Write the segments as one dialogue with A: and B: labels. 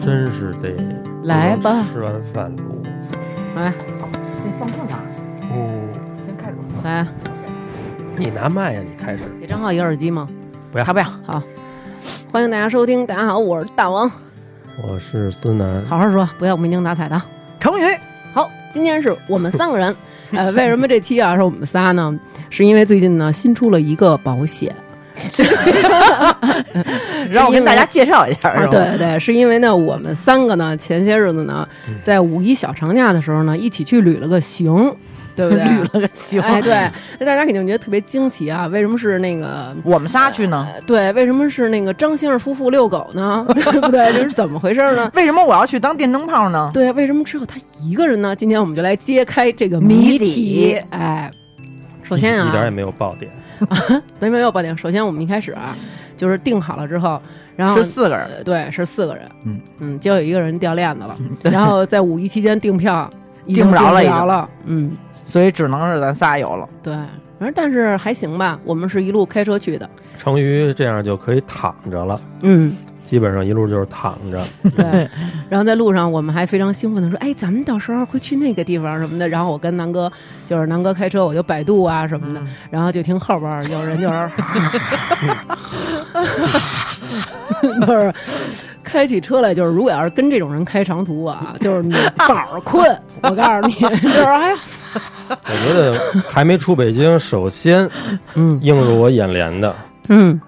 A: 真是得
B: 来吧，
A: 吃完饭录。
B: 来
C: 你放这哪儿？
A: 嗯，
C: 先开始。
B: 来，
A: 你拿麦呀，你开始。
B: 给张浩一个耳机吗？
A: 不要
B: 不要？好，欢迎大家收听，大家好，我是大王，
A: 我是思南，
B: 好好说，不要无精打采的。
C: 成 语
B: 好，今天是我们三个人， 呃，为什么这期啊是我们仨呢？是因为最近呢新出了一个保险，
C: 让我跟大家介绍一下，
B: 啊，
C: 是吧
B: 对对，是因为呢，我们三个呢，前些日子呢，
C: 嗯
B: 在五一小长假的时候呢，一起去旅了个行，对 不对？
C: 捋了个形。
B: 哎，对，那大家肯定觉得特别惊奇啊，为什么是那个？
C: 我们仨去呢？
B: 呃对，为什么是那个张先生夫妇遛狗呢？ 对不对？这是怎么回事呢？
C: 为什么我要去当电灯泡 呢？
B: 对，啊为什么只有他一个人呢？今天我们就来揭开这个
C: 谜
B: 谜
C: 底
B: 哎，首先啊，
A: 一点也没有爆点。
B: 没没有爆点。首先，我们一开始啊，就是定好了之后，然后
C: 是四个人，
B: 呃对，是四个人，
C: 嗯
B: 嗯，结果有一个人掉链子了，然后在五一期间订 票，已经
C: 订不着了
B: 了，
C: 已经
B: 了，嗯，
C: 所以只能是咱仨有了。
B: 对，反正但是还行吧，我们是一路开车去的，
A: 成鱼这样就可以躺着了，
B: 嗯，
A: 基本上一路就是躺着。
B: 对，然后在路上我们还非常兴奋的说，哎，咱们到时候会去那个地方什么的，然后我跟南哥就是南哥开车，我就百度啊什么的，然后就听后边儿有人就是 就是开起车来，就是如果要是跟这种人开长途啊，就是你板儿困，我告诉你， 就是哎呀，
A: 我觉得还没出北京，首先
B: 嗯
A: 映入我眼帘的
B: 嗯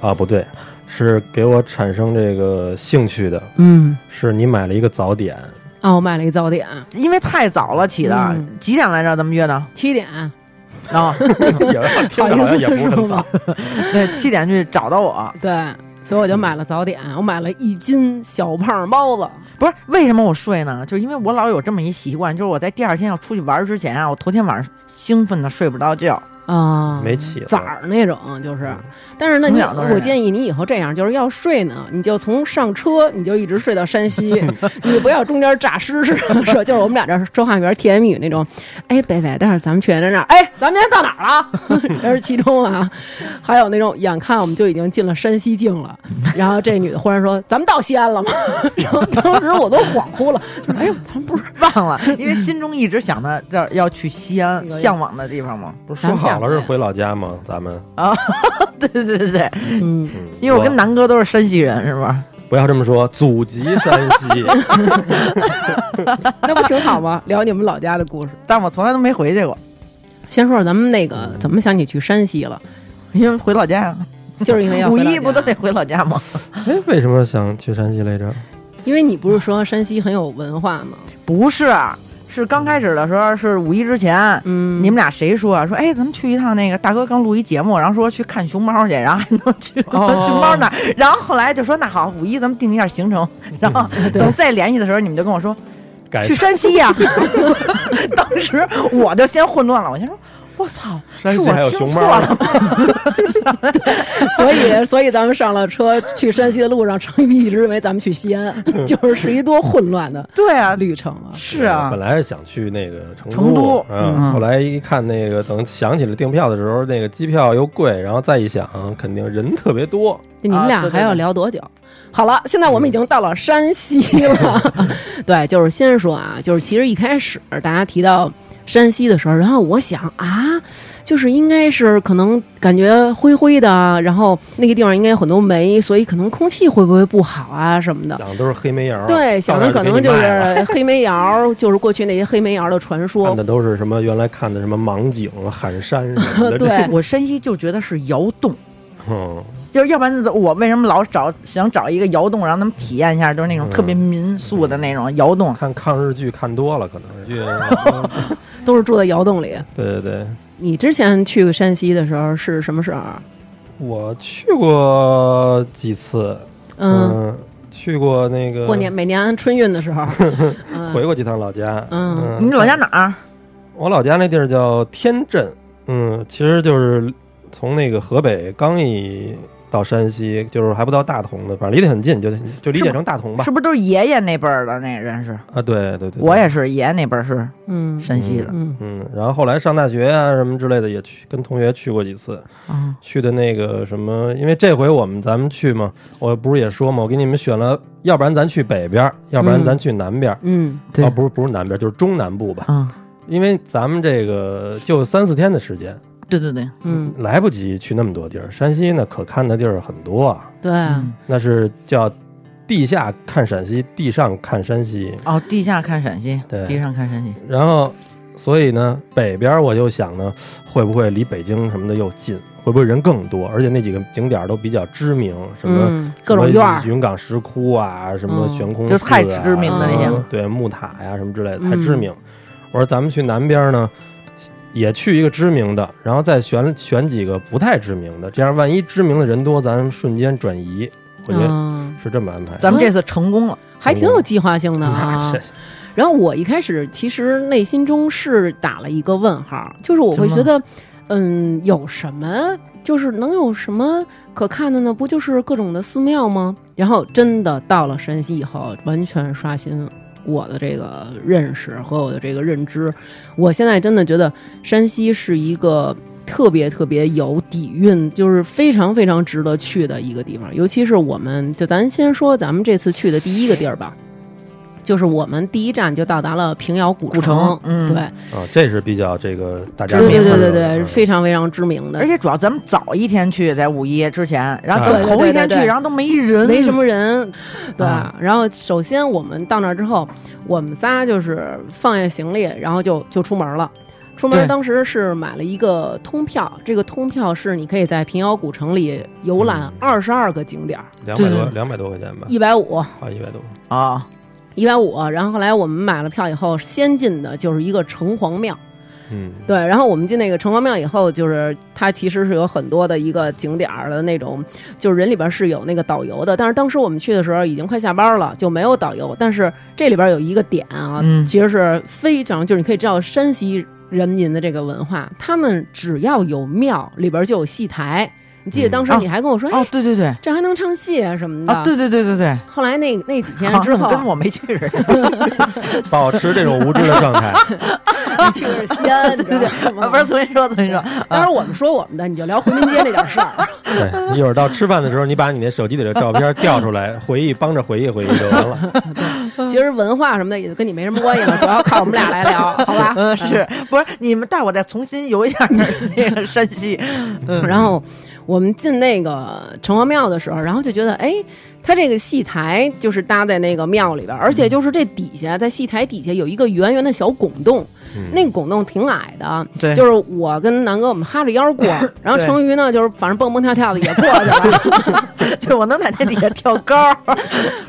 A: 啊，不对，是给我产生这个兴趣的，
B: 嗯，
A: 是你买了一个早点，
B: 啊，我买了一早点，
C: 因为太早了起的
B: 嗯，
C: 几点来着？咱们约的
B: 七点，
C: 啊，
A: 也听着好
B: 好意
A: 像
B: 思
A: 也不是很早
B: 吧。？
C: 对，七点去找到我。
B: 对，所以我就买了早点，我买了一斤小胖包子。
C: 不是为什么我睡呢？就是因为我老有这么一习惯，就是我在第二天要出去玩之前啊，我头天晚上兴奋的睡不着觉。
B: 啊，
A: 没起嗯来
B: 崽儿那种，就是。但是呢，
C: 从
B: 你
C: 小都是
B: 我建议你以后这样，就是要睡呢，你就从上车你就一直睡到山西， 你不要中间诈尸似的说，就是我们俩这儿说话员甜言蜜语那种。哎，北北，但是咱们去那那儿，哎，咱们今天到哪儿了？ 这是其中啊，还有那种眼看我们就已经进了山西境了，然后这女的忽然说：“咱们到西安了吗？” 然后当时我都恍惚了， 就是哎呦，咱们不是
C: 忘了，因为心中一直想着要要去西安，向往的地 方嘛。
A: 不是
B: 咱
A: 说
B: 们
A: 好了
B: 下
A: 是
B: 回
A: 回老家吗？咱们，
C: 对对对对对，
B: 嗯，
A: 嗯，
C: 因为我跟
A: 我
C: 南哥都是山西人，是吧？
A: 不要这么说，祖籍山西。
B: 那不挺好吗？聊你们老家的故事。
C: 但我从来都没回去过，
B: 先说说咱们那个怎么想起去山西了，
C: 因为回老家呀。
B: 就是因为要
C: 五
B: 哎回老
C: 一
B: 家
C: 不都得回老家吗？
A: 哎，为什么想去山西来着？
B: 因为你不是说山西很有文化吗？
C: 不是，是刚开始的时候，是五一之前，
B: 嗯，
C: 你们俩谁说啊？说哎，咱们去一趟那个大哥刚录一节目，然后说去看熊猫去，然后还能去
B: 哦
C: 熊猫那儿。然后后来就说那好，五一咱们定一下行程，
B: 嗯
C: 然后等再联系的时候，你们就跟我说
A: 改
C: 去山西呀、 当时我就先混乱了，我先说。我操！
A: 山
C: 是
A: 西
C: 我
A: 还有
C: 听
A: 熊
C: 错
A: 猫呢
C: 了吗？
B: 所以所以咱们上了车去山西的路上，程一一直认为咱们去西安， 就是是一多混乱的
C: 对啊，
B: 旅程啊。
C: 是啊
A: 本，来是想去那个成都，
C: 成都嗯
A: 嗯，后来一看那个，等想起了订票的时候，那个机票又贵，然后再一想，肯定人特别多。
B: 你们
C: 啊
B: 俩
C: 对对
B: 还要聊多久？好了，现在我们已经到了山西 了。 对，就是先说啊，就是其实一开始大家提到山西的时候，然后我想啊，就是应该是可能感觉灰灰的，然后那个地方应该有很多煤，所以可能空气会不会不好啊什么的。
A: 想的都是黑煤窑啊，
B: 对，想的可能就
A: 到那儿给你卖了
B: 是黑煤窑，就是过去那些黑煤窑的传
A: 看
B: 说。
A: 的都是什么原来看的什么盲井、喊山什么的。
B: 对
C: 我山西就觉得是窑洞，
A: 嗯，
C: 就是要不然我为什么老找想找一个窑洞让他们体验一下，就是那种特别民宿的那种窑洞。
A: 看抗日剧看多了，可能是。啊
B: 都是住在窑洞里。
A: 对对对，
B: 你之前去山西的时候是什么时候？啊
A: 我去过几次，
B: 嗯，
A: 嗯，去过那个
B: 过年，每年春运的 时候，嗯
A: 回过几趟老家。
B: 嗯
C: 你老家哪儿？
A: 我老家那地儿叫天镇，嗯，其实就是从那个河北刚一到山西，就是还不到大同呢，反正离得很近，就就理解成大同吧
C: 是。不是都是爷爷那辈儿的那人是？
A: 啊，对对对对，
C: 我也是，爷爷那辈儿是
B: 嗯
C: 山西的。
B: 嗯，
A: 嗯，然后后来上大学啊什么之类的，也去跟同学去过几次，
C: 嗯
A: 去的那个什么，因为这回我们咱们去嘛，我不是也说嘛，我给你们选了，要不然咱去北边儿，要不然咱去南边儿。
B: 嗯，
C: 对
A: 啊，不是不是南边儿，就是中南部吧，
C: 嗯，
A: 因为咱们这个就三四天的时间，
C: 对对对，
B: 嗯，
A: 来不及去那么多地儿。山西呢，可看的地儿很多啊，
B: 对，
C: 嗯
A: 那是叫地下看陕西，地上看山西。
C: 哦，地下看陕西，
A: 对
C: 地上看山西，
A: 然后，所以呢，北边我就想呢，会不会离北京什么的又近，会不会人更多？而且那几个景点都比较知名，什么、
B: 嗯各种
A: 什么
B: 院儿，
A: 云冈石窟啊，什么
B: 嗯
A: 悬空、啊
C: 就太知名
B: 的那些
A: 什么对木塔呀、什么之类的，太
B: 嗯
A: 知名。我说咱们去南边呢，也去一个知名的，然后再选选几个不太知名的，这样万一知名的人多，咱瞬间转移。我觉得
B: 嗯，
A: 是这么安排的。
C: 咱们这次成功了。
B: 还挺有计划性 的啊
A: 那。这
B: 然后我一开始其实内心中是打了一个问号，就是我会觉得，嗯，有什么就是能有什么可看的呢？不就是各种的寺庙吗？然后真的到了山西以后，完全刷新我的这个认识和我的这个认知。我现在真的觉得山西是一个。特别特别有底蕴，就是非常非常值得去的一个地方，尤其是我们就咱先说咱们这次去的第一个地儿吧，就是我们第一站就到达了平遥古
C: 古城嗯
B: 对，
A: 啊，这是比较这个大家
B: 对对
A: 明白
B: 对
A: 的
B: 对对，
A: 嗯
B: 非常非常知名的，
C: 而且主要咱们早一天去，在五一之前，然后咱们
A: 对
C: 头一天
B: 对对
C: 去，
B: 对对
C: 然后都没人，
B: 没什么人，对
C: 啊。
B: 然后首先我们到那儿之后，我们仨就是放下行李，然后就就出门了。出
C: 对
B: 门当时是买了一个通票，这个通票是你可以在平遥古城里游览二十二个景点儿，
A: 两百多
C: 对
A: 两百多块钱吧，
B: 一百五，
A: 啊，一百多。
C: 啊。
B: 一百五。然后后来我们买了票以后，先进的就是一个城隍庙。
A: 嗯，
B: 对，然后我们进那个城隍庙以后，就是它其实是有很多的一个景点儿的那种，就是人里边是有那个导游的。但是当时我们去的时候已经快下班了，就没有导游。但是这里边有一个点啊，
C: 嗯
B: 其实是非常，就是你可以知道山西人民的这个文化，他们只要有庙里边就有戏台。你记得当时
C: 嗯
B: 你还跟我说，
C: 哦
B: 哎，，
C: 对对对，
B: 这还能唱戏啊什么的。
C: 啊，对对对对对，
B: 后来那那几天
C: 好像
B: 之后，
C: 跟我没去似的，
A: 保持这种无知的状态，
B: 你去的是西安，你 知道吗？
C: 啊不是，重新说，重新说，
B: 当时我们说我们的，你就聊回民街那点事儿。
A: 对，一会儿到吃饭的时候，你把你那手机里的照片调出来，回忆帮着回忆回忆就完了。
B: 其实文化什么的也跟你没什么关系了，主要靠我们俩来 聊，好吧？
C: 嗯，是不是？你们带我再重新游一下那个山西，嗯，
B: 然后我们进那个城隍庙的时候，然后就觉得，哎，它这个戏台就是搭在那个庙里边，而
C: 嗯
B: 且就是这底下，在戏台底下有一个圆圆的小拱洞，那个拱洞挺矮的，
C: 嗯对
B: 就是我跟南哥我们哈着腰 过，然后成瑜呢就是反正蹦蹦跳跳的也过去了。
C: 就我能在那底下跳高，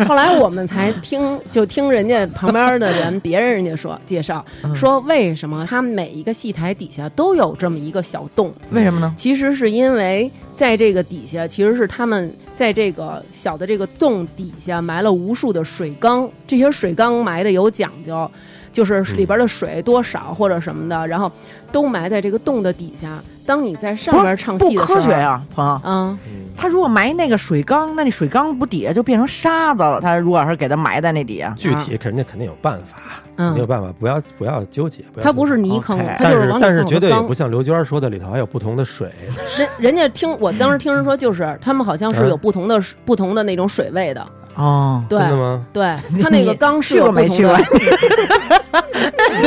B: 后来我们才听，就听人家旁边的人，别人人家说介绍
C: 嗯
B: 说，为什么它每一个戏台底下都有这么一个小洞？
C: 为什么呢？
B: 其实是因为在这个底下，其实是他们在这个小的这个洞底下埋了无数的水缸，这些水缸埋的有讲究，就是
A: 嗯
B: 里边的水多少或者什么的，然后都埋在这个洞的底下。当你在上面唱
C: 不
B: 戏的时候，
C: 科学呀、朋友。
B: 嗯，
C: 他如果埋那个水缸，那那水缸不底下就变成沙子了。他如果是给它埋在那底下，
A: 具体肯定肯定有办法，肯
B: 嗯
A: 定有办法，不要不要纠结。要
B: 它不是
A: 纠结，
B: 泥坑
C: OK，
B: 它
A: 但
B: 就是
A: 是
B: 往里
A: 但是
B: 放
A: 绝
B: 个
A: 对也
B: 缸
A: 不。像刘娟说的，里头还有不同的水。
B: 人人家听我当时听人说，就是他们好像是有
A: 嗯
B: 不同的不同的那种水位的，
C: 哦，
B: 对
A: 真的吗？
B: 对，他那个缸是
C: 去
B: 有
C: 过
B: 不
C: 没
B: 同
C: 去
B: 的
C: 过？。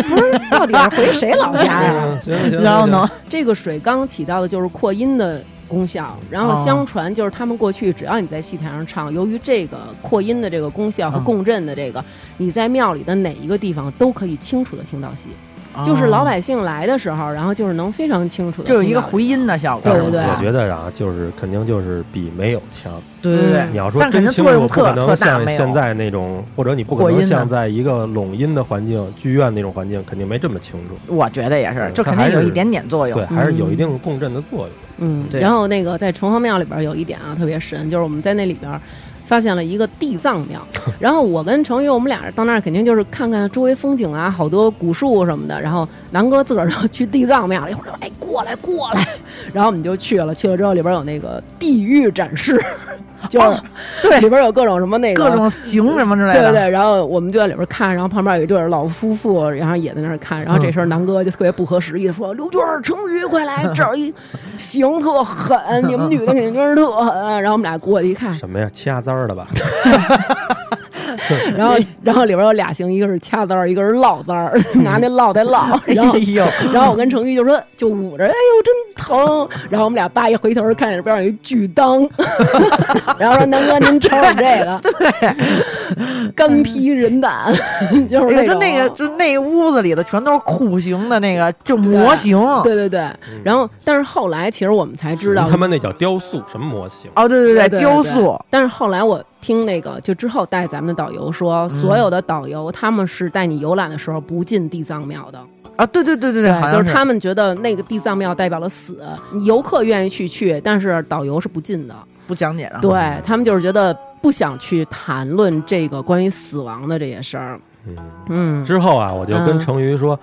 B: 不是， 到底是回谁老家哎呀？
A: 嗯行行行，
C: 然后呢？
B: 这个水缸起到的就是扩音的功效，然后
C: 哦
B: 相传就是他们过去只要你在戏台上唱，由于这个扩音的这个功效和
C: 嗯
B: 共振的这个，你在庙里的哪一个地方都可以清楚的听到戏，就是老百姓来的时候，然后就是能非常清楚
C: 哦，
B: 的，
C: 就有一个回音的效果。
A: 但是
B: 对对对
A: 我觉得啊，就是肯定就是比没有强。
C: 对对对
B: 嗯
A: 你要说
C: 但肯
A: 真
C: 定
A: 清
C: 作
A: 楚，
C: 用
A: 不
C: 特
A: 可
C: 特
A: 能
C: 大
A: 像
C: 没有
A: 现在那种，或者你不可
C: 扩
A: 能
C: 音的
A: 像在一个拢音的环境、剧院那种环境，肯定没这么清楚。
C: 我觉得也是
A: 嗯，
C: 这肯
A: 它还
C: 定
A: 是
C: 有一点点作用
A: 对，。还是有一定共振的作用。
B: 嗯，
C: 对
B: 然后那个在城隍庙里边有一点啊特别神，就是我们在那里边。发现了一个地藏 庙。然后我跟程宇，我们俩人到那儿肯定就是看看周围风景啊，好多古树什么的。然后南哥自个儿就去地藏庙了，一会儿就哎过来过来，然后我们就去了。去了之后里边有那个地狱展示，就是、对里边有各种什么那个
C: 哦各种形什么之类
B: 对
C: 的。
B: 对对，然后我们就在里边看，然后旁边有一对老夫妇，然后也在那儿看，然后这
C: 嗯
B: 时候南哥就特别不合时宜的说：“刘娟儿、程宇，快来，这儿 一行特狠，你们女的肯定就是特狠。”然后我们俩过去一看，
A: 什么呀？掐簪儿的吧？
B: 然后然后里边有俩行，一个是掐簪儿，一个是烙簪 儿，拿那烙在烙，然后
C: 哎呦，
B: 然后我跟程昱就说，就捂着，哎呦真疼。然后我们俩叭一回头，看见边上有一巨裆， 然后说南哥您瞅瞅这 个，对，干皮人胆， 就是
C: 嗯
B: 那
C: 哎呦就
B: 种
C: 那个，就那个屋子里的全都是酷刑的那个，就模型。
B: 对对对。然后，但是后来其实我们才知道
A: 嗯他，们那叫雕塑，什么模型？
C: 哦，对对
B: 对对
C: 雕塑。
B: 但是后来我听那个就之后带咱们的导游说，所有的导游他们是带你游览的时候不进地藏庙的。
C: 啊，对对对对对，好
B: 就
C: 像
B: 是他们觉得那个地藏庙代表了死，游客愿意去去，但是导游是不进的。
C: 不讲解啊的。
B: 对他们就是觉得不想去谈论这个关于死亡的这些事儿。
A: 嗯。
B: 嗯，
A: 之后啊，我就
B: 嗯
A: 跟成瑜说，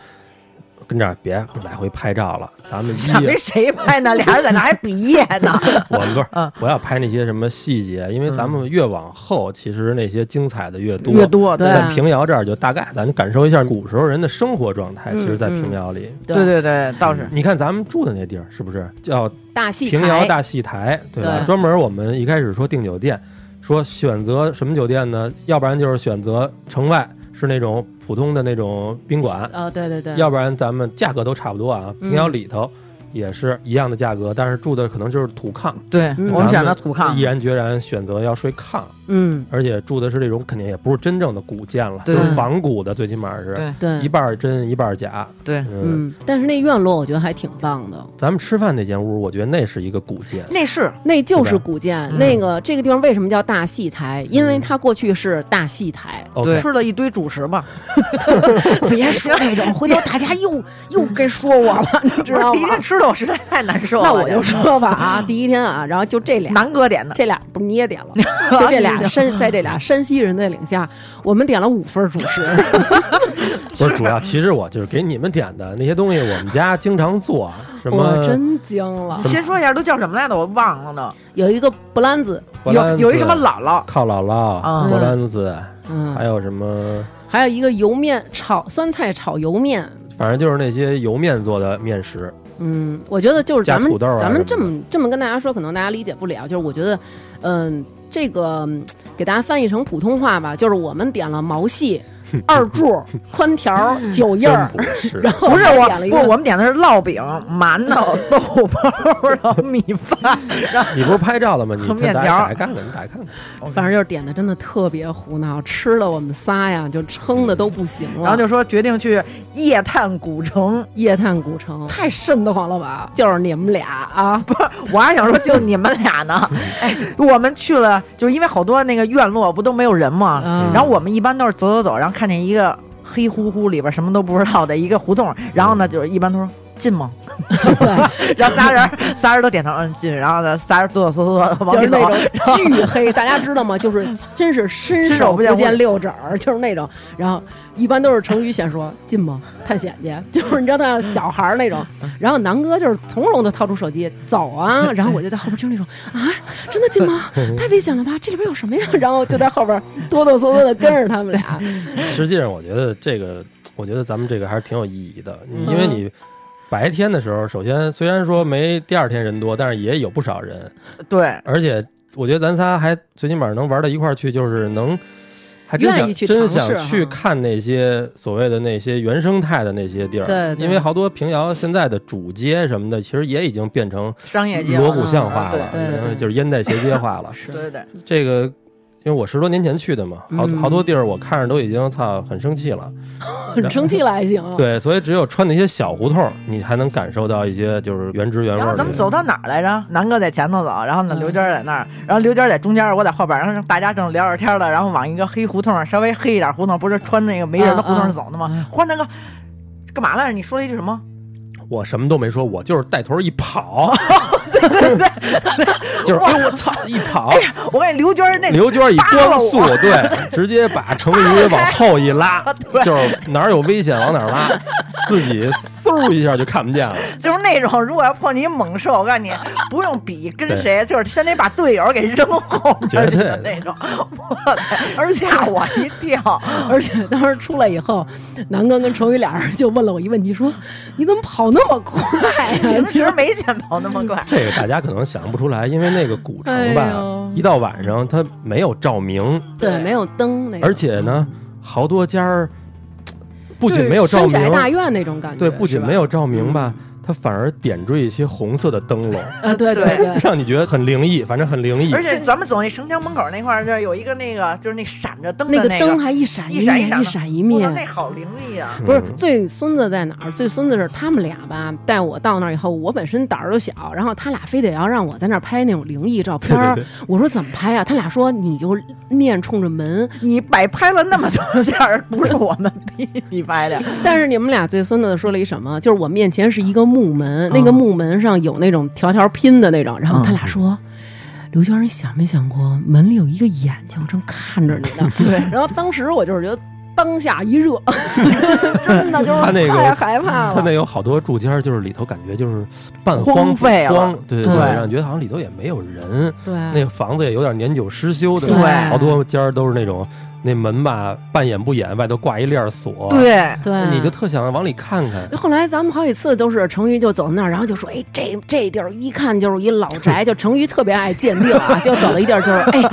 A: 跟这儿别来回拍照了，咱们
C: 想
A: 一
C: 这谁拍呢？俩人在那还比耶 呢。
A: 我们不是
C: 嗯
A: 不要拍那些什么细节，因为咱们越往后，其实那些精彩的越多。
C: 越多，
B: 对
A: 在平遥这儿，就大概咱感受一下古时候人的生活状态。
B: 嗯
A: 其实，在
B: 嗯
A: 平遥里，
C: 对对对，倒是
A: 你看咱们住的那地儿是不是叫
B: 大戏
A: 平遥大戏台，对吧？
B: 对
A: 专门我们一开始说订酒店，说选择什么酒店呢？要不然就是选择城外是那种普通的那种宾馆，
B: 呃，对对对，
A: 要不然咱们价格都差不多啊。
B: 嗯
A: 平遥里头也是一样的价格，但是住的可能就是土炕，
C: 对
B: 嗯
C: 我们选的土炕
A: 毅。然决然选择要睡炕，
B: 嗯，
A: 而且住的是这种肯定也不是真正的古建了，
C: 对
A: 就是仿古的，最起码是
C: 对
A: 一
B: 对，
A: 半儿真一半儿假。
C: 对，
A: 嗯，
B: 嗯，但是那院落我觉得还挺棒的，
A: 咱们吃饭那间屋，我觉得那是一个古建。
C: 那是
B: 那就是
A: 对吧
B: 古建。
C: 嗯
B: 那个这个地方为什么叫大戏台？因为它过去是大戏台。
A: OK，
C: 吃了一堆主食吧，
B: 别说这种，回头大家又 又该说我了，你知
C: 不是
B: 道
C: 第一
B: 吗
C: 天？吃的我实在太难受了。
B: 那我就说吧啊，第一天啊，然后就这俩
C: 南哥点的，
B: 这俩不是你也 点了，就这俩山，在这俩山西人的领下，我们点了五份主食。
A: 不是主要，其实我就是给你们点的那些东西，我们家经常 做什
B: 我
A: 么
B: 真惊了，
C: 先说一下都叫什么来着，我忘了呢。
B: 有一个布兰子，
A: 勃
C: 有
A: 兰
C: 有一
A: 子
C: 什么姥姥，
A: 靠姥姥、
C: 啊
A: 波兰子，还
B: 嗯，
A: 有什么，
B: 还有一个油面炒酸菜炒油面，
A: 反正就是那些油面做的面食。
B: 嗯，我觉得就是咱
A: 加
B: 们
A: 土豆啊
B: 咱们这
A: 什么
B: 么这么跟大家说，可能大家理解不了，就是我觉得，嗯、这个嗯给大家翻译成普通话吧，就是我们点了毛细、二柱、宽条、酒印儿
A: 真。不 是
B: 然，后
C: 不是
B: 还
C: 我
B: 点了，一
C: 不
B: 个
C: 是我们点的是烙饼、馒头、 豆包，然后米饭，然后
A: 你不是拍照了吗？你
C: 和 面
A: 看大
C: 条
A: 家打开看看，你打开看看。
B: 反正就是点的真的特别胡闹，吃的我们仨呀就撑的都不行了，
C: 然后就说决定去夜探古城。
B: 夜探古城，太瘆得慌了吧？就是你们俩啊，
C: 我还想说，就你们俩 呢，哎，我们去了，就是因为好多那个院落不都没有人吗？
B: 嗯
C: 然后我们一般都是走走走，然后看见一个黑乎乎里边什么都不知道的一个胡同，然后呢，就是一般都说进吗？
B: 对，
C: 然后仨人仨人都点头嗯进，然后呢�á人哆哆嗦嗦地往
B: 就
C: 里
B: 是
C: 走，
B: 那种巨黑，大家知道吗？就是真是伸
C: 伸手
B: 手
C: 不
B: 不
C: 见五
B: 见
C: 指
B: 六指儿，就是那种。然后一般都是成语先说进吗？探险去，就是你知道那小孩儿那种。然后南哥就是从容的掏出手机走啊，然后我就在后边听那种啊，真的进吗？太危险了吧，这里边有什么呀？然后就在后边哆哆嗦嗦的跟着他们俩。
A: 实际上，我觉得这个，我觉得咱们这个还是挺有意义的，你
B: 嗯
A: 因为你。白天的时候，首先虽然说没第二天人多，但是也有不少人，
C: 对。
A: 而且我觉得咱仨还最起码能玩到一块儿去，就是能还真
B: 愿
A: 想
B: 意去
A: 真
B: 尝试
A: 想去
B: 哈
A: 看那些所谓的那些原生态的那些地儿，
B: 对对
A: 因为好多平遥现在的主街什么的，其实也已经变成
C: 商业街
A: 锣鼓巷
C: 啊
A: 化了，
B: 对对对
A: 然后就是烟袋斜街
B: 。
A: 化了
B: 是
C: 对对对，
A: 这个，因为我十多年前去的嘛，好
B: 嗯
A: 好多地儿我看着都已经操很生气了，
B: 很生气了还行，
A: 对，所以只有穿那些小胡同，你才能感受到一些就是原汁原味
C: 然
A: 儿的。
C: 后咱们走到哪儿来着？南哥在前头走，然后呢，
B: 嗯
C: 刘娟儿在那儿，然后刘娟儿在中间，我在后边，然后大家正聊着天儿的，然后往一个黑胡同儿，稍微黑一点胡同儿，不是穿那个没人的胡同
B: 嗯
C: 儿
B: 嗯
C: 走的吗？忽然南哥，干嘛来着？你说了一句什么？
A: 我什么都没说，我就是带头一跑，
C: 对
A: 就是哎呦我操一跑，
C: 我感觉刘娟儿那
A: 刘娟以
C: 扒拉
A: 光
C: 我啊
A: 速对，直接把成鱼往后一 拉，就是哪儿有危险往哪儿拉，自己嗖一下就看不见 了。
C: 就是那种，如果要碰你猛兽，我告诉你，不用比跟谁，就是先得把队友给扔后边儿去的那种。 我而且我一跳，
B: 而且当时出来以后，南哥跟程宇俩人就问了我一问题，说你怎么跑那么快啊呀、
C: 平时没见跑那么快。
A: 这个大家可能想不出来，因为那个古城
B: 哎
A: 吧
B: 呦，
A: 一到晚上它没有照明，
B: 对，没有灯那个，
A: 而且呢，好多家儿不
B: 就是
A: 仅没有照
B: 深宅大
A: 明，
B: 院那种感觉，
A: 对，不仅
B: 是吧嗯
A: 没有照明吧，它反而点缀一些红色的灯笼，
B: 啊，对对
C: 呃对
B: 对，
A: 让你觉得很灵异，反正很灵异
C: 而。且咱们走那城墙门口那块儿，就是有一个那个，就是那闪着灯的
B: 那个灯
C: 个，
B: 还一闪
C: 一
B: 闪
C: 闪一闪
B: 一
C: 的
B: 闪一
C: 我
B: 灭
C: 说，那好灵 异啊！
B: 不是
A: 嗯
B: 最孙子在哪儿？最孙子是他们俩吧？带我到那儿以后，我本身胆儿就小，然后他俩非得要让我在那儿拍那种灵异照片儿。我说怎么拍啊？他俩说你就面冲着门，
C: 你摆拍了那么多下儿，不是我们 逼你拍的，
B: 但是你们俩最孙子说了一什么？就是我面前是一个木门，那个木门上有那种条条拼的那种。然后他俩说：“刘娟，你想没想过门里有一个眼睛正看着你呢？” 对。然后当时我就是觉得当下一热，真 的就是
A: 他那个
B: 太害怕
A: 它
B: 了。
A: 那有好多住家，就是里头感觉就是半
C: 荒
A: 荒
C: 废了
A: 荒对对
C: 对嗯
A: 让你觉得好像里头也没有人，那
B: 对
A: 个房子也有点年久失修的，
C: 对
A: 好多家儿都是那种那门吧半掩不掩，外头挂一链儿锁，，
C: 对，嗯
B: 对，
A: 你就特想往里看看。
B: 后来咱们好几次都是成瑜就走那儿，然后就说：“哎，这这地儿一看就是一老宅。”就成瑜特别爱鉴定啊，就走了一地儿就是：“哎，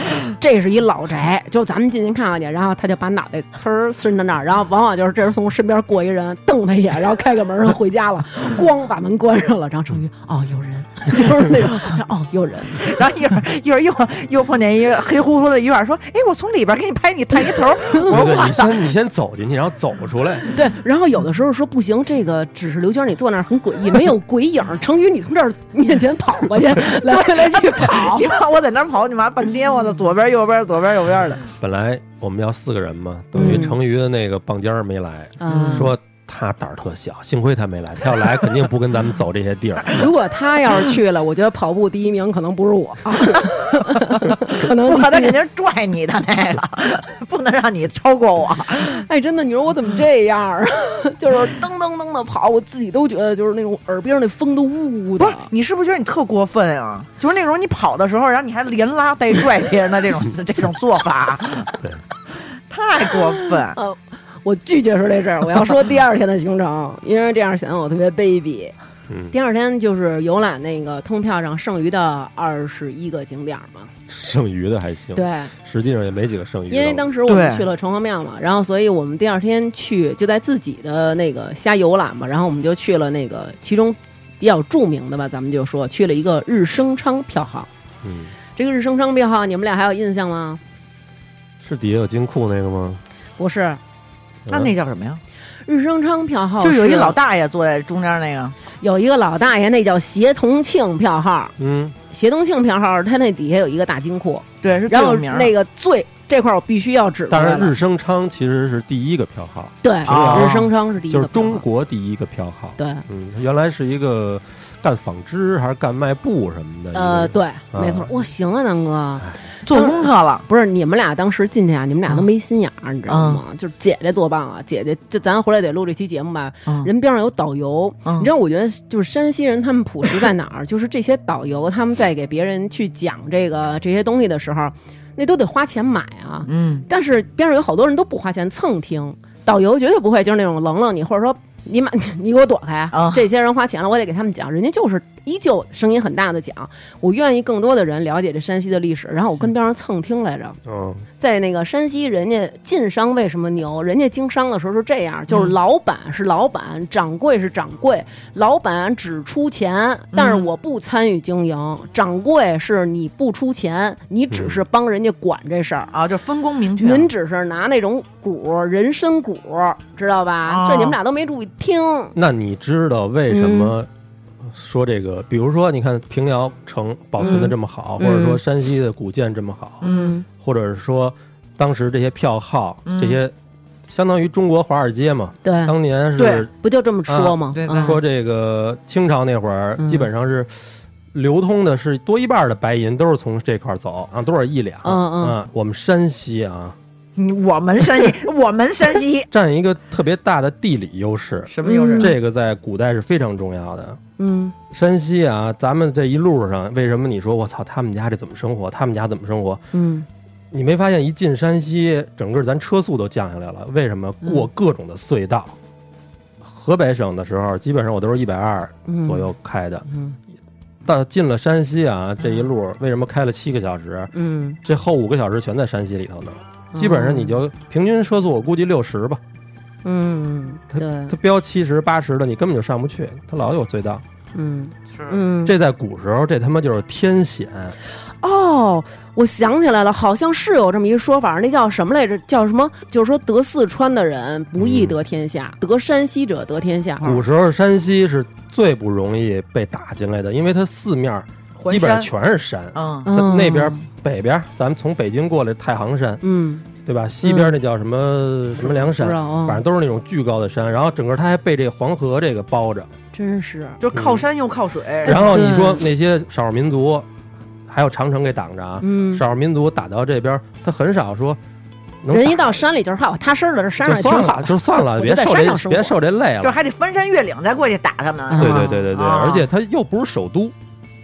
B: 这是一老宅，就咱们进去看看去。”然后他就把脑袋呲儿伸到那儿，然后往往就是这时候从身边过一人瞪他一眼，然后开个门儿回家了，咣把门关上了。然后成瑜哦有人， 就是那种哦有人，
C: 然后一会儿一会儿又又碰见一个黑乎乎的一院，说：“哎，我从里边给你拍，你抬一头。” 我
A: 对
C: 说：“
A: 对，
C: 我
A: 你
C: 操
A: 先你先走进去，然后走出来，
B: 对。然后有的时候说不行，这个只是刘娟你坐那儿很诡异，没有鬼影儿。成瑜你从这儿面前跑过去，来回来去跑！”。
C: 你看我在那儿跑你妈半天，我的左边右边左边右边的，
A: 本来我们要四个人嘛，等于
B: 嗯
A: 成瑜的那个棒尖儿没来，
B: 嗯
A: 说他胆儿特小，幸亏他没来，他要来肯定不跟咱们走这些地儿。
B: 如果他要是去了，我觉得跑步第一名可能不是 我，可能
C: 我
B: 你
C: 的肯定是拽你的那个， 不能让你超过我。
B: 哎，真的，你说我怎么这样儿？ 就是噔噔噔的跑，我自己都觉得就是那种耳边那风都呜呜
C: 不
B: 的
C: 是。，你是不是觉得你特过分啊？就是那种你跑的时候，然后你还连拉带拽别人的这种 这种做法
A: 对，
C: 太过分。
B: 呃，我拒绝说这事儿，我要说第二天的行程，因为这样显得我特别卑鄙。
A: 嗯，
B: 第二天就是游览那个通票上剩余的二十一个景点儿嘛，
A: 剩余的还行，
B: 对，
A: 实际上也没几个剩余的了。
B: 因为当时我们
C: 对
B: 去了城隍庙嘛，然后所以我们第二天去就在自己的那个瞎游览嘛，然后我们就去了那个其中比较著名的吧，咱们就说去了一个日升昌票号。
A: 嗯，
B: 这个日升昌票号，你们俩还有印象吗？
A: 是底下有金库那个吗？啊
B: 不是，
C: 那那叫什么呀？
B: 日升昌票号
C: 就有一
B: 是
C: 老大爷坐在中间那个，
B: 有一个老大爷，那叫协同庆票号。
A: 嗯，
B: 协同庆票号，它那底下有一个大金库，
C: 对，是最
B: 然后
C: 有名儿
B: 那个最这块儿我必须要指出
A: 当
B: 来
A: 然
B: 了
A: 日升昌其实是第一个票号，
B: 对，
A: 啊
B: 日升昌是第一个
A: 就
B: 票
A: 是
B: 号，
A: 中国第一个票号。
B: 对。
A: 嗯，它原来是一个干纺织还是干卖布什么的？
B: 呃，
A: 一个，
B: 对，没错。哇，行啊，南哥，
C: 做功课了。
B: 不是你们俩当时进去啊，你们
C: 嗯
B: 俩都没心眼儿，你知道吗？就是姐姐多棒啊，姐姐就咱回来得录这期节目吧。
C: 嗯
B: 人边上有导游，
C: 嗯
B: 你知道，我觉得就是山西人他们朴实在哪 儿，就是这些导游他们在给别人去讲这个这些东西的时候，那都得花钱买啊。
C: 嗯，
B: 但是边上有好多人都不花钱蹭听，导游绝对不会就是那种冷冷你，或者说你买 你给我躲开
C: 啊
B: 这些人花钱了，我得给他们讲，人家就是依旧声音很大的讲，我愿意更多的人了解这山西的历史，然后我跟边上蹭听来着，
A: 嗯，
B: 在那个山西，人家晋商为什么牛？人家经商的时候是这样，
C: 嗯
B: 就是老板是老板，掌柜是掌柜，老板只出钱，
C: 嗯
B: 但是我不参与经营，掌柜是你不出钱，你只是帮人家管这事儿。
C: 啊，就分工明确。
B: 您只是拿那种鼓，人参鼓，知道吧？
C: 哦
B: 这你们俩都没注意听。
A: 那你知道为什
B: 嗯
A: 么说这个？比如说，你看平遥城保存的这么好，
B: 嗯
A: 或者说山西的古建这么好，
C: 嗯
A: 或者是说当时这些票号，
C: 嗯
A: 这些相当于中国华尔街嘛，
B: 嗯对，
A: 当年
C: 对啊
A: 是
B: 不就这么说吗？
C: 对
B: 嗯
A: 说这个清朝那会儿，
B: 嗯
A: 基本上是流通的是多一半的白银都是从这块儿走啊，都是一两。
B: 嗯嗯
A: 啊，我们山西啊，
C: 你我们山 西，我们山西
A: 占一个特别大的地理优势，
C: 什么优势？
A: 这个在古代是非常重要的。
B: 嗯
A: 山西啊，咱们这一路上，为什么你说我操他们家这怎么生活？他们家怎么生活？
B: 嗯
A: 你没发现一进山西，整个咱车速都降下来了？为什么？
B: 嗯
A: 过各种的隧道。河北省的时候，基本上我都是一百二
B: 嗯
A: 左右开的。
B: 嗯
A: 到进了山西啊，这一路为什么开了七个小时？
B: 嗯，
A: 这后五个小时全在山西里头呢。
B: 哦
A: 基本上你就平均车速，我估计六十吧。
B: 嗯对
A: 它标七十、八十的，你根本就上不去，它老有隧道。
B: 嗯
C: 是
B: 嗯
A: 这在古时候，这他妈就是天险。
B: 哦，我想起来了，好像是有这么一个说法，那叫什么来着？叫什么？就是说得四川的人不易得天下，得山西者得天下。
A: 嗯古时候山西是最不容易被打进来的，因为它四面儿
C: 环
A: 基本上
C: 山，
A: 全是山。
C: 嗯，
A: 咱
B: 嗯
A: 那边儿北边儿，咱们从北京过来太行山，
B: 嗯，
A: 对吧？西边儿那叫什么、什么梁
B: 不
A: 山
B: 知，道啊，
A: 反正都是那种巨高的山。然后整个它还被这黄河这个包着。
B: 真是
C: 就靠山又靠水，
A: 然后你
B: 对
A: 说那些少数民族，还有长城给挡着啊，
B: 嗯
A: 少数民族打到这边儿，他很少说能
B: 人
A: 打
B: 一到山里就是哈，我踏实了，这山
A: 就
B: 上也挺
A: 算
B: 好
A: 了，
B: 的。
A: 就算了，
B: 我就
A: 别
B: 在
A: 受
B: 山上
A: 这
B: 生
A: 别
B: 活
A: 受这累
C: 就
A: 了。
C: 还得翻山越岭再过去打他们。
A: 对
B: 啊
A: 对对对对，
C: 啊
A: 而且它又不是首都，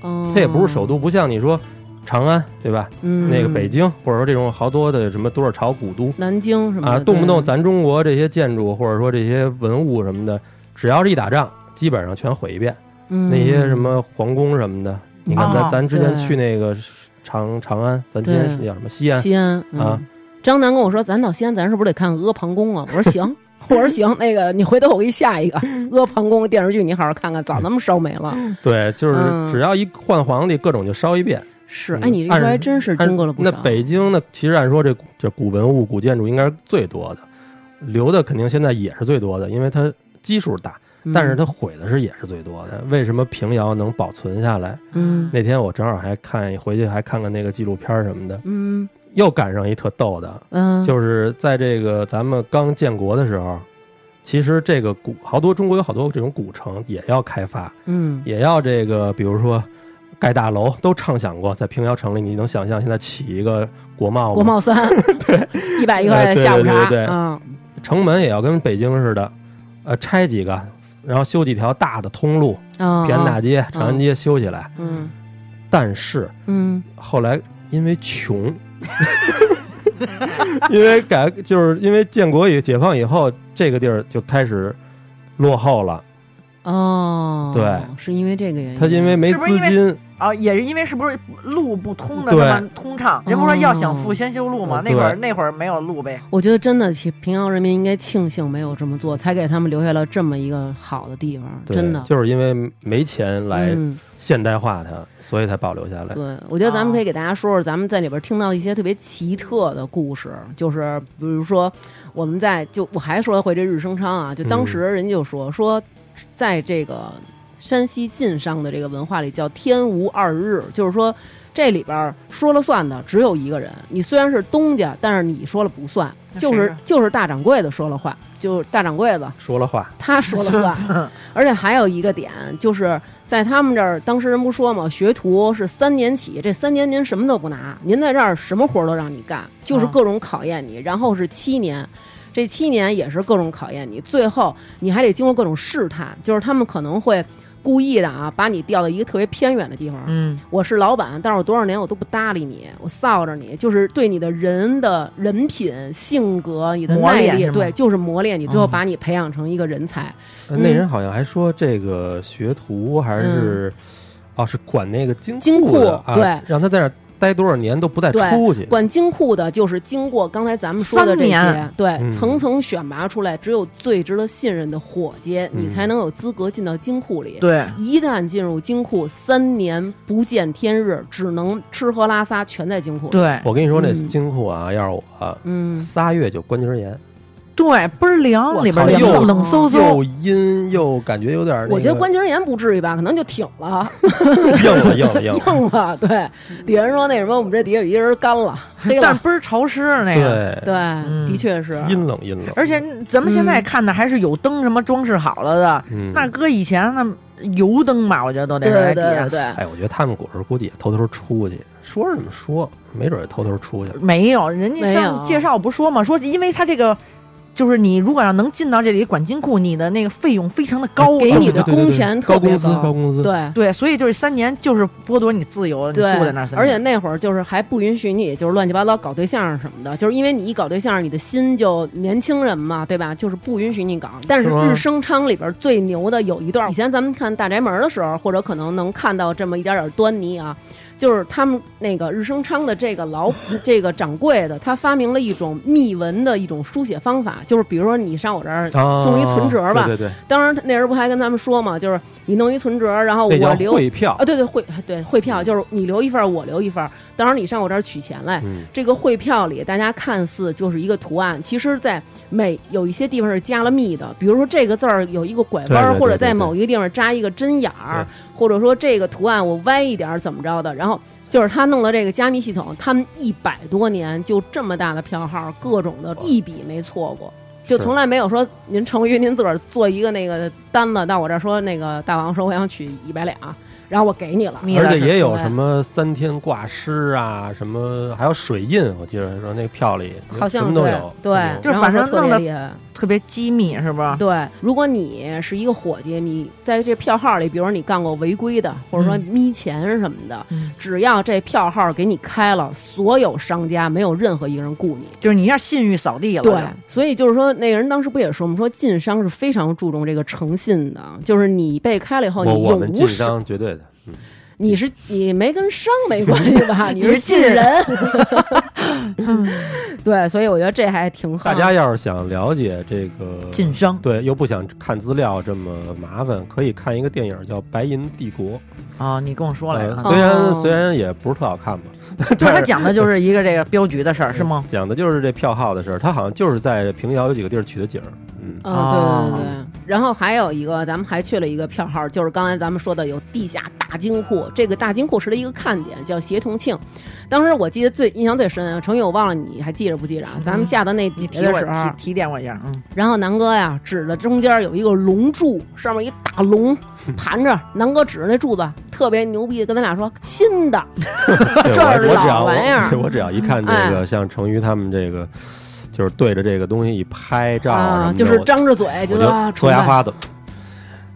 B: 哦
A: 它也不是首，都，不像你说长安对吧？
B: 嗯
A: 那个北京或者说这种好多的什么多少朝古都
B: 南京什么
A: 啊，
B: 的，
A: 动不动
B: 对
A: 咱中国这些建筑或者说这些文物什么的，只要是一打仗，基本上全毁一遍。
B: 嗯
A: 那些什，么皇宫什么的，你看
C: 哦
A: 咱咱之前
B: 对
A: 去那个长长安，咱今天
B: 对
A: 是叫什么西
B: 嗯
A: 安？
B: 西安
A: 啊。
B: 嗯张楠跟我说：“咱到西安，咱是不是得看阿房宫啊？” 我说：“行。”我说：“行。”那个，你回头我给你下一个 阿房宫电视剧，你好好看看， 早那么烧没了。
A: 对，就是
B: 嗯
A: 只要一换皇帝，各种就烧一遍。
B: 是，
A: 嗯
B: 哎，你这一说
A: 按
B: 还真是经过了不
A: 那
B: 少。
A: 北京呢，其实按说这古这古文物、古建筑应该是最多的，留的肯定现在也是最多的，因为它基数大，
B: 嗯
A: 但是它毁的是也是最多的。为什么平遥能保存下来？
B: 嗯
A: 那天我正好还看回去还看看那个纪录片儿什么的，
B: 嗯
A: 又赶上一特逗的，
B: 嗯，
A: 就是在这个咱们刚建国的时候，其实这个古好多中国有好多这种古城也要开发，
B: 嗯
A: 也要这个，比如说盖大楼，都畅想过在平遥城里，你能想象现在起一个国贸吗？
B: 国贸三对一百一块
A: 哎
B: 的
A: 对
B: 下午茶
A: 对对对哦
B: 啊，
A: 城门也要跟北京似的，呃，拆几个，然后修几条大的通路，
B: 啊
A: 平安大街、长安
B: 哦
A: 街修起来。
B: 嗯
A: 但是
B: 嗯
A: 后来因为穷， 因为改就是因为建国以解放以后，这个地儿就开始落后了。
B: 哦，
A: 对，
B: 是因为这个原因。
A: 他因为没
C: 是
A: 资
C: 不是因为
A: 金，
C: 啊，也是因为是不是路不通的
A: 对
C: 那么通畅？人不说要想富
B: 哦
C: 先修路吗？
A: 嗯
C: 那会儿
A: 对
C: 那会儿没有路呗。
B: 我觉得真的平平遥人民应该庆幸没有这么做，才给他们留下了这么一个好的地方，
A: 对
B: 真的。
A: 就是因为没钱来
B: 嗯
A: 现代化它，所以才保留下来。
B: 对，我觉得咱们
C: 啊
B: 可以给大家说说，咱们在里边听到一些特别奇特的故事，就是比如说我们在就我还说回这日升昌啊，就当时人家就说、说，在这个山西晋商的这个文化里叫天无二日，就是说。这里边说了算的只有一个人，你虽然是东家，但是你说了不算，
C: 那
B: 就
C: 谁
B: 是
C: 呀
B: 就是大掌柜的说了话，就是大掌柜的
A: 说了话，
B: 他说了 算。而且还有一个点，就是在他们这儿，当时人不说嘛，学徒是三年起，这三年您什么都不拿，您在这儿什么活儿都让你干，就是
C: 啊
B: 各种考验你，然后是七年。这七年也是各种考验你，最后你还得经过各种试探，就是他们可能会故意的啊，把你调到一个特别偏远的地方，
C: 嗯，
B: 我是老板，但是我多少年我都不搭理你，我臊着你，就是对你的人的人品、性格、你的
C: 磨
B: 耐
C: 练
B: 力
C: 是，吗
B: 对，就是磨练你，最后
C: 哦
B: 把你培养成一个人才。
A: 呃
B: 嗯
A: 那人好像还说这个学徒还是哦，是管那个金
B: 嗯金库
A: 的啊
B: 对，
A: 让他在那儿待多少年都不带
B: 对
A: 出去。
B: 管金库的就是经过刚才咱们说的这些
C: 三年，
B: 对，
A: 嗯
B: 层层选拔出来，只有最值得信任的伙计，
A: 嗯
B: 你才能有资格进到金库里。
C: 对，
B: 一旦进入金库，三年不见天日，只能吃喝拉撒全在金库里。，
C: 对
A: 我跟你说，那
B: 嗯
A: 金库啊，要是我
B: 嗯，
A: 仨月就关节炎，
C: 对，倍儿凉，里边
A: 我操
C: 凉
A: 又
C: 的冷飕
A: 又
C: 飕。
A: 阴又感觉有点儿那个，
B: 我觉得关节炎不至于吧，可能就挺了。
A: 硬了硬了硬 了。
B: 硬了，对，底下人说那什么，我们这底下有一人干了，黑
C: 但
B: 了，
C: 倍儿潮湿
B: 哎
C: 那个。
A: 对，
B: 对，
A: 嗯
B: 的确是，
A: 阴冷阴冷。
B: 嗯
C: 而且咱们现在看的还是有灯什么装饰好了的，
A: 嗯，
C: 那搁以前那油灯吧，我觉得都得
B: 对
C: 是在
B: 对
C: 底下
B: 对对，
A: 哎，我觉得他们古时候估计也偷偷出去，说什么说，没准也偷偷出去了。
C: 没有，人家
B: 没
C: 上
B: 有
C: 介绍不说嘛，说因为他这个，就是你如果要能进到这里管金库，你的那个费用非常的高，
B: 给你
A: 对对
B: 的
A: 对对
B: 工钱
A: 高
B: 特别
A: 工资，
B: 高
A: 高工资，
B: 对
C: 对，所以就是三年就是剥夺你自由，你住
B: 对，
C: 在那儿三
B: 而且
C: 年，
B: 那会儿就是还不允许你就是乱七八糟搞对象什么的，就是因为你一搞对象，你的心就年轻人嘛，对吧？就是不允许你搞。但是
A: 是吗
B: 日升昌里边最牛的有一段，以前咱们看大宅门的时候，或者可能能看到这么一点点端倪啊。就是他们那个日升昌的这个老这个掌柜的，他发明了一种密文的一种书写方法，就是比如说你上我这儿
A: 啊，
B: 送一存折吧
A: 对对对，
B: 当然那人不还跟咱们说嘛，就是你弄一存折，然后
A: 那
B: 我
A: 叫
B: 留
A: 汇票嗯
B: 啊，。对对汇对汇票，就是你留一份儿，我留一份儿。当然你上我这儿取钱来，
A: 嗯，
B: 这个汇票里大家看似就是一个图案，其实在每有一些地方是加了密的，比如说这个字儿有一个拐弯
A: 对对
B: 儿，
A: 对
B: 或者在某一个地方扎一个针眼儿，或者说这个图案我歪一点儿怎么着的，然后。就是他弄了这个加密系统，他们一百多年就这么大的票号，各种的一笔没错过。就是从来没有说您成于您自个儿做一个那个单子到我这儿说那个大王说我想取一百两，然后我给你了，
C: 密
A: 而
C: 的
A: 且
C: 是
A: 也有
B: 对
A: 什么三天挂失啊，什么还有水印，我记得说那个票里什
B: 好像
A: 么都
B: 对
A: 有，嗯
B: 对，
C: 就是
B: 然后
C: 反正
B: 说特
C: 弄
B: 别
C: 得
B: 厉害。
C: 特别机密是不是？
B: 对，如果你是一个伙计，你在这票号里，比如说你干过违规的，或者说
C: 嗯
B: 咪钱什么的，
C: 嗯
B: 只要这票号给你开了，所有商家没有任何一个人雇你。
C: 就是你一下信誉扫地了，
B: 对，所以就是说，那个人当时不也说吗？说晋商是非常注重这个诚信的，就是你被开了以后，你
A: 我我
B: 永
A: 们
B: 无
A: 晋
B: 始，
A: 商绝对的，嗯，
B: 你是你没跟商没关系吧？你
C: 你是
B: 是晋
C: 晋
B: 人。 嗯对，所以我觉得这还挺好。
A: 大家要是想了解这个
C: 晋升
A: 对，又不想看资料这么麻烦，可以看一个电影叫《白银帝国》，
C: 啊，你跟我说来
A: 呃
C: 着，
A: 虽然
B: 哦
A: 虽然也不是特好看吧，
C: 就是他讲的就是一个这个镖局的事儿，是吗？
A: 讲的就是这票号的事儿，他好像就是在平遥有几个地儿取的景儿， 嗯，
B: 啊，对对
C: 哦
B: 对。然后还有一个，咱们还去了一个票号，就是刚才咱们说的有地下大金库。这个大金库是它一个看点，叫协同庆。当时我记得最印象最深，啊程宇，我忘了你还记着不记着啊？
A: 嗯
B: 咱们下到那
C: 你
B: 底
C: 提
B: 下的
C: 我
B: 时候
C: 提，提点我一下，嗯，
B: 然后南哥呀指着中间有一个龙柱，上面一大龙盘着，南哥指着那柱子，特别牛逼的跟咱俩说新的，
A: 对
B: 这
A: 我
B: 儿
A: 我
B: 老
A: 只要
B: 玩 意儿嗯
A: 我我只要一看这个，像成瑜他们这个，就是对着这个东西一拍照什
B: 啊
A: 么，的
B: 就是
A: 我
B: 张着嘴
A: 我
B: 觉
A: 就
B: 得啊
A: 戳
B: 崇
A: 牙
B: 拜
A: 花都，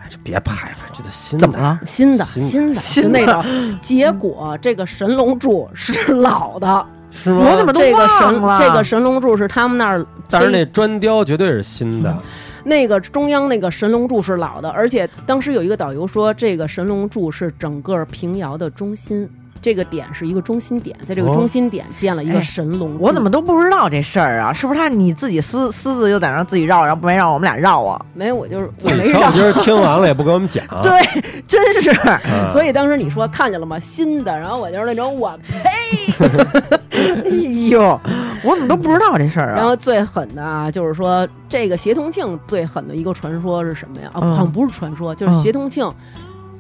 A: 哎，这别拍了，这都新
C: 怎么
A: 的。
C: 了？
B: 新的
A: 新
B: 新的就那 种，结果这个神龙柱是老的，
A: 是吗？
C: 我怎么都
B: 这个
C: 忘
B: 神
C: 了
B: 这个神龙柱是他们那儿，
A: 但是那砖雕绝对是新的，
B: 那个中央那个神龙柱是老的，而且当时有一个导游说，这个神龙柱是整个平遥的中心，这个点是一个中心点，在这个
A: 哦
B: 中心点建了一
C: 哎
B: 个神龙柱。
C: 我怎么都不知道这事儿啊？是不是他你自己私私自又在那儿自己绕，然后没让我们俩绕啊？
B: 没有？我就是 我
A: 自
B: 没
A: 己瞧
B: 让
A: 你。今儿听完了也不跟我们 讲，
C: 对，真是哎
A: 啊
B: 所以当时你说看见了吗？新的，然后我就是那种我
C: 哎呦，我怎么都不知道这事儿
B: 然
C: 啊？
B: 后最狠的啊，就是说这个协同庆最狠的一个传说是什么呀？啊，
C: 嗯
B: 好像不是传说，就是
C: 嗯
B: 协同庆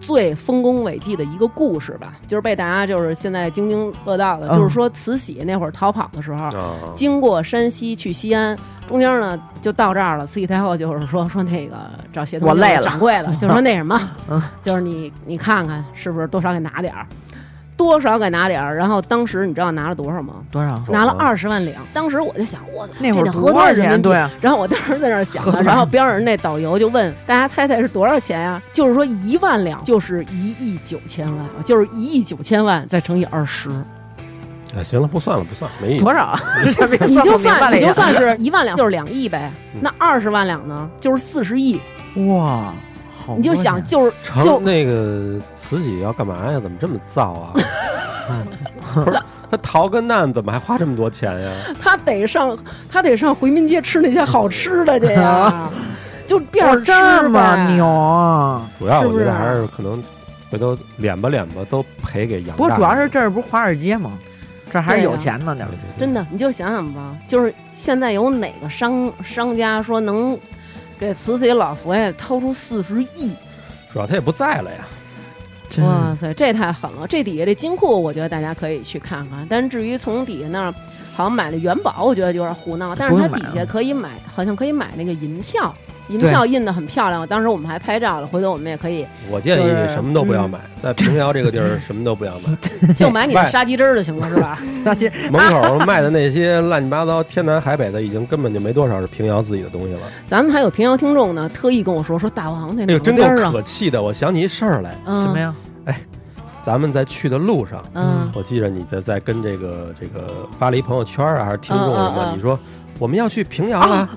B: 最丰功伟绩的一个故事吧，就是被大家就是现在津津乐道的，
C: 嗯
B: 就是说慈禧那会儿逃跑的时候。
A: 啊
B: 经过山西去西安，中间呢就到这儿了。慈禧太后就是说说那个找协同
C: 我累了
B: 掌柜的，就说那什么，
C: 嗯
B: 就是你你看看是不是多少给拿点儿，多少给拿点儿。然后当时你知道拿了多少吗？
C: 多少？
A: 说
B: 拿了
A: 啊
B: 二十万两。当时我就想，我操，
C: 那
B: 这
C: 会儿
B: 得合少
C: 多少
B: 人民
C: 钱？
B: 币
C: 对？啊，
B: 然后我当时在那儿 想
C: 合多
B: 呢，
C: 少
B: 然后边上那导游就问大家猜猜是多少钱呀、就是说一万两就是一亿九千万，啊就是一亿九千万再乘以二十，
A: 哎行了，不算了，不算了，没意思。
C: 多少？ 这别
B: 你就
C: 不明白
B: 算
C: 了
B: 你就
C: 已经
B: 算是一万两就是两亿呗
A: 嗯。
B: 那二十万两呢，就是四十亿。
C: 哇，好多钱，啊
B: 你就想就是就
A: 成那个慈禧要干嘛呀？怎么这么造 啊？不是他逃个难，怎么还花这么多钱呀？
B: 他得上他得上回民街吃那些好吃的去 呀，就变着
C: 哇
B: 吃
C: 这么
B: 呗
C: 牛啊！
A: 主要
B: 是
A: 我
B: 不
A: 觉
B: 是
A: 得
B: 啊
A: 还是可能回头敛吧敛吧，都赔给杨大爷。
C: 不过主要是这儿不是华尔街吗？这还是
B: 对呀
C: 有钱呢，
A: 对
C: 点儿。
A: 对对
B: 真的，你就想想吧，就是现在有哪个商商家说能给慈禧老佛爷掏出四十亿？
A: 主要他也不在了呀。
C: 真
B: 哇塞，这太狠了！这底下这金库，我觉得大家可以去看看。但是至于从底下那儿，好像买的元宝，我觉得有点胡闹。但是它
C: 不用买
B: 底下
C: 了
B: 可以买，好像可以买那个银票，银票印的很漂亮，当时我们还拍照了，回头我们也可以
A: 我建议
B: 就是嗯
A: 你什么都不要买，在平遥这个地 儿什么都不要买，
B: 就买你的
A: 外
B: 杀鸡汁儿就行了，是吧？
C: 那其实
A: 门口卖的那些乱七八糟、天南海北的，已经根本就没多少是平遥自己的东西了。
B: 咱们还有平遥听众呢，特意跟我说说大王那
A: 哎呦，
B: 哪个
A: 真够
B: 边儿啊？
A: 可气的！我想起一事儿来，
C: 什么
B: 嗯
C: 呀？
A: 咱们在去的路上，
B: 嗯，
A: 我记着你在在跟这个这个发了一朋友圈啊，还是听众什
B: 嗯嗯
A: 么，
B: 嗯
A: 你说我们要去平遥了，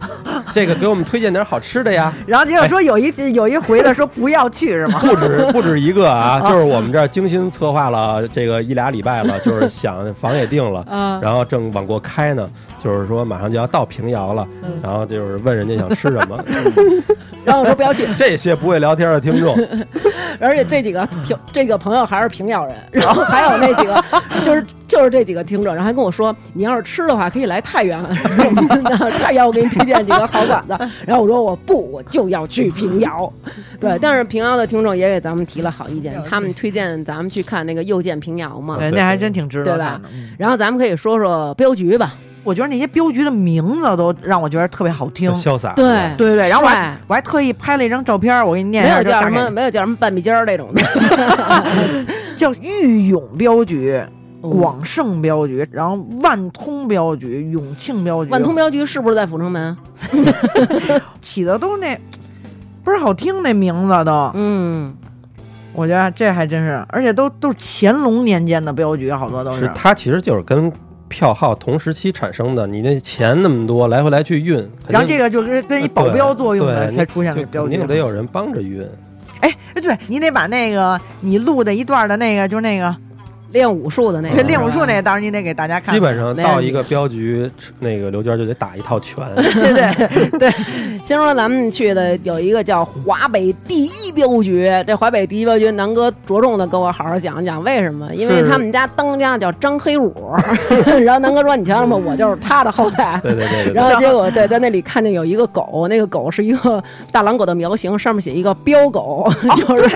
A: 这个给我们推荐点好吃的呀。
C: 然后结果说有一有一回的说不要去是吗？
A: 不止不止一个啊，就是我们这儿精心策划了这个一俩礼拜了，就是想房也定了，
B: 嗯
A: 然后正往过开呢，就是说马上就要到平遥了，
B: 嗯
A: 然后就是问人家想吃什么，
B: 然后我说不要去，
A: 这些不会聊天的听众，
B: 而且这几个平这个朋友还是平遥人， 然后还有那几个就是就是这几个听众，然后还跟我说，你要是吃的话可以来太 原，什么的，太原我给你推荐几个好馆子。然后我说我不，我就要去平遥。对，但是平遥的听众也给咱们提嗯了好意见，他们推荐咱们去看那个又见平遥嘛。
C: 对，那还真挺值得看的。嗯
B: 然后咱们可以说说镖局吧，
C: 我觉得那些镖局的名字都让我觉得特别好听。
A: 潇洒。
B: 对
C: 对对对，然后我
B: 帅
C: 还我还特意拍了一张照片，我给你念一
B: 没
C: 下，
B: 有
C: 就
B: 叫
C: 大
B: 什
C: 概
B: 么没有叫什么半壁尖儿那种的。
C: 叫豫勇镖局、
B: 哦
C: 广盛镖局，然后万通镖局、永庆镖局，
B: 万嗯通镖局是不是在阜成门？
C: 起的都是那不是好听那名字都，
B: 嗯，
C: 我觉得这还真是，而且都都是乾隆年间的镖局，啊好多都
A: 是它其实就是跟票号同时期产生的，你那钱那么多，来回来去运，肯定
C: 然后这个就是跟一保镖作用的
A: 呃对
C: 才出现
A: 就
C: 的镖
A: 肯
C: 局
A: 定。得有人帮着运。
C: 哎，对你得把那个你录的一段的那个，就是那个
B: 练武术的那个，
C: 对练武术
B: 个。
C: 那个，到时候你得给大家看。
A: 基本上
B: 没问
A: 到
B: 题
A: 一个镖局，那个刘娟就得打一套 拳。
C: 对对对，
B: 先说咱们去的有一个叫华北第一镖局，这华北第一镖局，南哥着重的跟我好好讲一讲为什么？因为
A: 是
B: 他们家当家叫张黑五， 然后南哥说你瞧瞧吧，我就是他的后代。
A: 对对对对对。
B: 然后结果对，在那里看见有一个狗，那个狗是一个大狼狗的苗型，上面写一个标狗，就是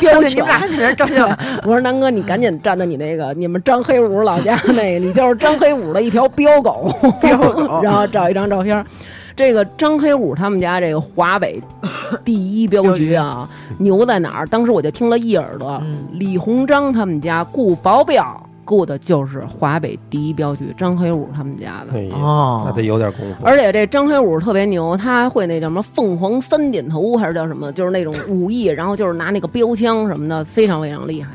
B: 标
C: 哦 对你
B: 犬
C: 们。俩还在那 照相。
B: 我说南哥，你赶紧站在你那个你们张黑五老家那个，你就是张黑五的一条标狗，
C: 标 狗
B: 然后找一张照片儿。这个张黑五他们家这个华北第一镖局啊，牛在哪儿？当时我就听了一耳朵，
C: 嗯
B: 李鸿章他们家雇保镖雇的就是华北第一镖局张黑五他们家的。
A: 哎呀
C: 哦
A: 那得有点功夫。
B: 而且这张黑五特别牛，他还会那叫什么凤凰三点头，还是叫什么，就是那种武艺，然后就是拿那个标枪什么的，非常非常厉害。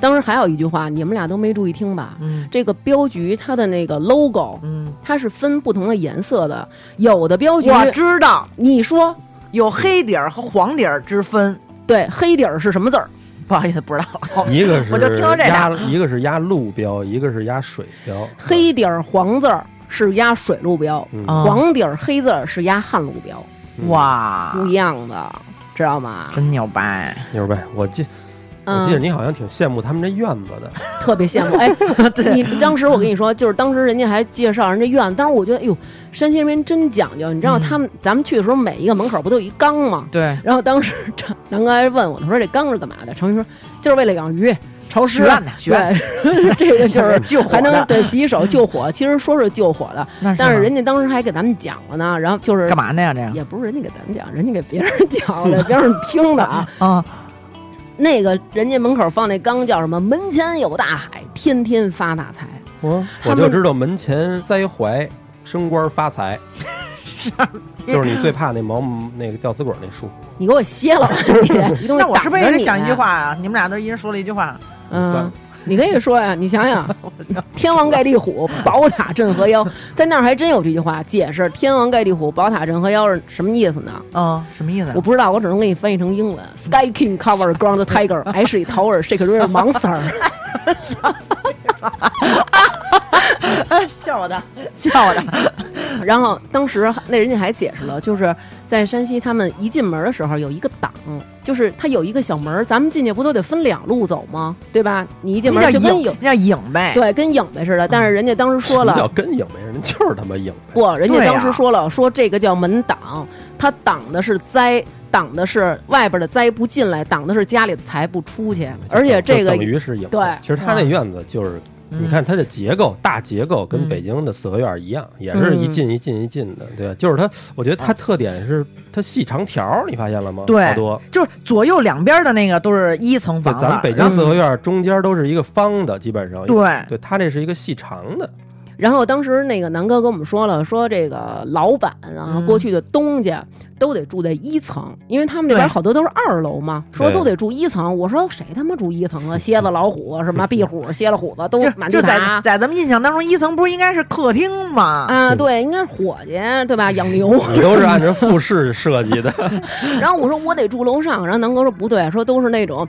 B: 当时还有一句话，你们俩都没注意听吧？
C: 嗯
B: 这个镖局它的那个 logo，
C: 嗯，
B: 它是分不同的颜色的，有的镖局，
C: 我知道
B: 你说
C: 有黑底儿和黄底儿之分。
B: 对，黑底儿是什么字儿？
C: 不好意思，不知道。
A: 一个是
C: 我就听说这
A: 压
C: 俩，
A: 一个是压路标，一个是压水标。
B: 黑底儿黄字儿是压水路标，
A: 嗯
C: 啊
B: 黄底儿黑字儿是压旱路标，
A: 嗯
C: 哇，
B: 不一样的，知道吗？
C: 真牛掰！
A: 牛嗯呗！我记我记得
B: 嗯，
A: 你好像挺羡慕他们这院子的，
B: 特别羡慕。哎， 你当时我跟你说，就是当时人家还介绍人家院，当时我觉得，哎呦，山西人民真讲究。你知
C: 嗯
B: 道他们、咱们去的时候，每一个门口不都有一缸吗？
C: 对，
B: 然后当时张南哥还问我，他说这缸是干嘛的？程云说就是为了养鱼，潮湿
C: 学。院的学院
B: 对， 这个就是
C: 救火
B: 还能
C: 的，
B: 对洗洗手救火。其实说是救火的，
C: 那
B: 但 是
C: 吗
B: 人家当时还给咱们讲了呢。然后就是
C: 嗯干嘛呢呀？这个
B: 也不是人家给咱们讲，人家给别人讲的，别 人听的 啊。
C: 啊，
B: 那个人家门口放那缸叫什么？门前有大海，天天发大财。
A: 我
B: 他
A: 我
B: 们
A: 就知道门前栽槐，升官发 财。就是你最怕那毛那个吊死鬼那树，
B: 你给我歇了吧， 你一动
C: 那我是不是也
B: 挡着
C: 得
B: 你
C: 想一句？话啊？你们俩都一人说了一句话，
A: 算
B: 嗯
A: 了，
B: 你可以说呀，你想 想，天王盖地虎，宝塔镇河妖，在那儿还真有这句话解释“天王盖地虎，宝塔镇河妖”是什么意思呢？
C: 嗯，什么意思
B: 我？不知道，我只能给你翻译成英文：Sky King cover ground tiger, Ashley tower shake real monster。
C: 笑我的， 笑 我的，
B: 然后当时那人家还解释了，就是在山西他们一进门的时候有一个挡，就是它有一个小门儿，咱们进去不都得分两路走吗？对吧？你一进
C: 那
B: 门
C: 叫
B: 就跟
C: 影
B: 有，
C: 那叫影呗。
B: 对，跟影子似的。但是人家当时说
A: 什么叫
B: 了。
A: 跟影没人，就是他妈影呗。
B: 不，人家
C: 对呀
B: 当时说了，说这个叫门挡，它挡的是灾，挡的是外边的灾不进来，挡的是家里的财不出去。而且这个
A: 就等于是影。
B: 对嗯
A: 其实他那院子就是
C: 嗯
A: 你看它的结构，大结构跟北京的四合院一样，也是
B: 嗯
A: 一进一进一进的，对吧，就是它，我觉得
B: 啊
A: 它特点是它细长条，你发现了吗？
C: 对
A: 好多。
C: 就是左右两边的那个都是一层
A: 对，
C: 房
A: 咱们
C: 了。
A: 北京四
B: 嗯
A: 合院中间都是一个方的，基本上。
C: 对，
A: 对，它这是一个细长的，
B: 然后当时那个南哥跟我们说了，说这个老板啊
C: 嗯，
B: 过去的东家都得住在一层，因为他们那边
C: 对
B: 好多都是二楼嘛，说
A: 对
B: 都得住一层。我说谁他妈住一层啊？蝎子、老虎、什么壁虎、蝎子、虎子都
C: 就
B: 满
C: 就
B: 地
C: 在
B: 爬
C: 在咱们印象当中，一层不是应该是客厅吗？
B: 啊！对，应该是伙计对吧？养牛。
A: 你都是按 照复式设计的，
B: 然后我说我得住楼上，然后南哥说不对，说都是那种。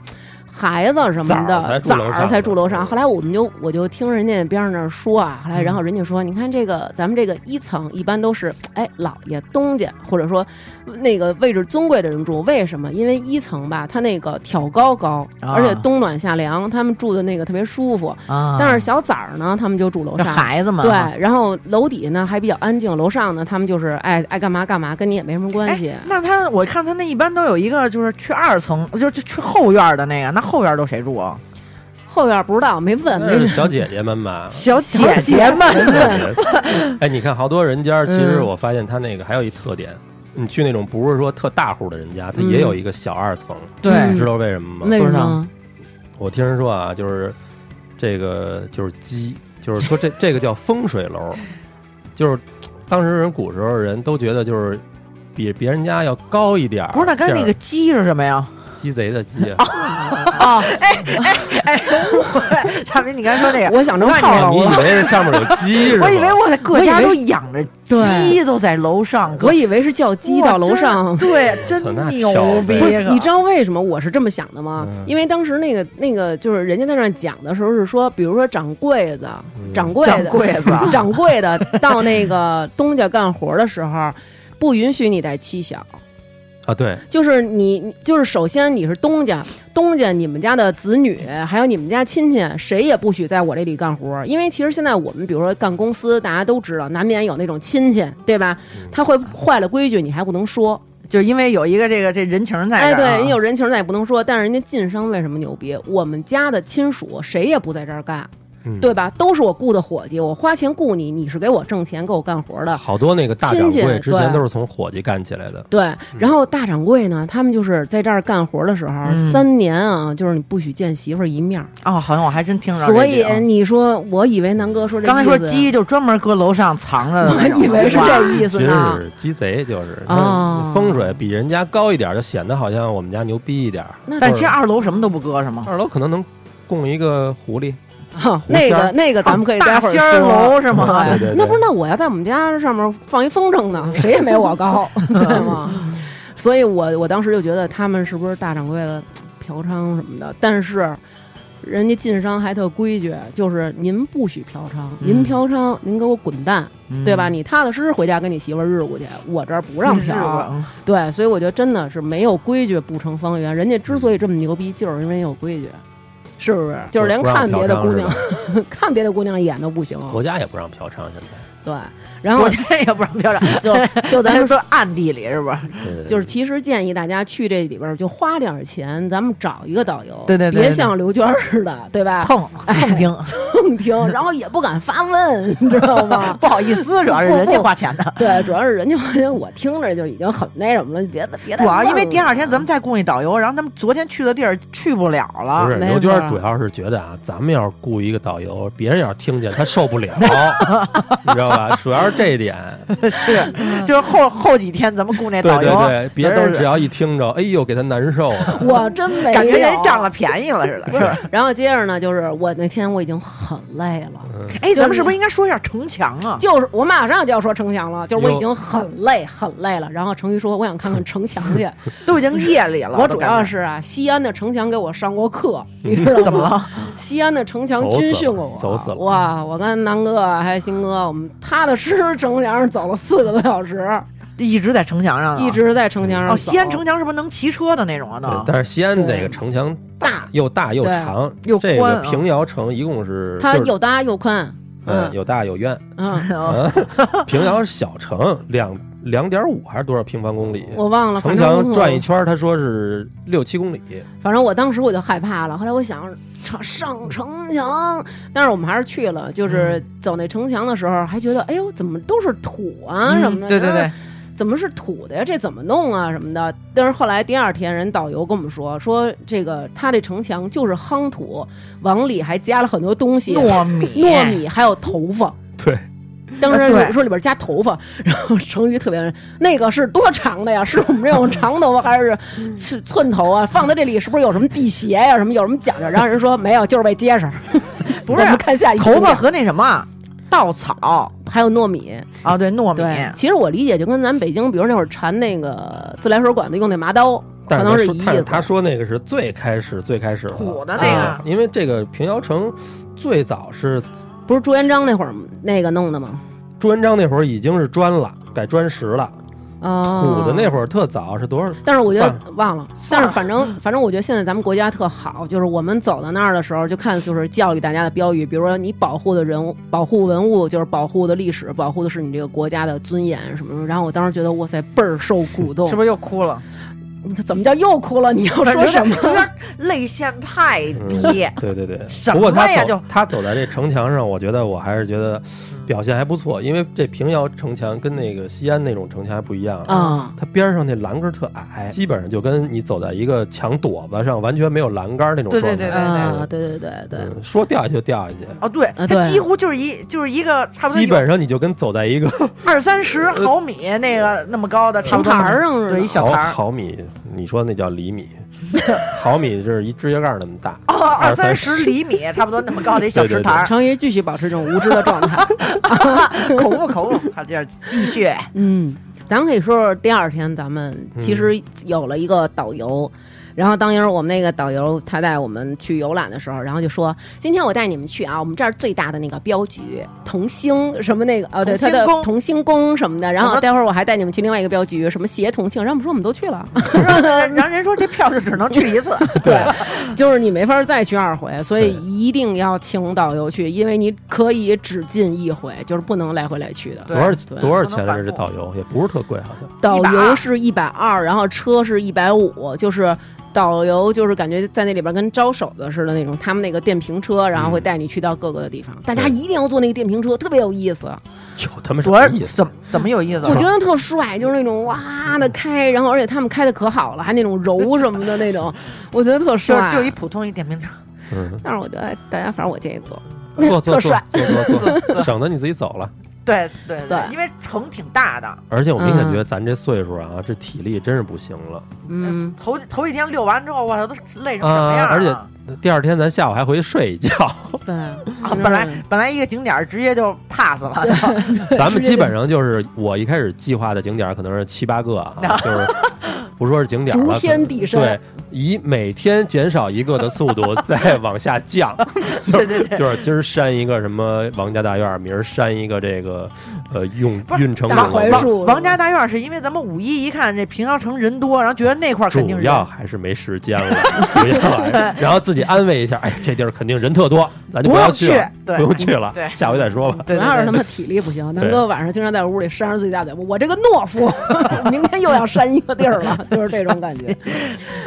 B: 孩子什么
A: 崽儿才
B: 的，
A: 住楼
B: 崽
A: 上
B: 儿才住楼上。
A: 嗯
B: 后来我们就我就听人家边上那儿说啊，后来然后人家说，你看这个咱们这个一层一般都是哎老爷东家或者说那个位置尊贵的人住，为什么？因为一层吧，它那个挑高高，
C: 啊
B: 而且冬暖夏凉，他们住的那个特别舒服。
C: 啊，
B: 但是小崽儿呢，他们就住楼
C: 这
B: 上。
C: 孩子嘛，
B: 对，然后楼底呢还比较安静，楼上呢他们就是爱爱干嘛干嘛，跟你也没什么关系。
C: 哎那他，我看他那一般都有一个，就是去二层，就是就去后院的那个。那后院都谁住啊？
B: 后院不知道，没问，
A: 那
B: 没
A: 是小姐姐们 吧？
C: 小姐
B: 姐
C: 们，
A: 真的是哎，你看好多人家，其
B: 嗯
A: 实我发现他那个还有一特点，你去那种不是说特大户的人家，他也有一个小二层，
C: 对，
A: 你
B: 嗯
A: 知道为什么吗？
B: 为什
C: 不知
B: 么
C: 道？
A: 我听人说啊，就是这个就是鸡，就是说这这个叫风水楼，就是当时人古时候人都觉得就是比别人家要高一点儿，
C: 不是，那跟
A: 这样
C: 那个鸡是什么呀？
A: 鸡贼的鸡啊，
C: 啊，哎哎 哎，大明，你刚才说那个，
B: 我想成
C: 我看
B: 炮
A: 你
B: 楼
A: 以
B: 了，
A: 为是上面 有鸡是吧？
C: 我以为我在各家
B: 我以为
C: 都养着鸡，
B: 对
C: 都在楼上。
B: 我以为是叫鸡到楼上。
C: 对，啊真
A: 操那
C: 牛
A: 巧
C: 逼
A: 呗
C: 啊
B: 不是，！你知
C: 道
B: 道为什么我是这么想的吗？
A: 嗯
B: 因为当时那个那个就是人家在那儿讲的时候是说，比如说掌柜子、
A: 嗯
B: 掌柜
C: 掌
B: 的、
C: 柜子
B: 掌柜的到那个东家干活的时候，不允许你带妻小。
A: 啊，对，
B: 就是你，就是首先你是东家，东家你们家的子女，还有你们家亲戚，谁也不许在我这里干活儿。因为其实现在我们比如说干公司，大家都知道，难免有那种亲戚，对吧？他会坏了规矩，你还不能说。
C: 就是因为有一个这个这人情在
B: 哎，
C: 这
B: 对
C: 儿啊，，
B: 人有人情，咱也不能说。但是人家晋商为什么牛逼？我们家的亲属谁也不在这儿干，
A: 嗯
B: 对吧？都是我雇的伙计，我花钱雇你，你是给我挣钱，给我干活儿的。
A: 好多那个大掌
B: 亲戚
A: 柜之前
B: 对
A: 都是从伙计干起来的，
B: 对，然后大掌柜呢，他们就是在这儿干活的时候，
C: 嗯
B: 三年啊，就是你不许见媳妇儿一面儿。
C: 哦，好像我还真听着这句啊。
B: 所以你说，我以为南哥说这
C: 刚才说
B: 意思，
C: 鸡就专门搁楼上藏着的那种，
B: 我以为是
C: 哇
B: 这意思
A: 其实
C: 啊
B: 呢。
A: 是鸡贼，就是
B: 哦
A: 风水比人家高一点，就显得好像我们家牛逼一点。
B: 那
C: 但其实二楼什么都不搁，是吗？
B: 嗯
A: 二楼可能能供一个狐狸，
B: 哈
A: 狐仙
B: 那
A: 儿啊
B: 个那个，咱们可以待
C: 哦大
B: 会儿
C: 仙儿
B: 说。啊
C: 楼是吗？
A: 对对对
B: 那不是那我要在我们家上面放一风筝呢，谁也没我 高， 对吗？所以我我当时就觉得他们是不是大掌柜的嫖娼什么的？但是人家晋商还特规矩，就是您不许嫖娼，您
C: 嗯
B: 嫖娼您给我滚蛋，对吧？你踏踏实实回家跟你媳妇儿日过去，我这儿不
C: 嗯不
B: 让啊嫖。对，所以我觉得真的是没有规矩不成方圆。人家之所以这么牛逼，就是因为有规矩，是
C: 嗯
B: 不是？就是连
A: 不让
B: 看别的
A: 嫖娼
B: 姑
A: 是
B: 娘
A: 吧，
B: 看别的姑娘一眼都不行。
A: 国家也不让嫖娼，现在
B: 对，然后
C: 我这也不让嫖娼，
B: 就 就咱
C: 咱
B: 们
C: 就
B: 说，
C: 说暗地里是不是？
A: 对对对
B: 就是其实建议大家去这里边儿就花点儿钱，咱们找一个导游，
C: 对对对
B: 别
C: 对
B: 像刘娟儿似的，对吧？
C: 蹭蹭听，
B: 蹭 听，然后也不敢发问，你知道吗？
C: 不好意思，主要是人家花钱的。
B: 对，主要是人家好像我听着就已经很那什么了，别的别的。
C: 主要因为第二天咱们再雇一导游，然后他们昨天去的地儿去不了了。
A: 不是
B: 没
A: 刘
B: 法
A: 娟
B: 儿
A: 主要是觉得啊，咱们要是雇一个导游，别人要是听见他受不了，你知道吧？主要是这一点。
C: 是，嗯就是后后几天咱们雇那
A: 对
C: 导
A: 对
C: 游，
A: 对，别
C: 那都
A: 人
C: 是
A: 只要一听着，哎呦，给他难受 的。
B: 我真没有
C: 感觉人占了便宜了似 的。是吧，
B: 然后接着呢，就是我那天我已经很累了，
A: 嗯
C: 哎，咱们是不是应该说一下城墙啊？
B: 就是我马上就要说城墙了，就是我
A: 哟
B: 已经很累很累了。然后程昱说我想看看城墙 去，
C: 都已经夜里了，
B: 我
C: 都
B: 主
C: 感觉
B: 要是啊，西安的城墙给我上过课，你知道吗？
C: 怎么了？
B: 西安的城墙
A: 走死
B: 军训过我，啊
A: 了走死了
B: 哇，我跟南哥啊还有新哥，我们踏踏实实城墙上走了四个多小时，
C: 一直在城墙上啊，
B: 一直在城墙上
C: 哦，
B: 走。
C: 西安城墙是不是能骑车的那种啊？
A: 对
C: 呢，
A: 但是西安那
B: 对
A: 个城墙
B: 大
A: 又大又
B: 对
A: 长，
C: 又
A: 这
C: 宽
A: 个
C: 啊
A: 平遥城一共是
B: 它
A: 就是
B: 又搭又宽，
A: 嗯
B: 嗯
A: 有大有远，
C: 哦
B: 嗯，
A: 嗯，平遥是小城，两两点五还是多少平方公里？
B: 我忘了，
A: 城
B: 反正
A: 墙转一
B: 我
A: 圈儿，他说是六七公里。
B: 反正我当时我就害怕了。后来我想，上上城墙，但是我们还是去了。
D: 嗯
B: 就是走那城墙的时候，还觉得哎呦，怎么都是土啊
C: 嗯
B: 什么的，
D: 嗯对对对，，
B: 怎么是土的呀？这怎么弄啊什么的？但是后来第二天，人导游跟我们说，说这个他这城墙就是夯土，往里还加了很多东西，啊
D: 糯
C: 米
B: 糯米还有头发。
A: 对，
B: 当
D: 啊
B: 时
D: 对
B: 有说里边加头发， 然后成语特别那个是多长的呀？ 是我们这种长头发还是寸寸头啊？放在这里是不是有什么辟邪呀、什么有什么讲究？然后人说没有，就是为结实。
C: 不是
B: 我们看下一个
D: 头
B: 景
D: 发
B: 点
D: 和那什么稻草
B: 还有糯米，
D: 啊，对糯米，
B: 对，其实我理解就跟咱北京，比如那会儿缠那个自来水管子用那麻刀，可
A: 但
B: 能
A: 是
B: 一
A: 他说
B: 意思。
A: 他他说那个是最开始最开始的
C: 土的
B: 那个
A: 啊因为这个平遥城最早是
B: 不是朱元璋那会儿那个弄的吗？
A: 朱元璋那会儿已经是砖了，改砖石了。
B: 哦，
A: 土的那会儿特早是多少？
B: 但是我觉
A: 算
B: 得忘了，但是反正反正我觉得现在咱们国家特好，就是我们走到那儿的时候，就看就是教育大家的标语，比如说你保护的人物、保护文物，就是保护的历史，保护的是你这个国家的尊严什么什么。然后我当时觉得哇塞，倍儿受鼓动，
D: 是不是又哭了？
B: 你看怎么叫又哭了？你要说什么？
C: 有点泪腺太低。
A: 对对对，
C: 什么
A: 不过他
C: 呀
A: 走
C: 就
A: 他走在这城墙上，我觉得我还是觉得表现还不错，因为这平遥城墙跟那个西安那种城墙还不一样
B: 啊
A: 它边上那栏杆儿特矮，基本上就跟你走在一个墙垛子上，完全没有栏杆儿那种
D: 对
A: 状态。
D: 对
B: 啊，对对对对，
A: 嗯，说掉下去就掉下去。
C: 哦，对，
B: 啊
C: 它
B: 对
C: 几乎就是一就是一个差不多
A: 基
C: 有
A: 本上呃你就跟走在一个
C: 二三十毫米那个那么高的，差
B: 平
C: 不多
B: 台 儿上是
D: 对，一
B: 吧
D: 小
A: 毫
D: 盘儿，
A: 毫米，你说那叫厘米， 毫米就是一指甲盖儿那么大。
C: 哦，二三
A: 三
C: 十厘米，差不多那么高的一小
A: 对对
C: 池
A: 对
C: 塘儿。
B: 成鱼继续保持这种无知的状态。
C: 口误口误，好，接着继续。
B: 嗯，咱可以说说第二天咱们其实有了一个导游。然后当时我们那个导游他带我们去游览的时候，然后就说：“今天我带你们去啊，我们这儿最大的那个镖局同兴什么那个哦，对，
C: 同
B: 他
C: 兴
B: 的
C: 宫
B: 同兴宫什么的。然
C: 我
B: 后
C: 说
B: 待会儿我还带你们去另外一个镖局，什么协同庆。然后我们说我们都去了，
C: 然后呃人说这票是只能 去一次，
B: 对，就是你没法再去二回，所以一定要请导游去，因为你可以只进一回，就是不能来回来去的。
A: 多少
B: 对
A: 多少
C: 不能
A: 钱
C: 反
A: 来着？
C: 复
A: 导游也不是特贵，好像
B: 导游
C: 120
B: 是一百二，然后车是一百五，就是导游就是感觉在那里边跟招手的似的那种，他们那个电瓶车，然后会带你去到各个的地方。大家一定要坐那个电瓶车，特别有意思，
A: 有他妈什
D: 多
A: 么
D: 少
A: 意思
D: 怎？么怎么有意思？
B: 我觉得特帅，就是那种哇的开，然后而且他们开的可好了，还那种揉什么的那 种，我觉得特
D: 就
B: 帅。
D: 就一普通一电瓶车，
A: 嗯，
B: 但是我觉得大家反正我建议坐，
A: 坐坐
B: 特
A: 坐
B: 帅
A: 坐坐坐，
D: 坐
A: 省得你自己走了。
D: 对对
B: 对
C: 因为城挺大的。
A: 而且我明显
B: 嗯
A: 觉得咱这岁数啊，这体力真是不行了。
B: 嗯，
C: 头头一天遛完之后，我操，都累成什么样
A: 啊而且
C: 了？
A: 第二天咱下午还回去睡一觉，
B: 对，
D: 啊，本来
B: 嗯
D: 本来一个景点儿直接就 pass 了，
A: 咱们基本上就是我一开始计划的景点儿可能是七八个啊，就是不说是景点儿了，
B: 逐天
A: 可能
B: 递升
A: 对，以每天减少一个的速度 再往下降，
C: 对对 对，
A: 就是今儿删一个什么王家大院儿，明儿删一个这 个呃运
C: 不是
A: 运城
B: 大
A: 楼
B: 槐
A: 吧
B: 树
C: 王家大院是因为咱们五一一看这平遥城人多，然后觉得那块儿肯
A: 主
C: 定是
A: 要
C: 人。
A: 还是没时间了，主要还 是然后自己安慰一下，哎，这地儿肯定人特多，咱就
C: 不
A: 要
C: 用去
A: 了，，
C: 对
A: 不用去了
C: 对，
A: 下回再说吧。
B: 主
C: 对
B: 要是他
C: 对
B: 妈体力不行，南
A: 对
B: 哥晚上经常在屋里扇着自己大嘴巴，我这个懦夫， 明天又要扇一个地 儿了，就是这种感觉。
C: 嗯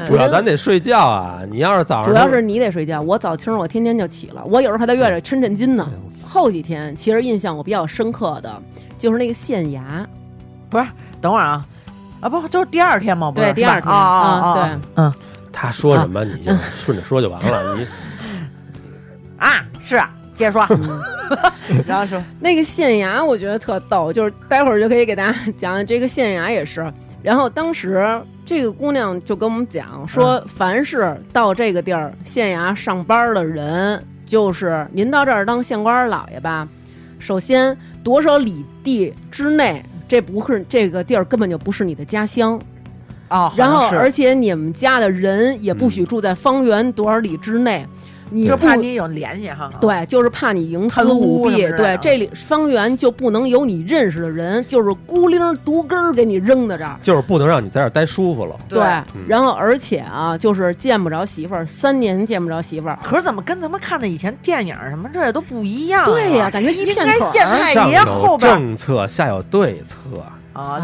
A: 主要咱得睡觉啊，你要是早上
B: 主要是你得睡觉，我早清儿我天天就起了，我有时候还在院里抻抻筋
A: 哎
B: 呢。后几天其实印象我比较深刻的就是那个县衙，
D: 等会儿啊，啊不就是第二天吗？不是
B: 对，第二
D: 是吧
B: 天
C: 哦
D: 啊啊啊
B: 啊，
D: 啊，
B: 对，
C: 嗯
A: 他说什
C: 啊
A: 么你就顺着说就完 了，你
D: 啊是啊，接着说，
B: 嗯
D: 然后说
B: 那个县衙我觉得特逗，就是待会儿就可以给大家 讲讲这个县衙也是。然后当时这个姑娘就跟我们讲说，
A: 嗯
B: 凡是到这个地儿县衙上班的人，就是您到这儿当县官老爷吧，首先多少里地之内，这不是这个地儿根本就不是你的家乡。
D: 哦，好
B: 然
D: 像
B: 后，
D: 是
B: 而且你们家的人也不许住在方圆多少里之内，你
D: 就
B: 不
D: 怕你有联系哈，
B: 对，就是怕你营私
D: 贪污
B: 舞弊
D: 什么之类。的
B: 对
D: 啊，
B: 这里方圆就不能有你认识的人，就是孤零儿独根儿给你扔到这儿。
A: 就是不能让你在这儿待舒服了。
B: 对，
A: 嗯
B: 然后而且啊，就是见不着媳妇儿，三年见不着媳妇儿。
D: 可是怎么跟咱们看的以前电影什么这都不一样啊
B: 哎对呀、感觉一
C: 应
B: 片
C: 该
B: 腿
C: 现
B: 儿。
C: 在
A: 上
C: 也
A: 有
C: 哎后边
A: 政策，下有对策，
C: 啊，
B: 啊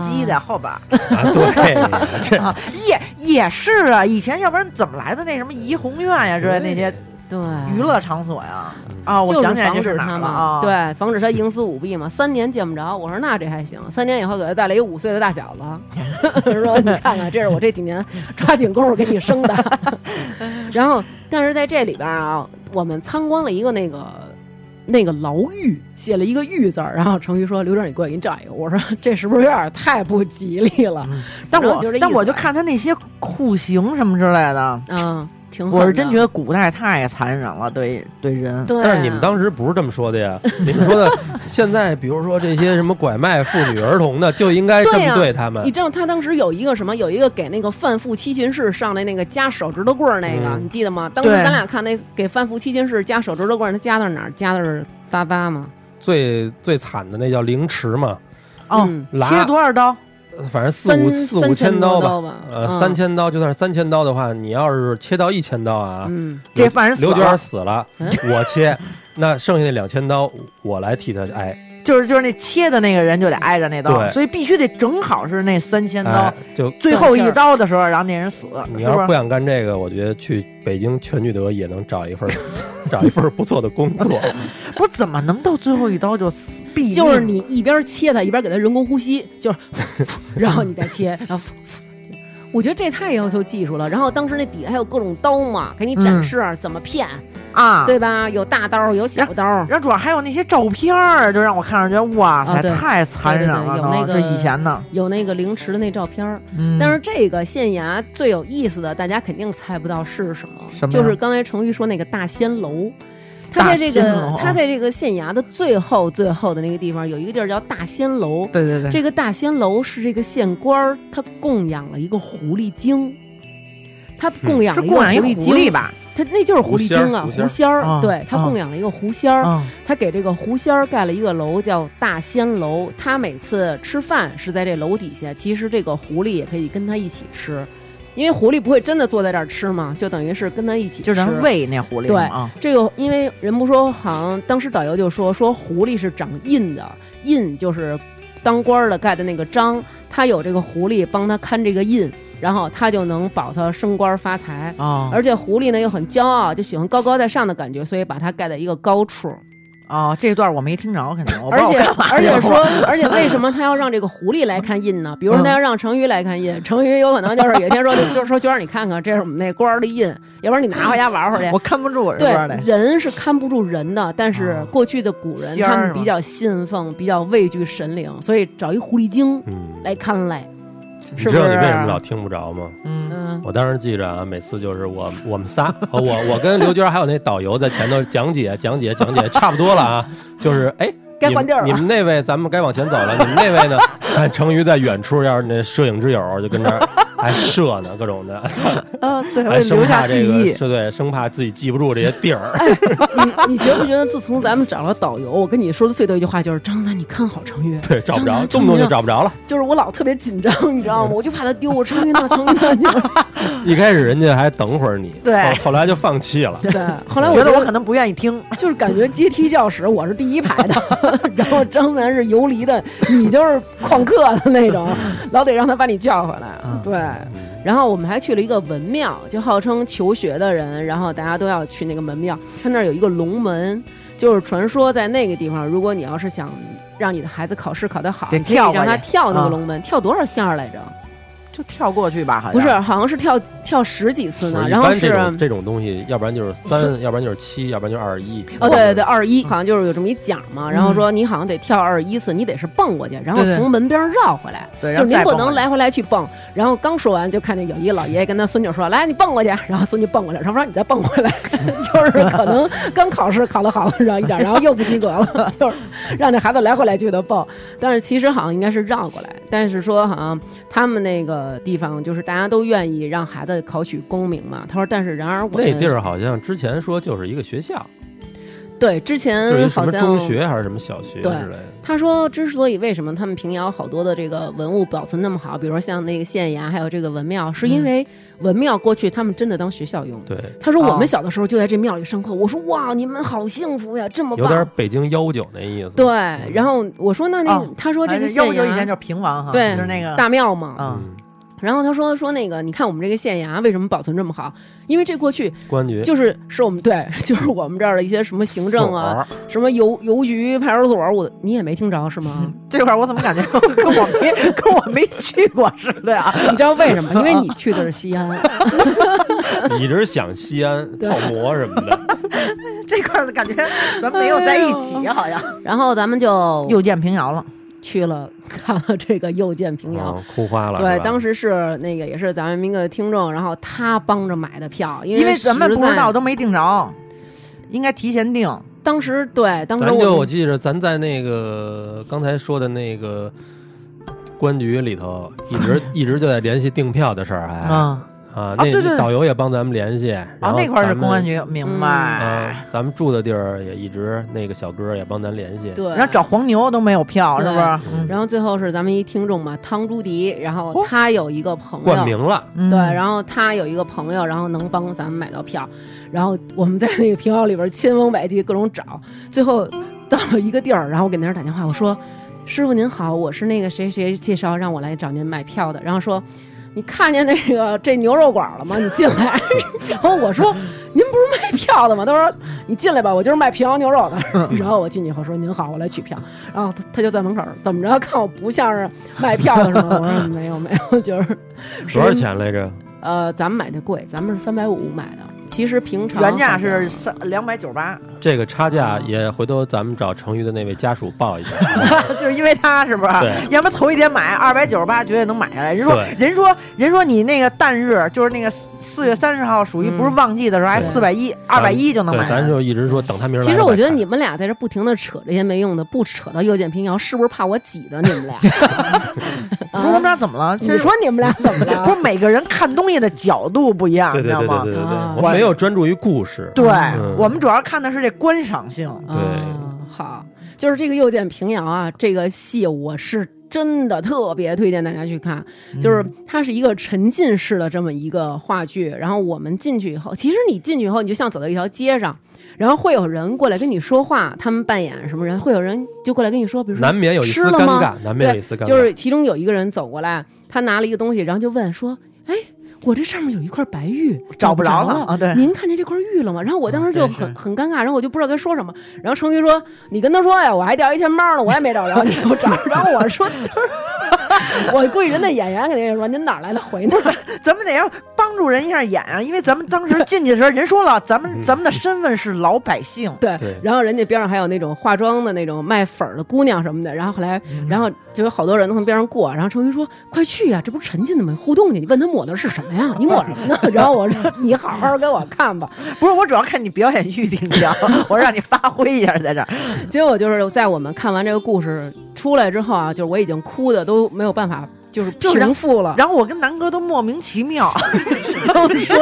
C: 这金鸡在后边儿
A: 啊， 对，这
C: 啊，也也是啊，以前要不然怎么来的那什么怡红院呀之类那些
B: 对，
C: 娱乐场所呀？
A: 嗯
C: 啊，我
B: 就是
C: 想起来
B: 防
C: 这
B: 止
C: 是
B: 他
C: 哪了
B: 嘛，
C: 啊？，
B: 对，防止他营私舞弊嘛。三年见不着，我说那这还行。三年以后给他带来一个五岁的大小子， 说你看看，这是我这几年抓紧功夫给你生的。 然后，但是在这里边啊，我们参观了一个那个。那个牢狱写了一个“狱”字儿，然后程昱说：“刘正，你过来，给你找一个。”我说：“这是不是有点太不吉利了
C: 嗯？”
B: 但
C: 但
B: 我就
C: 我
B: 这意思
C: 但我就，看他那些酷刑什么之类的，
B: 嗯，挺狠的。
C: 我是真觉得古代太残忍了，对对人。
B: 对啊，
A: 但是你们当时不是这么说的呀？ 你们说的现在，比如说这些什么拐卖妇女儿童的，就应该这
B: 对呀
A: 么对他们
B: 你。知道他当时有一个什么？有一个给那个范富七进士上来那个夹手指头棍儿那个，
A: 嗯
B: 你记得吗？当时
C: 对
B: 咱俩看那给范富七进士夹手指头棍儿，他夹到哪儿？夹到是扎扎吗？
A: 最最惨的那叫凌迟嘛，
C: 哦，
B: 嗯
A: 剌
C: 切多少刀？
A: 反正四
B: 三
A: 五四五
B: 三千
A: 刀
B: 多刀吧
A: 吧，呃，
B: 嗯
A: 三千刀就算是三千刀的话，你要是切到一千刀啊，
B: 嗯，
C: 这犯人死
A: 刘娟儿
C: 了，
A: 死了，
B: 嗯
A: 我切，那剩下那两千刀我来替他哎挨，
C: 就是就是那切的那个人就得挨着那刀，
A: 对
C: 所以必须得正好是那三千刀
A: 哎，就
C: 最后一刀的时候，然后那人死，
A: 你
C: 是
A: 要
C: 不
A: 是
C: 是
A: 不？想干这个，我觉得去北京全聚德也能找一份 儿找一份儿不错的工作。
C: 不是怎么能到最后一刀就死？毙
B: 就是
C: 命
B: 你一边切它，一边给它人工呼吸，就是， 然后你再切，然后。我觉得这太要求技术了，然后当时那底下还有各种刀嘛，给你展
C: 嗯
B: 示怎么骗，
C: 啊！
B: 对吧？有大刀，有小刀，
C: 然后主要还有那些照片儿，就让我看上觉得哇
B: 啊
C: 塞，
B: 对
C: 太残忍了
B: 对对
C: 都。
B: 对有那个
C: 这以前的，
B: 有那个凌迟的那照片儿。
C: 嗯
B: 但是这个县衙最有意思的，大家肯定猜不到是什么，
C: 什么呀
B: 就是刚才程昱说那个大仙楼。他在这
C: 大仙
B: 个
C: 楼啊
B: 他在这个县衙的最后最后的那个地方，有一个地儿叫大仙楼。
C: 对对对，
B: 这个大仙楼是这个县官儿他供养了一个狐狸精，他供养
C: 是
B: 了一个
C: 供养一
B: 狸
C: 狐狸嗯
B: 精，
C: 吧？
B: 他那就是狐狸精啊，狐
A: 狐
B: 仙儿
C: 儿。啊
B: 对他
C: 啊
B: 供养了一个狐仙儿，
C: 嗯，
B: 他给这个狐仙儿盖了一个楼，叫大仙楼。他每次吃饭是在这楼底下，其实这个狐狸也可以跟他一起吃，因为狐狸不会真的坐在这儿吃嘛，就等于是跟他一起吃。
C: 就是咱喂那狐狸
B: 对
C: 嘛啊，
B: 这个，因为人不说，好像当时导游就说说狐狸是长印的，印就是当官儿的盖的那个章，他有这个狐狸帮他看这个印，然后他就能保他升官发财。
C: 哦
B: 而且狐狸呢又很骄傲，就喜欢高高在上的感觉，所以把它盖在一个高处。
C: 哦，这段我没听着，肯哦定。我不知
B: 而
C: 道
B: 且
C: 我干嘛
B: 而
C: 去
B: 且
C: 了
B: 说，而且为什么他要让这个狐狸来看印呢？比如说他要
C: 嗯
B: 让成鱼来看印，成鱼有可能就是有一天说，就是说娟儿，你看看，这是我们那官儿的印，要不然你拿回家玩会儿去
C: 我。看不住我这
B: 对
C: 边的，，
B: 人是看不住人的，但是
C: 啊
B: 过去的古人
C: 仙儿
B: 他
C: 是
B: 们
C: 吧
B: 比较信奉，比较畏惧神灵，所以找一狐狸精
A: 嗯，
B: 来看来，
A: 你
B: 是啊
A: 知
B: 不是？
A: 道你为什么老听不着吗？
C: 嗯，
B: 嗯，
A: 我当时记着啊，每次就是我我们仨，哦我我跟刘娟还有那导游在前头讲解讲解讲解，差不多了啊，就是哎。
B: 该
A: 你们
B: 换地儿了
A: 你们那位，咱们该往前走了。你们那位呢？看成瑜在远处，要是那摄影之友就跟这儿还射呢，各种的，
C: 啊，对，我
A: 还
C: 得
A: 生
C: 留
A: 怕
C: 下
A: 这
C: 记
A: 个
C: 忆。
A: 是对，生怕自己记不住这些地儿。
B: 哎你你觉不觉得自从咱们找了导游，我跟你说的最多一句话就是张三，你看好成鱼，
A: 对，找不着，
B: 张
A: 动不动就找不着了。
B: 就是我老特别紧张，你知道吗？我就怕他丢，我成 鱼呢，成鱼呢，就是
A: 一开始人家还等会儿你，
C: 对
A: 后后来就放弃了。
B: 对，后来我
C: 觉得
B: 就
C: 我可能不愿意听，
B: 就是感觉阶梯教室我是第一排的， 然后张楠是游离的，你就是旷课的那种，老得让他把你叫回来。
C: 嗯
B: 对，然后我们还去了一个文庙，就号称求学的人，然后大家都要去那个门庙，他那儿有一个龙门，就是传说在那个地方，如果你要是想让你的孩子考试考得好，
C: 得
B: 你可以
C: 跳
B: 让
C: 过
B: 他
C: 去
B: 跳那个
C: 啊
B: 龙门，跳多少下儿来着？
C: 就跳过去吧，好像
B: 不是，好像是跳跳十几次
A: 不
B: 呢，
A: 是
B: 然后
A: 一般
B: 是啊
A: 这种这种东西，要不然就是三，要不然就是七，要不然就是二十一。
B: 哦，对
A: 嗯
B: 对对，，二十一好像就是有这么一讲嘛，然后说你好像得跳二十一次，你得是蹦过去，然后
C: 对对
B: 从门边绕回来，
C: 对
B: 就是
C: 然后
B: 您
C: 再
B: 不
C: 蹦
B: 能
C: 回来
B: 来回来去蹦。然后刚说完，就看见有一个老爷爷跟他孙女说：“来，你蹦过去。”然后孙女蹦过来，然后说：“你再蹦回来。” 就是可能刚考试考得好，然后一点，然后又不及格了， 就是让那孩子来回来去的蹦。但是其实好像应该是绕过来，但是说好像他们那个地方就是大家都愿意让孩子考取功名嘛。他说：“但是然而我
A: 那
B: 们
A: 地儿好像之前说就是一个学校，
B: 对，之
A: 就是
B: 前
A: 一什
B: 嗯好
A: 么
B: 像
A: 中学还是什么小学之
B: 对
A: 类的，
B: 他说，之所以为什么他们平遥好多的这个文物保存那么好，比如说像那个县衙，还有这个文庙，是因为文庙过去他们真的当学校用。
A: 对，
B: 他说
D: 哦
B: 我们小的时候就在这庙里上课，我说哇，你们好幸福呀，这么
A: 有点
B: 棒。
A: 北京幺九那意思。
B: 对，然后我说那那个
C: 哦
B: 他说这个县
C: 要不就以前
B: 衙
C: 叫平王哈，
B: 对
C: 就是那个
B: 大庙嘛，
C: 啊，
A: 嗯，
B: 然后他说说那个你看我们这个县衙为什么保存这么好？因为这过去
A: 公安局
B: 就是是我们对，就是我们这儿的一些什么行政
A: 所
B: 啊，
A: 儿，
B: 什么邮邮局、派出所，我你也没听着是 吗？
C: 这块儿我怎么感觉跟我没跟我没去过似的啊呀？
B: 你知道为什么？因为你去的是西安。
A: 你这是想西安
B: 对
A: 泡馍什么 的，
C: 这块儿感觉咱没有在一
B: 哎
C: 起，好像
B: 然后咱们就
D: 又见平遥了，
B: 去了看了这个又见平遥。
A: 啊哭花了。
B: 哎对
A: 是，吧
B: 当时是那个也是咱们一个听众，然后他帮着买的票，因
D: 因为
B: 咱
D: 咱们不知道，都没定着，应该提前定。
B: 当时对，当时
A: 咱就
B: 我
A: 我
B: 们
A: 记着，咱在那个刚才说的那个公安局里头，一 直一直就在联系订票的事儿，还啊，
D: 嗯，
A: 那
C: 对对
A: 导游也帮咱们联系，然
B: 哦
C: 啊
A: 后
C: 那块儿是
A: 咱们
C: 公安。
B: 嗯
C: 局，明白。
A: 啊，咱们住的地儿也一直那个小哥也帮咱联系，
B: 对，
D: 然后找黄牛都没有票，是不是？嗯
B: 然后最后是咱们一听众嘛，汤朱迪，然后
C: 嚯
B: 他有一个朋
A: 冠
B: 友。
A: 名了，
D: 嗯，
B: 对，然后他有一个朋友，然后能帮咱们买到票，然后我们在那个平遥里边千方百计各种找，最后到了一个地儿，然后我给那人打电话，我说：“师傅您好，我是那个谁谁介绍让我来找您买票的。”然后说：“你看见那个这牛肉馆了吗？你进来。” 然后我说：“您不是卖票的吗？”他说：“你进来吧，我就是卖平遥牛肉的。” 然后我进去以后说：“您好，我来取票。”然后他他就在门口怎么着看我不像是卖票的是吗？我说：“没有没有，就是
A: 多少钱来着？
B: 呃，咱们买的贵，咱们
D: 嗯
B: 是三百五买的。其实平常
C: 原价
B: 好像
C: 是三两百九十八，
A: 这个差价也回头咱们找成昱的那位家属报一下。
C: 就是因为他是不是？
A: 对
C: 要么头一天买二百九十八，绝对能买下来。人说
A: 对
C: 人说人说你那个旦日，就是那个四月三十号，属于不是旺季的时候，还
B: 对
C: 四百一、二百一就能
A: 对，
C: 买下
A: 咱
C: 来。
A: 就一直说等他明儿来
B: 其
A: 了再看。
B: 实我觉得你们俩在这不停的扯这些没用的，不扯到又见平遥，是不是怕我挤的你们 俩？
D: 不是我们
B: 啊，
D: 俩怎么了？其
B: 你
D: 实
B: 说你们俩怎么
C: 不
B: 了？
C: 是每个人看东西的角度不一样，
A: 对
C: 你知
A: 对
C: 道
A: 对
C: 吗
A: 对对？对
B: 啊
A: 对，我没有专注于故事。
C: 对
A: 嗯
C: 我们主要看的是这观赏性。
A: 对
B: 啊好，就是这个又见平遥啊，这个戏我是真的特别推荐大家去看，
A: 嗯
B: 就是它是一个沉浸式的这么一个话剧。然后我们进去以后，其实你进去以后，你就像走到一条街上，然后会有人过来跟你说话，他们扮演什么人，会有人就过来跟你说，比如说
A: 难免有一丝
B: 吃了
A: 尴
B: 吗
A: 尬，难免有一丝尴尬。
B: 就是其中有一个人走过来，他拿了一个东西，然后就问说：“哎，我这上面有一块白玉，
D: 找
B: 不
D: 不着
B: 了
D: 了啊对啊
B: 您看见这块玉了吗？”然后我当时就
D: 对
B: 很、很尴尬，然后我就不知道该说什么。然后程昱说：“你跟他说呀，我还掉一钱包呢，我也没找着，你给我找。”然后我说：“就是， 我估计人家演员肯定也说您哪儿来的回哪儿。
C: 咱们得要帮助人一下演啊，因为咱们当时进去的时候，人说了，咱
A: 嗯
C: 们咱们的身份是老百姓”，
B: 对。
A: 对
B: 然后人家边上还有那种化妆的那种卖粉儿的姑娘什么的，然后后来，
C: 嗯
B: 然后就有好多人从边上过，然后程昱说：“快去呀、这不是沉浸的吗？互动去，你问他抹的是什么呀？你抹什么 呢？”然后我说：“你好好给我看吧。
C: 不是我主要看你表演欲挺强， 我让你发挥一下在这儿。”
B: 结果就是在我们看完这个故事出来之后啊，就是我已经哭的都没有办法，就是
C: 就是让
B: 平复了。
C: 然后我跟南哥都莫名其妙，
B: 然后说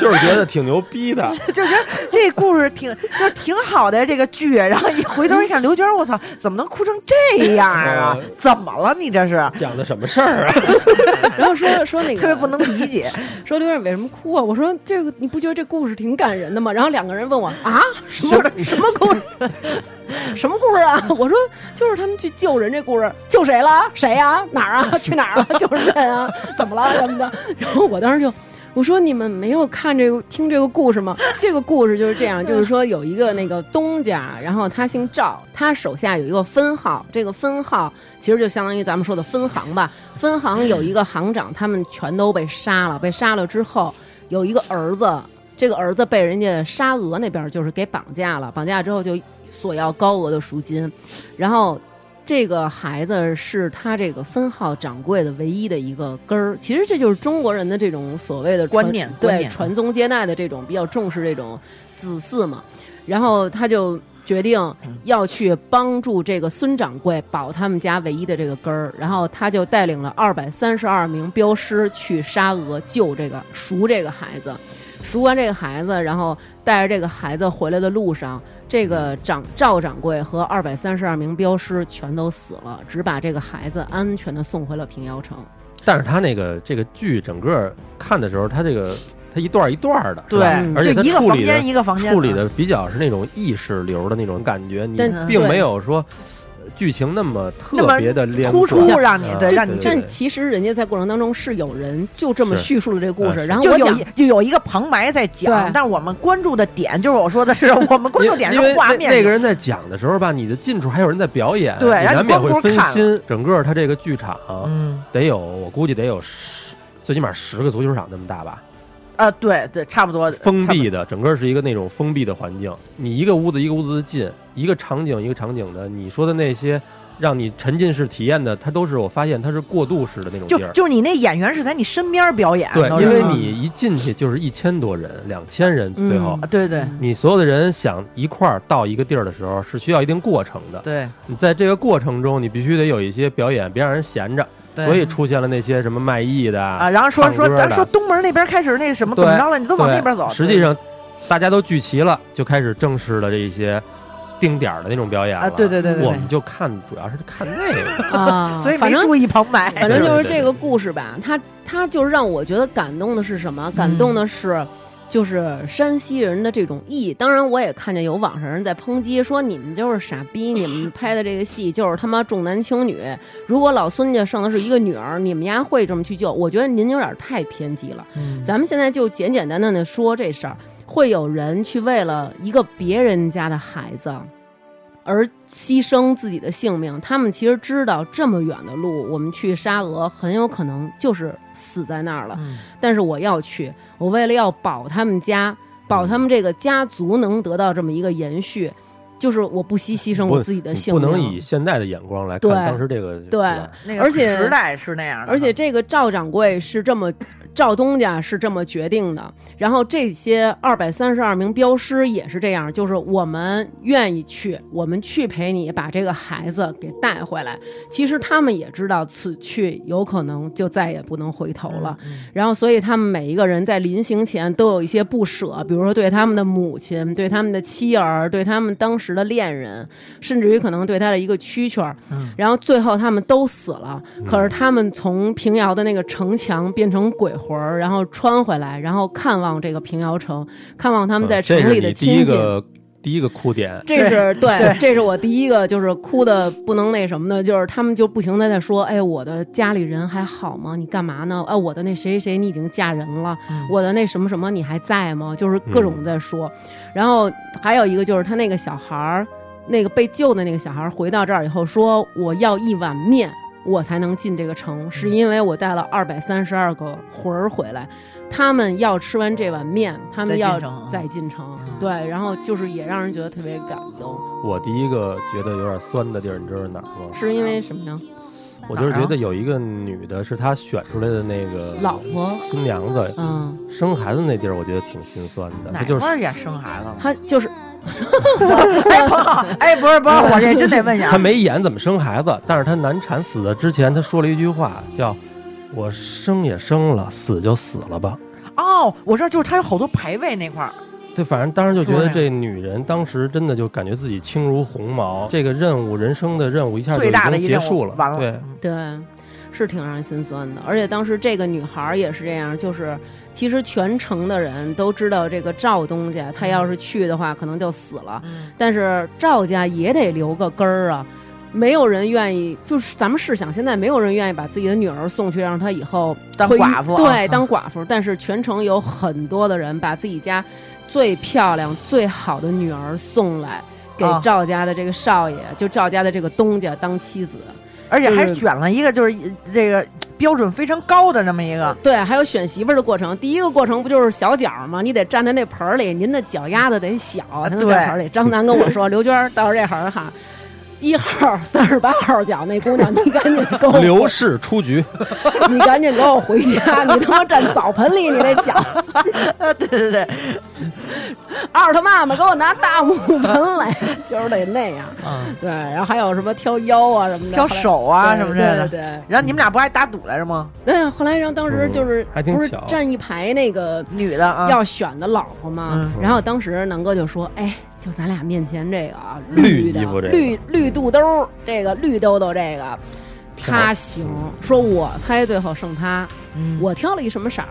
A: 就是 觉得挺牛逼的，
C: 就觉得这故事挺就是挺好的这个剧，然后一回头一看，刘娟，我操，怎么能哭成这样啊
A: 嗯？
C: 怎么了？你这是
A: 讲的什么事儿啊？
B: 然后说说那个
C: 特别不能理解。
B: 说刘院为什么哭啊？我说这个你不觉得这故事挺感人的吗？然后两个人问我啊，什么什么故事？ 什么故事啊？ 我说就是他们去救人这故事，救谁了？谁呀、哪儿啊？ 去哪儿了？救人啊？怎么了？什么的。 然后我当时就。我说你们没有看这个听这个故事吗？这个故事就是这样，就是说有一个那个东家，然后他姓赵，他手下有一个分号，这个分号其实就相当于咱们说的分行吧。分行有一个行长，他们全都被杀了。被杀了之后，有一个儿子，这个儿子被人家沙俄那边就是给绑架了，绑架之后就索要高额的赎金，然后。这个孩子是他这个分号掌柜的唯一的一个根儿，其实这就是中国人的这种所谓的
D: 观
B: 传
D: 念观
B: 对
D: 念
B: 传宗接代的这种比较重视这种子嗣嘛。然后他就决定要去帮助这个孙掌柜保他们家唯一的这个根儿，然后他就带领了二百三十二名镖师去沙俄救这个赎这个孩子。赎完这个孩子，然后带着这个孩子回来的路上，这个掌赵掌柜和二百三十二名镖师全都死了，只把这个孩子安全的送回了平遥城。
A: 但是他那个这个剧整个看的时候，他这个他一段一段的，是吧
B: 嗯
A: 而且他
C: 就一个
A: 处
C: 房
A: 理的
C: 间一个房间啊
A: 处理的比较是那种意识流的那种感觉，你
B: 但
A: 并
B: 对
A: 没有说呃剧情那么
C: 那
A: 特
C: 么
A: 别的连
C: 突
A: 贯
C: 出让你
A: 啊
C: 对让你
A: 对
B: 但其实人家在过程当中是有人就这么
A: 是
B: 叙述了这个故
A: 啊
B: 事，
A: 是
B: 然后
C: 就
B: 我
C: 有
B: 想
C: 一就有一个旁白在讲
B: 对，
C: 但是我们关注的点就是我说的是我们关注点
A: 因为
C: 是画
A: 那
C: 面。
A: 那个人在讲的时候吧，你的近处还有人在表演，
C: 对
A: 你
C: 然后
A: 难
C: 你
A: 免
C: 光
A: 会
C: 顾
A: 分
C: 看了
A: 心。整个他这个剧场
C: 嗯
A: 得有，我估计得有十，最起码十个足球场那么大吧，
C: 啊，对对，差不呃多
A: 封闭的，整个是一个那种封闭的环境。你一个屋子一个屋子的进，一个场景一个场景的，你说的那些让你沉浸式体验的，它都是我发现它是过渡式的那种
C: 就
A: 地儿。
C: 就是你那演员是在你身边表演，
A: 对
C: 都，是
A: 因为
B: 吗
A: 你一进去就是一千多人、两千人，最后、
C: 啊对
B: 嗯
C: 对
A: 你所有的人想一块儿到一个地儿的时候，是需要一定过程的。
C: 对
A: 你在这个过程中，你必须得有一些表演，别让人闲着。
C: 对
A: 所以出现了那些什么卖艺的
C: 啊，，然后说
A: 唱歌
C: 说咱
A: 的
C: 说东门那边开始那什么怎
A: 对
C: 么着了，你都往
A: 对
C: 那边走。
A: 实际上，大家都聚齐了，就开始正式的这一些定点儿的那种表演了。
C: 啊，对对对对
A: 我
C: 对
A: 们，就看，主要是看那个。
B: 啊，
C: 所以
B: 反
C: 没
B: 正
C: 注意旁白。
B: 反正就
A: 对
B: 是
A: 对
B: 这
A: 对
B: 个故事吧，它它就是让我觉得感动的是什么？感动的是。
A: 嗯
B: 就是山西人的这种义，当然我也看见有网上人在抨击说你们就是傻逼，你们拍的这个戏就是他妈重男轻女。如果老孙家生的是一个女儿，你们家会这么去救？我觉得您有点太偏激了。咱们现在就简简单单的说这事儿，会有人去为了一个别人家的孩子而牺牲自己的性命。他们其实知道这么远的路，我们去沙俄很有可能就是死在那儿了。
C: 嗯
B: 但是我要去，我为了要保他们家，保他们这个家族能得到这么一个延续，就是我不惜牺牲我自己的
A: 你
B: 性
A: 不
B: 命。
A: 能以现在的眼光来看
B: 对
A: 当时这个。
B: 对
A: 吧
C: 那个
B: 而且
C: 时代是那样的，
B: 而且这个赵掌柜是这么，赵东家是这么决定的，然后这些二百三十二名镖师也是这样，就是我们愿意去，我们去陪你把这个孩子给带回来。其实他们也知道此去有可能就再也不能回头了，
C: 嗯
B: 然后所以他们每一个人在临行前都有一些不舍，比如说对他们的母亲、对他们的妻儿、对他们当时的恋人，甚至于可能对他的一个蛐蛐儿。
A: 嗯
B: 然后最后他们都死了，可是他们从平遥的那个城墙变成鬼魂儿，然后穿回来，然后看望这个平遥城，看望他们在
A: 嗯这是
B: 城里
A: 你
B: 的
A: 第一
B: 亲戚。
A: 个第一个哭点。
B: 这是对，这是我第一个就是哭的不能那什么的，就是他们就不停的在说，哎，我的家里人还好吗？你干嘛呢？哎，我的那谁谁谁你已经嫁人了，
C: 嗯
B: 我的那什么什么你还在吗？就是各种在说。然后还有一个就是他那个小孩儿，那个被救的那个小孩儿回到这儿以后说，我要一碗面。我才能进这个城，是
C: 嗯
B: 因为我带了二百三十二个魂儿回来，他们要吃完这碗面，他们
C: 再进
B: 要
C: 城啊
B: 再进城，对，然后就是也让人觉得特别感动，
A: 我第一个觉得有点酸的地儿，你知道是哪儿吗？
C: 啊
B: 是因为什么呀？
A: 我就是
C: 哪儿啊
A: 觉得有一个女的，是她选出来的那个
B: 老婆
A: 新娘子，
B: 嗯，
A: 生孩子那地儿，我觉得挺心酸的。她
C: 哪
A: 就
C: 块儿
A: 是
C: 也生孩子了？
B: 她就是
C: 哎，彭浩，哎，不是 不是，我这真得问一下
A: 她，没演怎么生孩子，但是她难产死的之前，她说了一句话，叫“我生也生了，死就死了吧
C: 哦，我知道，就是他有好多排位那块儿，”。
A: 对，反正当时就觉得
C: 说
A: 这女人当时真的就感觉自己轻如鸿毛，这个任务人生的任务一下就
C: 最
A: 已
C: 大的
A: 经
C: 一
A: 结
C: 任务
A: 束了。
C: 完了，
A: 对，
B: 对，是挺让人心酸的。而且当时这个女孩儿也是这样，就是其实全城的人都知道这个赵东家，他要是去的话，可能就死了。
C: 嗯
B: 但是赵家也得留个根儿啊。没有人愿意，就是咱们试想，现在没有人愿意把自己的女儿送去，让她以后
C: 当
B: 会遇
C: 寡妇啊
B: 对，
C: 嗯
B: 当寡妇。但是全城有很多的人把自己家最漂亮、最好的女儿送来给
C: 哦
B: 赵家的这个少爷，就赵家的这个东家当妻子。
C: 而且还
B: 就是
C: 选了一个就是这个标准非常高的这么一个，
B: 对，还有选媳妇儿的过程。第一个过程不就是小脚儿吗？你得站在那盆儿里，您的脚丫子得小才能
C: 对
B: 在盆儿里。张楠跟我说，刘娟儿到这行哈，一号、三十八号讲那姑娘，你赶紧给我，
A: 刘氏出局，
B: 你赶紧给我回家，你他妈站澡盆里，你那脚，
C: 对对对，
B: 二他妈妈给我拿大木盆来，就是得那样。
D: 嗯，
B: 对，然后还有什么挑腰啊什么的，
D: 挑
B: 后来
D: 手啊什么之类
B: 对
D: 的。
B: 对对
D: 然后你们俩不还打赌来着吗？
B: 对，后来然后当时就是
A: 嗯还挺
B: 不是
A: 巧
B: 站一排那个
D: 女的啊，
B: 要选的老婆吗？
A: 嗯
B: 然后当时南哥就说：“哎，就咱俩面前这个啊，
A: 绿
B: 的
A: 衣服这个
B: 绿绿肚兜儿，这个绿兜兜这个，他行。说我猜最后剩他，
D: 嗯
B: 我挑了一什么色儿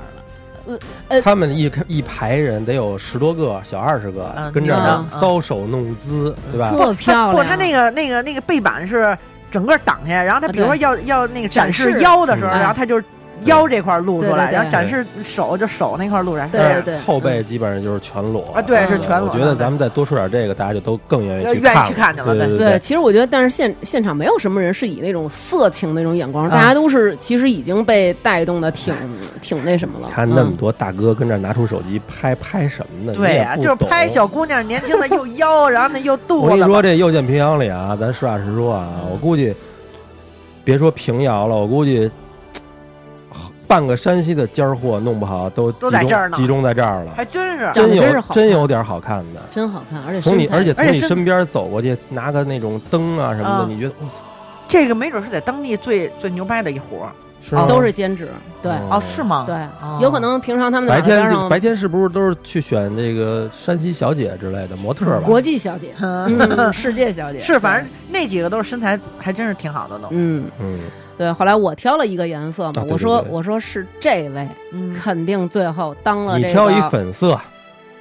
B: 的？
A: 他们一一排人得有十多个，小二十个
D: 嗯，
A: 跟这儿
B: 嗯
A: 搔首弄姿，对吧？
B: 特漂亮。
D: 不，他那个那个那个背板是整个挡下，然后他
B: 啊
D: 比如说
B: 对
D: 要要那个
B: 展
D: 展示
B: 示
D: 腰的时候，
B: 嗯
D: 然后他就是腰这块露出
B: 对
D: 来，
B: 对对
D: 然后展示手就手那块露出来。嗯
B: 对
A: 但
B: 对
A: 是
B: 对
A: 后背基本上就是全裸嗯
D: 啊对
B: 是
D: 全裸
A: 我觉得咱们再多说点这个，大家就都更愿意去
D: 愿意
A: 看
D: 去看去了
A: 对
D: 对
A: 对
B: 对，，其实我觉得，但是现现场没有什么人是以那种色情那种眼光，
D: 啊
B: 大家都是其实已经被带动的 挺挺那什么了。
A: 看那么
B: 嗯
A: 多大哥跟这儿拿出手机拍拍什么呢？
D: 对呀，
A: 你
D: 就
A: 也
D: 是
A: 不懂
D: 拍。小姑娘年轻的又腰，然后那又
A: 我
D: 肚子。
A: 跟你说，这又见平遥里啊，咱实话实说啊，
D: 嗯
A: 我估计别说平遥了，我估计半个山西的尖儿货弄不好都
D: 都
A: 集
D: 在
A: 中
D: 这儿呢
A: 集中在这儿了。
D: 还真是，
B: 长
A: 真
B: 得真是
A: 有
B: 好看
A: 真有点好看的，
B: 真好看，而且
A: 从你
B: 身嗯材
A: 而且从
D: 而
A: 你
D: 且身
A: 身边走过去，拿个那种灯啊什么
D: 啊
A: 的，你觉得我操
D: 这个没准是在当地最最牛掰的一活儿
A: 是吗
B: 哦都是兼职，对
D: 哦，是吗？
B: 对
D: 哦，
B: 有可能平常他们在
A: 白天
B: 边
A: 就
B: 上
A: 白天是不是都是去选这个山西小姐之类的模特儿吧？
B: 国际小姐，
D: 嗯
B: 嗯，世界小姐
D: 是，反正那几个都是身材还真是挺好的都
B: 对。嗯，
A: 嗯，
B: 对。后来我挑了一个颜色嘛，
A: 啊对
B: 我
A: 对
B: 说
A: 对
B: 我说是这位，
D: 嗯，
B: 肯定最后当了
A: 你
B: 这
A: 挑一
B: 个
A: 粉色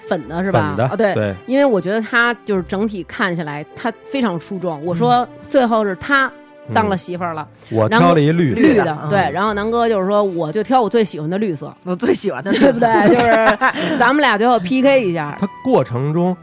B: 粉的是
A: 粉
B: 吧？
A: 的
B: 啊，，对。
A: 对，
B: 因为我觉得她就是整体看下来，她非常出众。
D: 嗯
B: 我说最后是她
A: 嗯
B: 当了媳妇儿了，
A: 我
B: 然后
A: 挑了一绿
D: 绿
A: 色，
D: 的
B: 的
D: 嗯
B: 对。然后南哥就是说，我就挑我最喜欢的绿色，
D: 我最喜欢的
B: 对不对？ 就是咱们俩最后 PK 一下，
A: 它过程中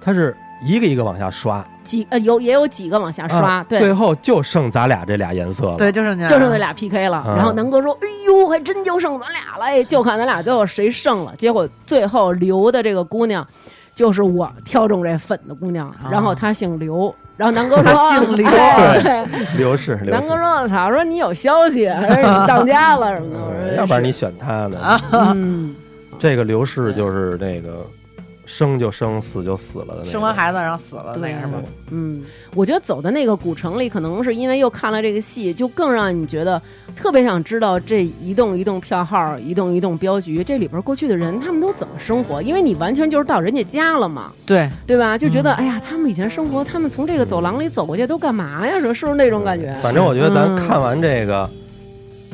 A: 它是一个一个往下刷，
B: 几呃有也有几个往下刷，
A: 啊
B: 对，
A: 最后就剩咱俩这俩颜色了。
D: 对，就是那样
B: 就剩那俩 PK 了。
A: 嗯
B: 然后南哥说：“哎呦，还真就剩咱俩了，哎，就看咱俩最后谁胜了。”结果最后留的这个姑娘，就是我挑中这粉的姑娘，
A: 啊
B: 然后她姓刘。然后南哥 说：“
D: 她姓刘
B: 哎 对
A: 刘氏，刘
B: 南哥
A: 氏，
B: 说：“ 操，说你有消息，还是你当家了什么的？”我说
A: 嗯 要不然你选他呢？
B: 嗯，
A: 这个刘氏就是那个生就生，死就死了的那个。
D: 生完孩子然后死了那
B: 对
D: 个是吗？
B: 嗯，我觉得走的那个古城里，可能是因为又看了这个戏，就更让你觉得特别想知道这一栋一栋票号、一栋一栋镖局这里边过去的人他们都怎么生活，因为你完全就是到人家家了嘛，
D: 对，
B: 对吧？就觉得、哎呀，他们以前生活，他们从这个走廊里走过去都干嘛呀？说是不是那种感觉？
A: 反正我觉得咱
B: 嗯
A: 看完这个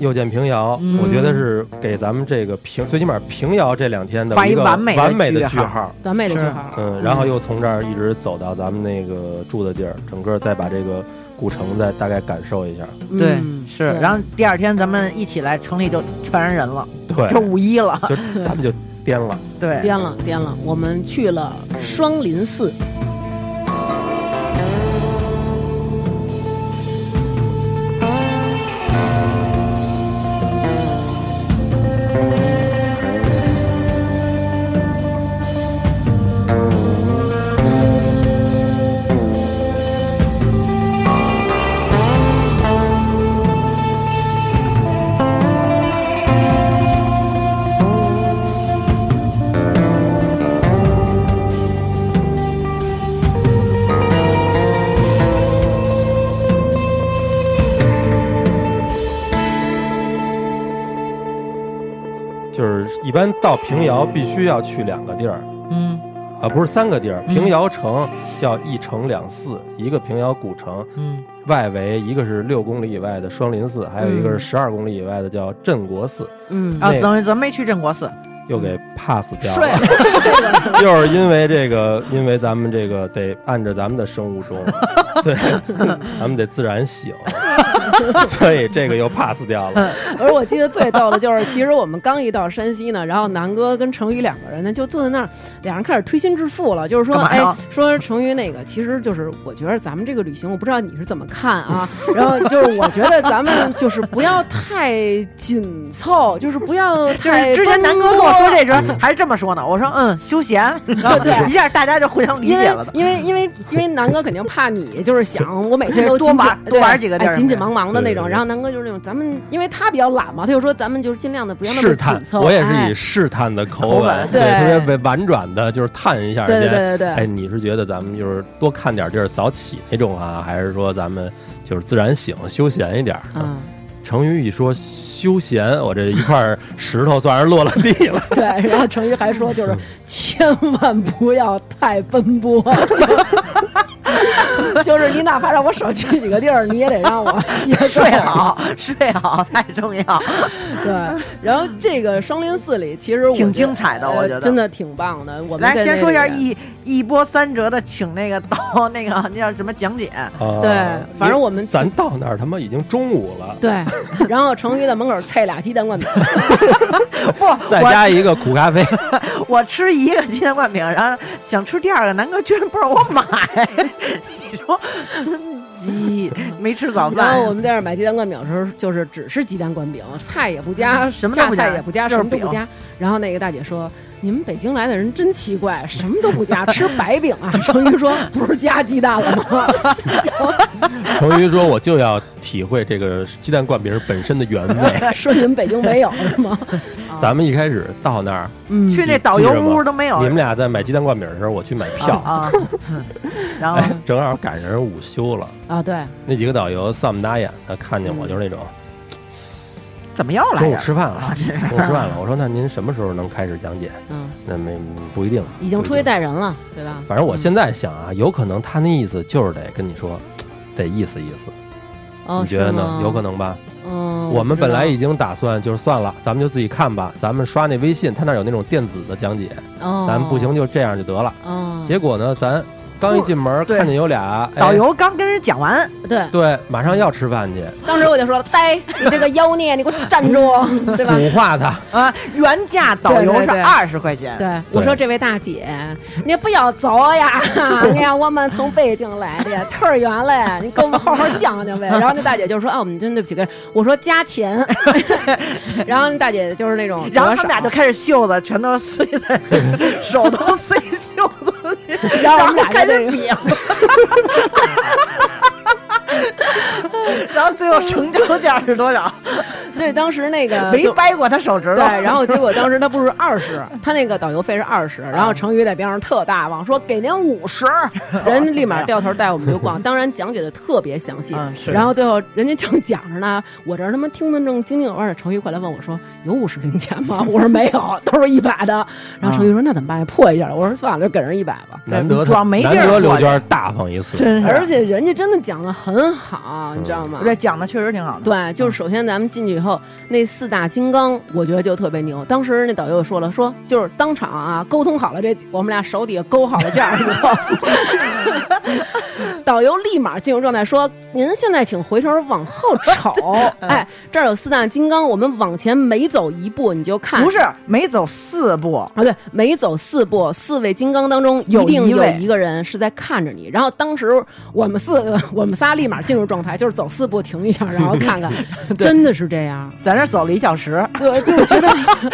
A: 《又见平遥》
D: 嗯
A: 我觉得是给咱们这个平，最起码平遥这两天的
D: 画一
A: 一个
D: 完美的
A: 完美
D: 句
A: 的
D: 号
A: 号。
B: 完美的
D: 是
B: 句号，
A: 嗯，然后又从这儿一直走到咱们那个住的地儿，整个再把这个古城再大概感受一下。
B: 嗯
D: 对，是。
B: 对
D: 然后第二天咱们一起来，城里就全是人了，
A: 对，
D: 就五一了。
A: 就咱们就颠了。
D: 对，
B: 颠了颠了，我们去了双林寺。
A: 就是一般到平遥必须要去两个地儿
D: 嗯
A: 啊，不是三个地儿。
D: 嗯
A: 平遥城叫一城两寺，一个平遥古城
D: 嗯
A: 外围，一个是六公里以外的双林寺，还有一个是十二公里以外的叫镇国寺，
B: 嗯，
D: 啊，
A: 那个
D: 咱们咱没去镇国寺，
A: 又给 pass 掉
B: 睡
A: 了
B: 了。，
A: 又是因为这个，因为咱们 这个得按着咱们的生物钟，对，咱们得自然醒。所以这个又 pass 掉了。
B: 而我记得最逗的就是，其实我们刚一到山西呢，然后南哥跟成宇两个人呢就坐在那儿，俩人开始推心置腹了，就是说，
C: 干嘛
B: 哎
C: 呀，
B: 说成宇那个，其实就是我觉得咱们这个旅行，我不知道你是怎么看 啊，然后就是我觉得咱们就是不要太紧凑，就是不要太
C: 之前南哥
B: 奔
C: 跟我
B: 波
C: 说这时候还是这么说呢，我说嗯 休闲，然后一下大家就互相理
B: 因
C: 解
B: 为
C: 了的。
B: 因为因为因为南哥肯定怕你，就是想我每天都
C: 多
B: 紧紧
C: 玩
B: 对
C: 多玩几个地儿
B: 哎紧紧忙忙的
A: 对
B: 那种。
A: 对对
B: 然后南哥就是那种，咱们因为他比较懒嘛，他就说咱们就是尽量的不要那么
A: 试探
B: 紧，凑。
A: 我也是
B: 哎
A: 以试探的
C: 口
A: 口
C: 吻
A: 吻，对，
B: 对
A: 特别委婉转的，就是探一下
B: 对
A: 人
B: 对
A: 家。
B: 对对对，
A: 哎，你是觉得咱们就是多看点地儿早起那种啊，还是说咱们就是自然醒休闲一点儿？
B: 嗯，
A: 成语一说休闲，我这一块石头算是落了地了。
B: 对。然后成瑜还说，
C: 嗯
B: 就是千万不要太奔波， 就就是你哪怕让我少去几个地儿，你也得让我歇够
C: 睡好， 睡好太重要，
B: 对，然后这个双林寺里其实我
C: 挺
B: 觉得
C: 精彩的，我
B: 呃
C: 觉得
B: 真的挺棒的。我们
C: 来，
B: 在
C: 先
B: 那
C: 说一下
B: 里啊
C: 一一波三折的，请那个到那个那叫什么讲解，
A: 啊
B: 对，反正我们
A: 咱到那儿他妈已经中午了，
B: 对，然后成瑜在门口 菜俩鸡蛋灌饼，
C: 不，
A: 再
C: 我
A: 加一个苦咖啡，
C: 我吃一个鸡蛋灌饼，然后想吃第二个，南哥居然不让我买，你说真鸡，没吃早
B: 然
C: 饭
B: 后我们在那儿买鸡蛋灌饼的时候，就是只是鸡蛋灌饼，菜也不
A: 嗯
B: 加，
C: 什么都
B: 榨
C: 不加
B: 菜也不加，什
C: 就是
B: 么都不加。然后那个大姐说：“你们北京来的人真奇怪，什么都不加，吃白饼啊？”成瑜说：“不是加鸡蛋了吗
A: 成瑜说我就要体会这个鸡蛋灌饼本身的原味。？”
B: 说你们北京没有是吗？啊
A: 咱们一开始到那儿，
B: 嗯，
C: 去那导游屋都
B: 哎
C: 没有
A: 你们俩在买鸡蛋灌饼的时候，我去买票，
C: 啊，啊然后
A: 哎，正好赶上午休了。
B: 啊，对，
A: 那几个导游丧不打眼的看见
B: 嗯
A: 我，就是那种
C: 怎么又来
A: 中午
C: 着？
A: 吃饭了，
C: 啊，这
A: 中午吃饭 了。我说那您什么时候能开始讲解？
B: 嗯，
A: 那没不一定，
B: 已经出
A: 不
B: 去
A: 一定。
B: 带人了，对吧？
A: 反正我现在想啊，有可能他那意思就是得跟你说，得意思意思。
B: 哦，
A: 你觉得
B: 是
A: 呢
B: 吗？
A: 有可。能吧？
B: 嗯，
A: 我们
B: 不知
A: 本
B: 道
A: 来已经打算就是算了，咱们就自己看吧。咱们刷那微信，他那儿有那种电子的讲解，
B: 哦，
A: 咱们不行就这样就得了。
B: 哦，
A: 结果呢，咱刚一进门
C: 对
A: 看见有俩哎
C: 导游刚跟人讲完，
B: 对，
A: 对，马上要吃饭去，
B: 当时我就说了，呆，你这个妖孽，你给我站 住， 对吧？
A: 腐化他。
C: 啊，原价导游
B: 对
C: 是
B: 对对
C: 二十块钱，
B: 对，
A: 对
B: 我说这位大姐，你不要走 呀！哎呀，我们从北京来的， 忒远了，你给我们好好讲讲呗。然后那大姐就说：“啊，我们真对不起，我说加钱。” 然后那大姐就是那种，
C: 然后他们俩就开始袖子全都塞在，手都塞袖子里，
B: 然后我们俩就
C: 开
B: 这
C: 始
B: 个
C: 比划。然后最后成交价是多少？
B: 对当时那个呃
C: 没
B: 就
C: 掰过他手指头。
B: 对，然后结果当时他不是二 十，他那个导游费是二十，然后
C: 啊
B: 成宇在边上特大方说给您五 十，人家立马掉头带我们就逛，当然讲解的特别详 细
C: 嗯，是
B: 然后最后人家正讲着呢，我这儿他妈听得正津津有味的，成宇过来问我说有五十零钱吗？我说没有，都是一百 的。然后成宇说那怎么办呀？破一下，我说算了，就给人一百吧。
A: 难得他
C: 主要没地儿
A: 难得刘
C: 坐
A: 娟大方一次，
C: 真
B: 而
C: 是，啊
B: 且人家真的讲的很好，你知道吗？
C: 这讲的确实挺好的。
B: 对，就是首先咱们进去以后，那四大金刚，我觉得就特别牛。当时那导游就说了，说就是当场啊，沟通好了这，我们俩手底下勾好了价儿以后， 导游立马进入状态，说：“您现在请回头往后瞅，哎，这儿有四大金刚，我们往前每走一步你就看。”
C: 不是没走四步，
B: 啊，对，每走四步，四位金刚当中一
C: 有
B: 定
C: 一
B: 有
C: 位
B: 一个人是在看着你。然后当时我们四个， 我们仨立马进入状态，就是走四步停一 下，然后看看，真的是这样。
C: 在那儿走了一小时，
B: 对，就我觉 得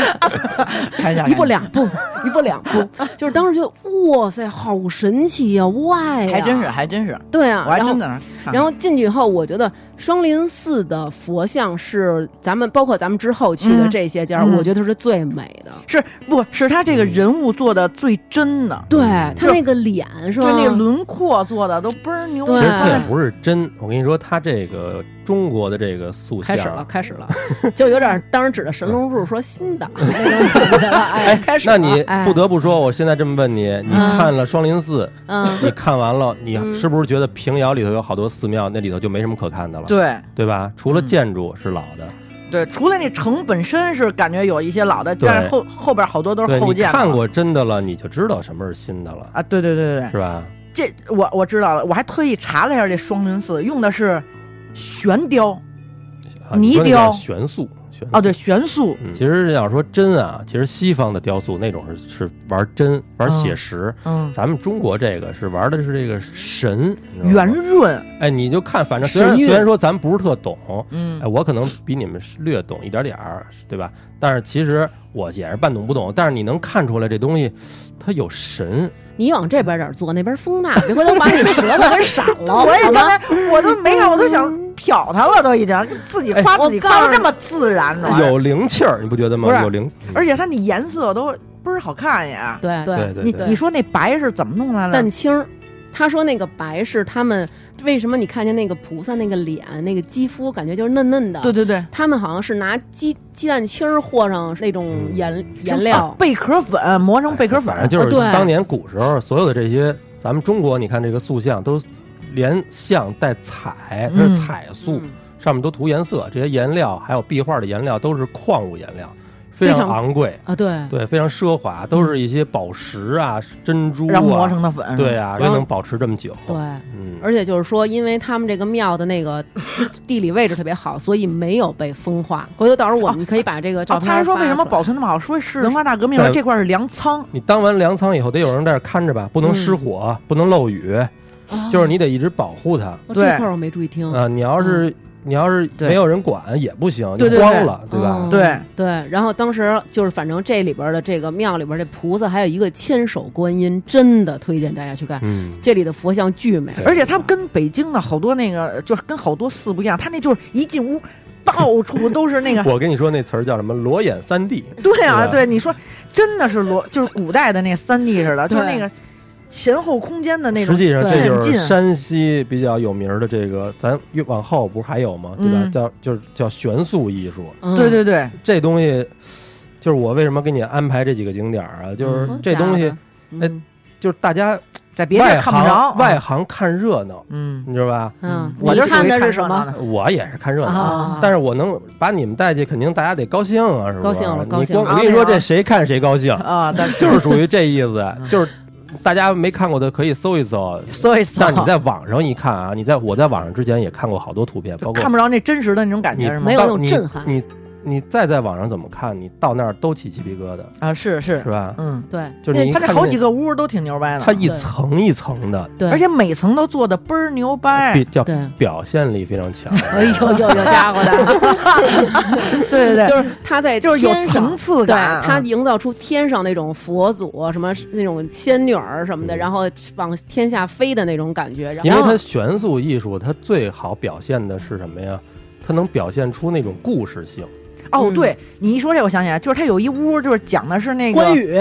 C: 看一下
B: 一步两步， 一步两步，就是当时就哇塞，好神奇呀、哇呀，
C: 还真是，还真是，
B: 对啊，
C: 我还
B: 然后
C: 真在嗯那儿看。
B: 然后进去以后，我觉得双林寺的佛像是咱们包括咱们之后去的
C: 嗯
B: 这些家，
C: 嗯
B: 我觉得是最美的。
C: 是不是他这个
A: 嗯
C: 人物做的最真的？
B: 对
A: 就
B: 他那个脸是
C: 就
B: 吧？
C: 那个轮廓做的都倍儿牛
B: 啊对啊
A: 其实这也
B: 对
C: 叉，
A: 不是真。我跟你说，他这个中国的这个塑
B: 开
A: 像啊
B: 始了，开始了， 就有点当时指着神龙柱说新 的那种感觉了。哎，开始
A: 那
B: 了。
A: 你
B: 哎
A: 不得不说，我现在这么问你，你
B: 嗯
A: 看了双林寺，
B: 嗯，
A: 你看完了，你
B: 嗯
A: 是不是觉得平遥里头有好多寺庙，那里头就没什么可看的了，
C: 对
A: 对吧？除了建筑是老的，
C: 对，除了那城本身是感觉有一些老的，
A: 对
C: 但是后后边好多都是
A: 对
C: 后
A: 你
C: 建的
A: 看过真的了，你就知道什么是新的了，
C: 啊，对对对对对，
A: 是吧？
C: 这我我知道了，我还特意查了一下这双林寺，用的是悬雕，
A: 啊，你说那叫
D: 泥雕
A: 悬塑，悬
D: 哦，
A: 塑
D: 对，悬塑，
A: 嗯，其实要说真啊，其实西方的雕塑那种是是玩真玩写实，
D: 嗯，
A: 咱们中国这个是玩的是这个神你知道吗
D: 圆润，
A: 哎，你就看，反正虽然
D: 神韵
A: 虽然说咱不是特懂，
D: 嗯
A: 哎，我可能比你们略懂一点点儿，对吧？但是其实我也是半懂不懂，但是你能看出来这东西它有神，
B: 你往这边点儿坐，那边风大，别回头把你舌头给闪了。
C: 我也
B: 好
C: 刚
B: 吗？
C: 才我都没看，我都想瞟他了，都已经自己夸
B: 哎
C: 自己
B: 我告
C: 夸
B: 诉
C: 的这么自然了，
A: 有灵气儿，你不觉得吗
C: 不？是
A: 有灵，
C: 而且它那颜色都倍儿好看呀。
D: 对
B: 对
A: 对
C: 你
A: 对对，
C: 你说那白是怎么弄来的
B: 蛋？清儿。他说那个白是他们为什么你看见那个菩萨那个脸那个肌肤感觉就是嫩嫩的，
D: 对对对，
B: 他们好像是拿鸡鸡蛋清儿和上那种颜、颜料，
C: 啊贝壳粉磨成贝壳粉
A: 哎反，正就是
B: 哦对
A: 当年古时候所有的这些，咱们中国你看这个塑像都连像带彩，它
D: 嗯
A: 是彩塑，
B: 嗯
A: 上面都涂颜色，这些颜料还有壁画的颜料都是矿物颜料，
B: 非
A: 非常
B: 常
A: 昂贵，
B: 啊，对，
A: 对，非常奢华，都是一些宝石啊、珍珠
D: 然后磨
A: 啊，
D: 成的粉，
A: 对啊，
B: 然
A: 又
B: 后
A: 能保持这么久，
B: 对
A: 嗯，
B: 而且就是说，因为他们这个庙的那个 地理位置特别好，所以没有被风化。回头到时候我们可以把这个照
C: 哦，
B: 片、
C: 他还说为什么保？存那么好？说是文化大革命
A: 在
C: 这块是粮仓，
A: 你当完粮仓以后，得有人在这看着吧，不能失火，不能漏雨，
C: 哦
A: 就是你得一直保护它
B: 哦、这
C: 对
B: 块儿我没注意
C: 嗯
B: 听。
A: 啊。你要是你要是
D: 对
A: 没有人管也不行，就
D: 对对对
A: 光了，对吧
B: 哦？
C: 对
B: 对，然后当时就是，反正这里边的这个庙里边这菩萨，还有一个千手观音，真的推荐大家去看。
A: 嗯，
B: 这里的佛像巨美，
A: 对。
C: 而且它跟北京的好多那个就是跟好多寺不一样，它那就是一进屋到处都是那个
A: 我跟你说那词儿叫什么？裸眼三 D，
C: 对啊，
A: 对
C: 对你说，真的是罗，就是古代的那三 D 似的，就是那
B: 对
C: 个前后空间的那种
A: 实际上这就
C: 渐
A: 是
C: 进
A: 山西比较有名儿的这个，咱越往后不是还有吗？对吧？
C: 嗯
A: 叫就是叫悬塑艺术，
B: 嗯、
C: 对对对，
A: 这东西就是我为什么给你安排这几个景点儿啊？就是
C: 哦
B: 嗯，
A: 这东西
B: 假的，嗯、
A: 哎就是大家
C: 在别地
A: 外
C: 儿看不
A: 行
C: 着。
A: 外行看热闹，
C: 嗯，
A: 你知道吧？
B: 嗯，
C: 我
B: 你
C: 就属于
B: 看的
C: 看
B: 是
C: 热
B: 什么？
C: 闹 的？
A: 我也是看热闹，
B: 啊
A: 但是我能把你们带去，肯定大家得高兴啊，是吧？
B: 高兴了高兴了啊
A: 你光我跟你说，这谁看谁高 兴，
C: 啊，但
A: 就是属于这意思，
B: 嗯
A: 就是大家没看过的可以搜一搜。
C: 搜一搜，
A: 但你在网上一看啊，你在我在网上之前也看过好多图片，包括
C: 看不着那真实的那种感
A: 你
C: 觉是吗
B: 没？有
A: 到
B: 那种
A: 你
B: 震撼
A: 你你再在网上怎么看，你到那儿都起鸡皮疙瘩，
C: 啊，是是
A: 是，吧？
C: 嗯，
B: 对，
A: 就是
B: 那
A: 你一
C: 它
A: 看
C: 这好几个屋都挺牛掰
B: 嗯
A: 它
C: 的，
A: 一层一层的，
B: 对，
C: 而且每层都做的倍儿牛
A: 比
C: 掰。
A: 叫
B: 哎对，
A: 表现力非常强。
B: 哎呦呦有家伙的，
C: 对 对对，
B: 就是他在
C: 就是有
B: 天上
C: 层次
B: 对
C: 感。啊
B: 他营造出天上那种佛祖啊什么那种仙女儿什么的，
A: 嗯
B: 然后往天下飞的那种感觉，然后
A: 因为它悬塑艺术，它最好表现的是什么呀？它能表现出那种故事性。
C: 哦，
B: 嗯
C: 对你一说这，我想起来，就是它有一屋，就是讲的是那个
B: 关羽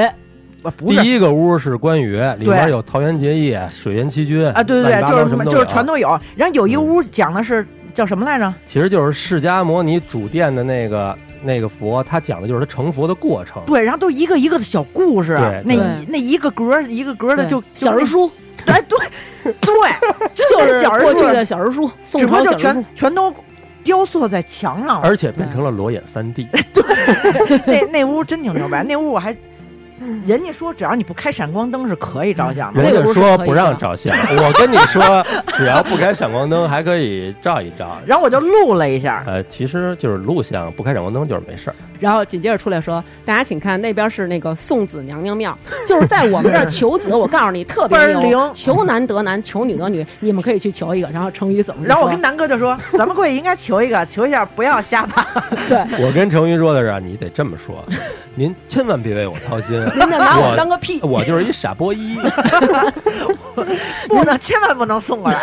C: 啊不
A: 第
C: 是
A: 一个屋是关羽，里面
C: 对
A: 有桃园结义、水淹七军
C: 啊，对对
A: 乱
C: 对，
A: 七八
C: 就
A: 糟
C: 是
A: 什么都
C: 就是
A: 有嗯
C: 全都有。然后有一屋讲的是叫什么来着？
A: 其实就是释迦摩尼主殿的那个那个佛，他讲的就是他成佛的过程。
C: 对，然后都一个一个的小故事啊
A: 对，
C: 那
B: 对
C: 一那一个格儿一个格儿的
B: 对
C: 就
B: 小人，书，
C: 就那哎，对 对，真
B: 就
C: 的
B: 是
C: 小人
B: 过去
C: 书啊
B: 的小人书，宋
C: 只不
B: 朝
C: 过
B: 小
C: 就
B: 人书
C: 全，全都雕塑在墙上了。
A: 而且变成了裸眼三 D，
C: 那那屋真挺牛掰，那屋我还。人家说，只要你不开闪光灯是可以照相的。嗯
A: 人
B: 那个
A: 家
B: 屋是
A: 说
B: 可以
A: 不让
B: 的
A: 照相，我跟你说，只要不开闪光灯还可以照一照。
C: 然后我就录了一下，
A: 呃，其实就是录像，不开闪光灯就是没事儿。
B: 然后紧接着出来说，大家请看那边是那个送子娘娘庙，就是在我们这儿求子，我告诉你特别
C: 倍儿
B: 牛，
C: 灵
B: 求男得男，求女得女，你们可以去求一个。然后成语怎
A: 嗯
B: 么说？
C: 然后我跟南哥就说：“咱们过去应该求一个，求一下，不要瞎拍。
B: 对。
A: 我跟程云说的是啊，你得这么 说，您千万别为我操心，
B: 真的拿我当个屁，
A: 我就是一傻波 一，
C: 不能，千万不能送过来。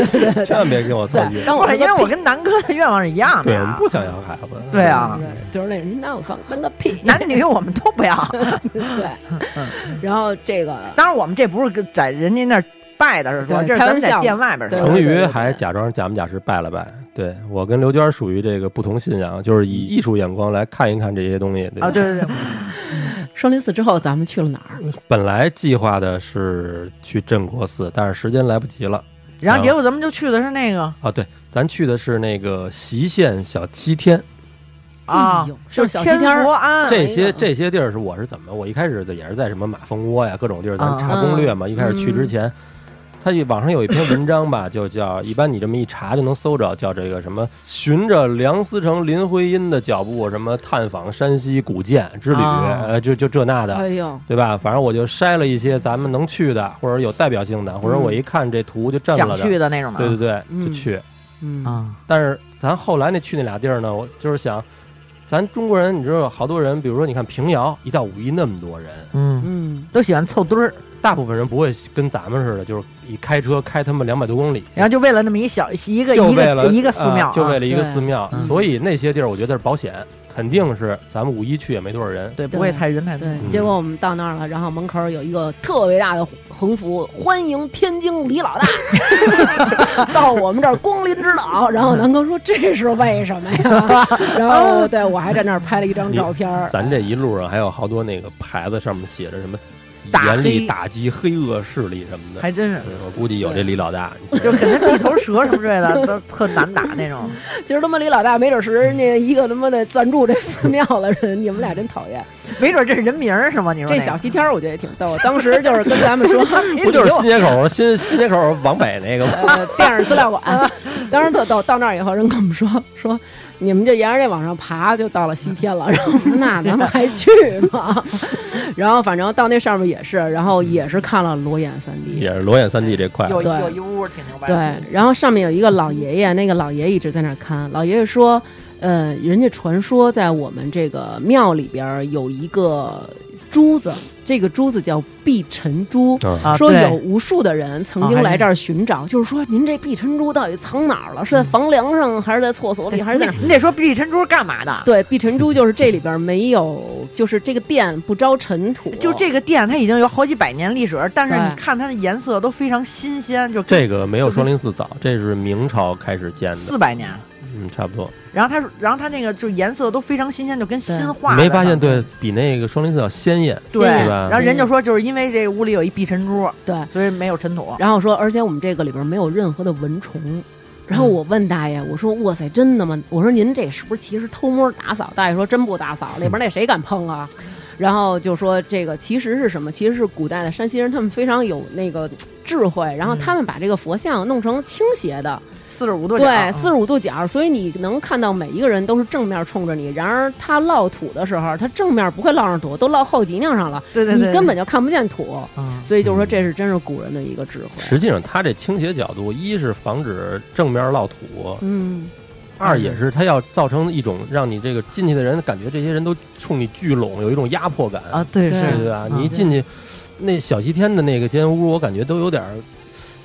A: 千万别给我操心
B: 对，。当
C: 不
B: 我
C: 是
B: 当
C: 因为
B: 个
C: 我
B: 屁，
C: 跟南哥的愿望是一样的
A: 对，
C: 啊
A: 我们
C: 呀。
A: 不想要孩子。
C: 对啊，
B: 对就是那人拿我当当个屁，
C: 男女我们都不要。
B: 对。然后这个
C: 当然，我们这不是跟在人家那儿拜的，是说
B: 对
C: 这是咱
B: 开玩
C: 们在
B: 笑
C: 店外边
B: 对
C: 说。
A: 成
B: 对
A: 瑜
B: 对
A: 还假装假模假式拜了拜。对我跟刘娟属于这个不同信仰，就是以
B: 嗯
A: 艺术眼光来看一看这些东西。对吧
C: 啊，对对对，
B: 少林寺之后，咱们去了哪儿？
A: 本来计划的是去镇国寺，但是时间来不及了。
C: 然后结果咱们就去的是那个
A: 啊，对，咱去的是那个隰县小七天，
C: 啊
B: 哎呦，
C: 就是
B: 上小西
C: 千
B: 天儿
C: 佛庵。
A: 这些
B: 呀
A: 这些地儿是我是怎么？我一开始也是在什么马蜂窝呀，各种地儿，
C: 啊
A: 咱查攻略嘛。一开始去之前，他有网上有一篇文章吧，就叫一般你这么一查就能搜着，叫这个什么“循着梁思成、林徽因的脚步，什么探访山西古建之旅”，
D: 啊
A: 呃，就就这那的，
B: 哎呦，
A: 对吧？反正我就筛了一些咱们能去的，或者有代表性的，或者我一看这图就震了
C: 想
A: 的，
C: 去的那种啊的，
A: 对对对，
B: 嗯
A: 就去。
B: 嗯，
D: 啊，
A: 但是咱后来那去那俩地儿呢，我就是想，咱中国人你知道，好多人，比如说你看平遥，一到五一那么多人，
C: 嗯，
B: 嗯，
C: 都喜欢凑堆儿，
A: 大部分人不会跟咱们似的，就是一开车开他们两百多公里，
C: 然后就为了那么一小一个
A: 就
C: 一
A: 为了
C: 个一个寺庙啊，
A: 啊就为了一个
B: 对
A: 寺庙，
C: 嗯
A: 所以那些地儿我觉得是保险，肯定是咱们五一去也没多少人。
C: 对，不会太人太多。
B: 对，
A: 嗯
B: 结果我们到那儿了，然后门口有一个特别大的横幅，欢迎天津李老 大到我们这儿光临指导。然后南哥说这是为什么 呀？然后对我还在那儿拍了一张照片儿。
A: 咱这一路上还有好多那个牌子，上面写着什么
C: 打黑
A: 严厉打击黑恶势力什么的。
C: 还真是，
A: 嗯我估计有这李老大，
C: 就可能地头蛇什么之 类的都特难打那种。
B: 其实他妈李老大没准是人家一个他妈的赞助这寺庙的人，你们俩真讨厌。
C: 没准这是人名儿是吗？你说
B: 这
C: 那个
B: 小西天儿我觉得也挺逗，当时就是跟咱们说，
A: 不就是新街口新新街口往北那个吗？
B: 呃，电影资料馆， 当时特逗。到那儿以后，人跟我们说说，你们就沿着这往上爬，就到了西天了。然后我们说那咱们还去吗？ 然后反正到那上面也是，然后也是看了裸眼三 D。
A: 也是裸眼三 D 这块，
C: 有
B: 对
C: 有一屋挺牛掰
B: 对
C: 的，，
B: 然后上面有一个老爷爷，那个老爷爷一直在那儿看。老爷爷说，呃，人家传说在我们这个庙里边儿有一个珠子，这个珠子叫碧尘珠。
A: 嗯
C: 啊
B: 说
C: 对哦
B: 有无数的人曾经来这儿寻找，就是说您这碧晨珠到底藏哪儿了？是
C: 嗯
B: 在房梁上，还是在厕所里，还是在哪儿？
C: 你你得说碧珍珠干嘛的？
B: 对，碧晨珠就是这里边没有，就是这个店不招尘土，
C: 就这个店它已经有好几百年历史，但是
B: 对
C: 你看它的颜色都非常新鲜，就
A: 这个没有双林寺早，这是明朝开始建的，
C: 四百年。
A: 嗯，差不多。
C: 然后它，然后它那个就是颜色都非常新鲜，就跟新画的。
A: 没发现对比那个双林寺要鲜艳，
B: 鲜
C: 对
B: 艳
A: 对吧
C: 然后人就说，就是因为这个屋里有一碧珍珠，
B: 对。
C: 所以没有尘土。
B: 然后说，而且我们这个里边没有任何的蚊虫。然
C: 嗯
B: 后我问大爷，我说：“哇塞，真的吗？”我说：“您这是不是其实偷摸打扫？”大爷说：“真不打扫，里边那谁敢碰啊？”然后就说这个其实是什么？其实是古代的山西人，他们非常有那个智慧，然
C: 嗯
B: 后他们把这个佛像弄成倾斜的，
C: 四十五度角，
B: 对，
C: 嗯
B: 四十五度角，所以你能看到每一个人都是正面冲着你。然而他落土的时候，他正面不会落上土，都落后脊梁上了，
C: 对对对，
B: 你根本就看不见土。
C: 嗯
B: 所以就是说，这是真是古人的一个智慧。
A: 实际上，它这倾斜角度，一是防止正面落土，
B: 嗯，
A: 二也是它要造成一种让你这个进去的人感觉这些人都冲你聚拢，有一种压迫感，
C: 啊，对
B: 对
A: 对
C: 是，
A: 吧？
C: 嗯
A: 你一进去，那小西天的那个间屋，我感觉都有点儿，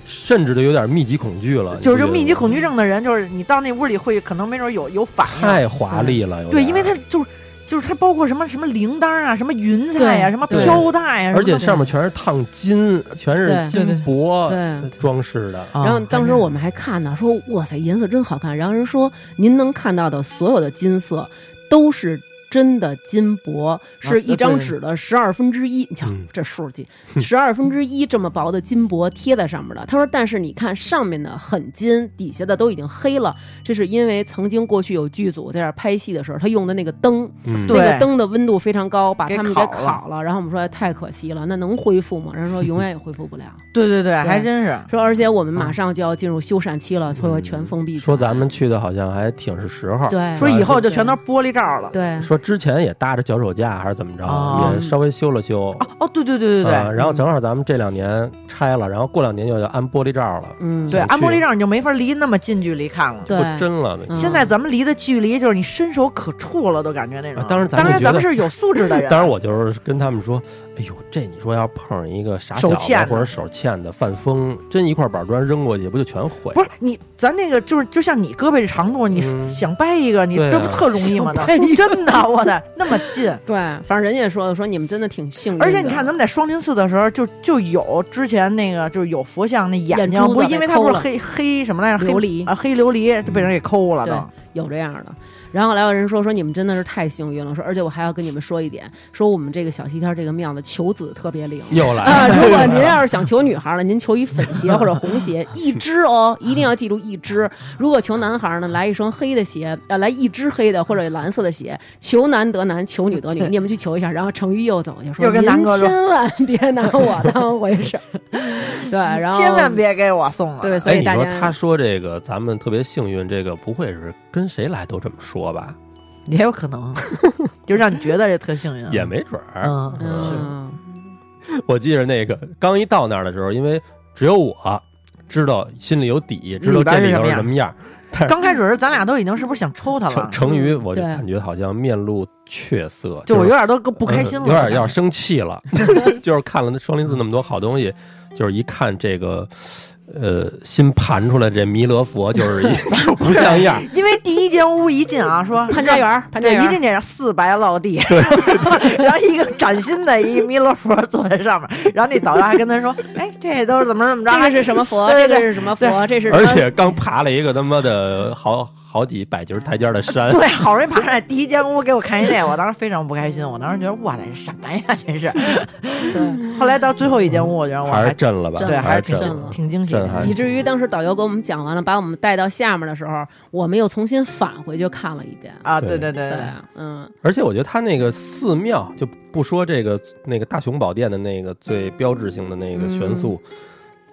A: 甚至都有点密集恐惧了，你
C: 就是就
A: 不觉得吗
C: 密集恐惧症的人，就是你到那屋里会可能没准有有反应，
A: 太华丽了，有
C: 对，
A: 点儿
C: 因为它就是就是它包括什么什么铃铛啊，什么云彩呀、
B: 对
C: 什么
A: 对
C: 飘带呀、
A: 而且
C: 什么
A: 上面全是烫金，全是
B: 对
C: 对
A: 金箔
B: 对
A: 装饰的，
C: 的。
B: 然后当时我们
C: 还
B: 还看呢，说哇塞，颜色真好看。然后人说，您能看到的所有的金色都是。真的金箔是一张纸的十二分之一，你瞧
A: 嗯
B: 这数儿记，十二分之一这么薄的金箔贴在上面的。他说，但是你看上面的很金，底下的都已经黑了，这是因为曾经过去有剧组在这儿拍戏的时候，他用的那个灯，
A: 嗯，
B: 那个
C: 对
B: 灯的温度非常高，把他们给
C: 给烤了
B: 烤了。然后我们说哎太可惜了，那能恢复吗？人家说永远也恢复不了。
C: 对对对，
B: 对
C: 还真是
B: 说，而且我
C: 嗯
B: 们马上就要进入修缮期了，所以会全封闭。
A: 说咱们去的好像还挺是时候，
B: 对
C: 说以后就
B: 对
C: 全都是玻璃罩了。
B: 对
A: 说之前也搭着脚手架还是怎么着，
C: 哦
A: 也稍微修了修。
C: 哦哦，对对对对对。
A: 啊然后正好咱们这两年拆了，然后过两年又要安玻璃罩了，
B: 嗯
C: 对，
A: 想
C: 安玻璃
A: 去
C: 罩你就没法离那么近距离看了。
B: 对
A: 不真了。
B: 嗯
C: 现在咱们离的距离就是你伸手可触了，都感觉那种。
A: 啊当然咱
C: 当
A: 们
C: 然
A: 觉
C: 咱们
A: 得
C: 是有素质的人。
A: 当然，我就是跟他们说，哎呦，这你说要碰上一个傻小
C: 手
A: 子
C: 欠的
A: 或者手欠的犯疯，真一块板砖扔过去，不就全毁？
C: 不是你，咱那个就是就像你胳膊这长度，你
A: 嗯
C: 想掰一个，你
A: 对啊
C: 这不特容易吗？
B: 想掰一个
C: 真的，我的那么 近。
B: 对，反正人家说的说你们真的挺幸运的。
C: 而且你看，咱们在双林寺的时候，就就有之前那个就是有佛像那眼
B: 眼
C: 睛
B: 珠，子
C: 不是
B: 被
C: 因为它
B: 抠
C: 不是
B: 了
C: 黑黑什么来着？黑
B: 琉璃嗯
C: 啊，黑琉璃就被人给抠了
B: 对
C: 都。
B: 有这样的。然后后来有人说说你们真的是太幸运了，说而且我还要跟你们说一点，说我们这个小西天这个庙的求子特别灵。
A: 又 来
B: 啊，
A: 了，
B: 如果您要是想求女孩了，您求一粉鞋或者红鞋，一只哦，一定要记住一只。如果求男孩呢，来一双黑的鞋，呃，来一只黑的或者蓝色的鞋。求男得男，求女得女，你们去求一下。然后成昱又走就说：“
C: 又跟南
B: 您
C: 哥说
B: 千万别拿我当回事儿。” 对，然后
C: 千万别给我送了。
B: 对，所
A: 哎，
B: 以
A: 你
B: 大
A: 说
B: 家
A: 他说这个咱们特别幸运，这个不会是跟谁来都这么说
C: 嗯
A: 吧？
C: 也有 可能，就让你觉得这特幸运。啊
A: 也没准儿。
C: 嗯
B: 嗯，
A: 我记着那个刚一到那儿的时候，因为只有我知道心里有底，知道这里头是什么样儿。
C: 刚开始咱俩都已经是不是想抽他了
A: 成？成语我就
B: 嗯对
A: 感觉好像面露怯色，
C: 就我
A: 是
C: 有点都不开心了，
A: 嗯有点要生气 了。就是看了那双林寺那么多好东西，就是一看这个，呃，新盘出来这弥勒佛就是 一不像样儿。
C: 因为第一间屋一进啊，说
B: 潘家园儿，潘家
C: 对，
B: 园
C: 一
B: 儿，
C: 进去四白落地， 然后一个崭新的一弥勒佛坐在上面，然后那导游还跟他说：“哎，这都是怎么怎么着
B: 这？”个是什么佛？
C: 对
B: 这
C: 对
B: 个是什么佛？这是
A: 而且刚爬了一个他妈的好好几百级台阶儿的山，
C: 对，好容易爬上来第一间屋，给我看一这，我当时非常不开心，我当时觉得哇塞，这什么呀，这是。
B: 对
C: 后来到最后一间屋，我觉得我
A: 还是
C: 还
A: 震了吧？
B: 震
C: 对，
A: 还
C: 还
A: 是震
C: 是挺
B: 震
A: 了
B: 了。
C: 挺惊喜
A: 震撼
C: 的。
B: 以至于当时导游给我们讲完了，把我们带到下面的时候，我们又重新返回去看了一遍。
C: 啊，
A: 对
C: 对对对
B: 对
C: 对，，
B: 嗯，
A: 而且我觉得他那个寺庙，就不说这个那个大雄宝殿的那个最标志性的那
B: 嗯
A: 个悬塑，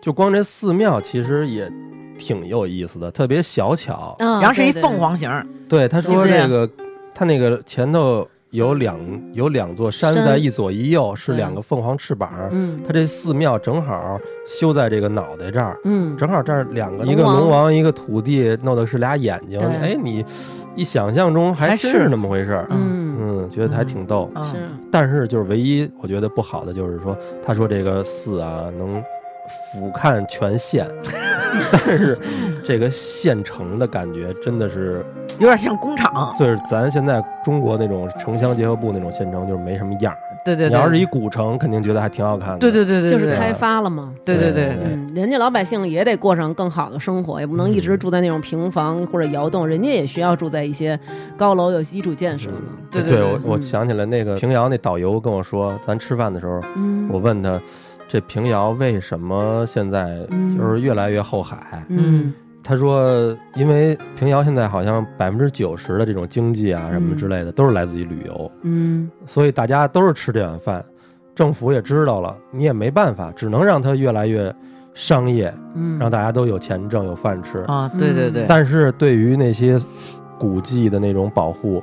A: 就光这寺庙其实也挺有意思的，特别小巧。
B: 嗯
C: 然后是
B: 对
C: 一
B: 对
C: 凤凰形儿，
A: 对，他说
C: 对
A: 这个他那个前头有两有两座山
B: 山
A: 在一左一右，是
B: 对
A: 两个凤凰翅膀。
B: 嗯
A: 他这寺庙正好修在这个脑袋这儿，
B: 嗯，
A: 正好这儿两个，
B: 龙
A: 一个
B: 王
A: 龙王，一个土地，弄的是俩眼睛。
B: 对
A: 哎，你一想象中还
C: 还
A: 真
C: 是
A: 是那么回事儿。
B: 嗯
A: 嗯，觉得还挺逗。
C: 嗯
B: 是
A: 但是就是唯一我觉得不好的就是说，他说这个寺啊能俯瞰全县， 但是这个县城的感觉真的是，
C: 有点像工厂。
A: 就是咱现在中国那种城乡结合部那种县城，就是没什么样儿。
C: 对对
A: 你
C: 对，
A: 要是一古城，肯定觉得还挺好看的。
C: 对对对对，
B: 就是
C: 对
B: 开发了嘛。
C: 对对对
A: 对
B: 嗯，人家老百姓也得过上更好的生活，也不能一直住在那种平房或者窑洞，人家也需要住在一些高楼有基础建设嘛。
C: 对
A: 对
C: 对
A: 我
C: 对
A: 我
B: 嗯
A: 想起来那个平遥那导游跟我说，咱吃饭的时候，
B: 嗯，
A: 我问他。这平遥为什么现在就是越来越后海？
B: 嗯
A: 他说，因为平遥现在好像百分之九十的这种经济啊什么之类的，都是来自于旅游，
B: 嗯
A: 所以大家都是吃这碗饭。政府也知道了，你也没办法，只能让它越来越商业，
B: 嗯，
A: 让大家都有钱挣、有饭吃。
C: 啊，对对对，
A: 但是对于那些古迹的那种保护，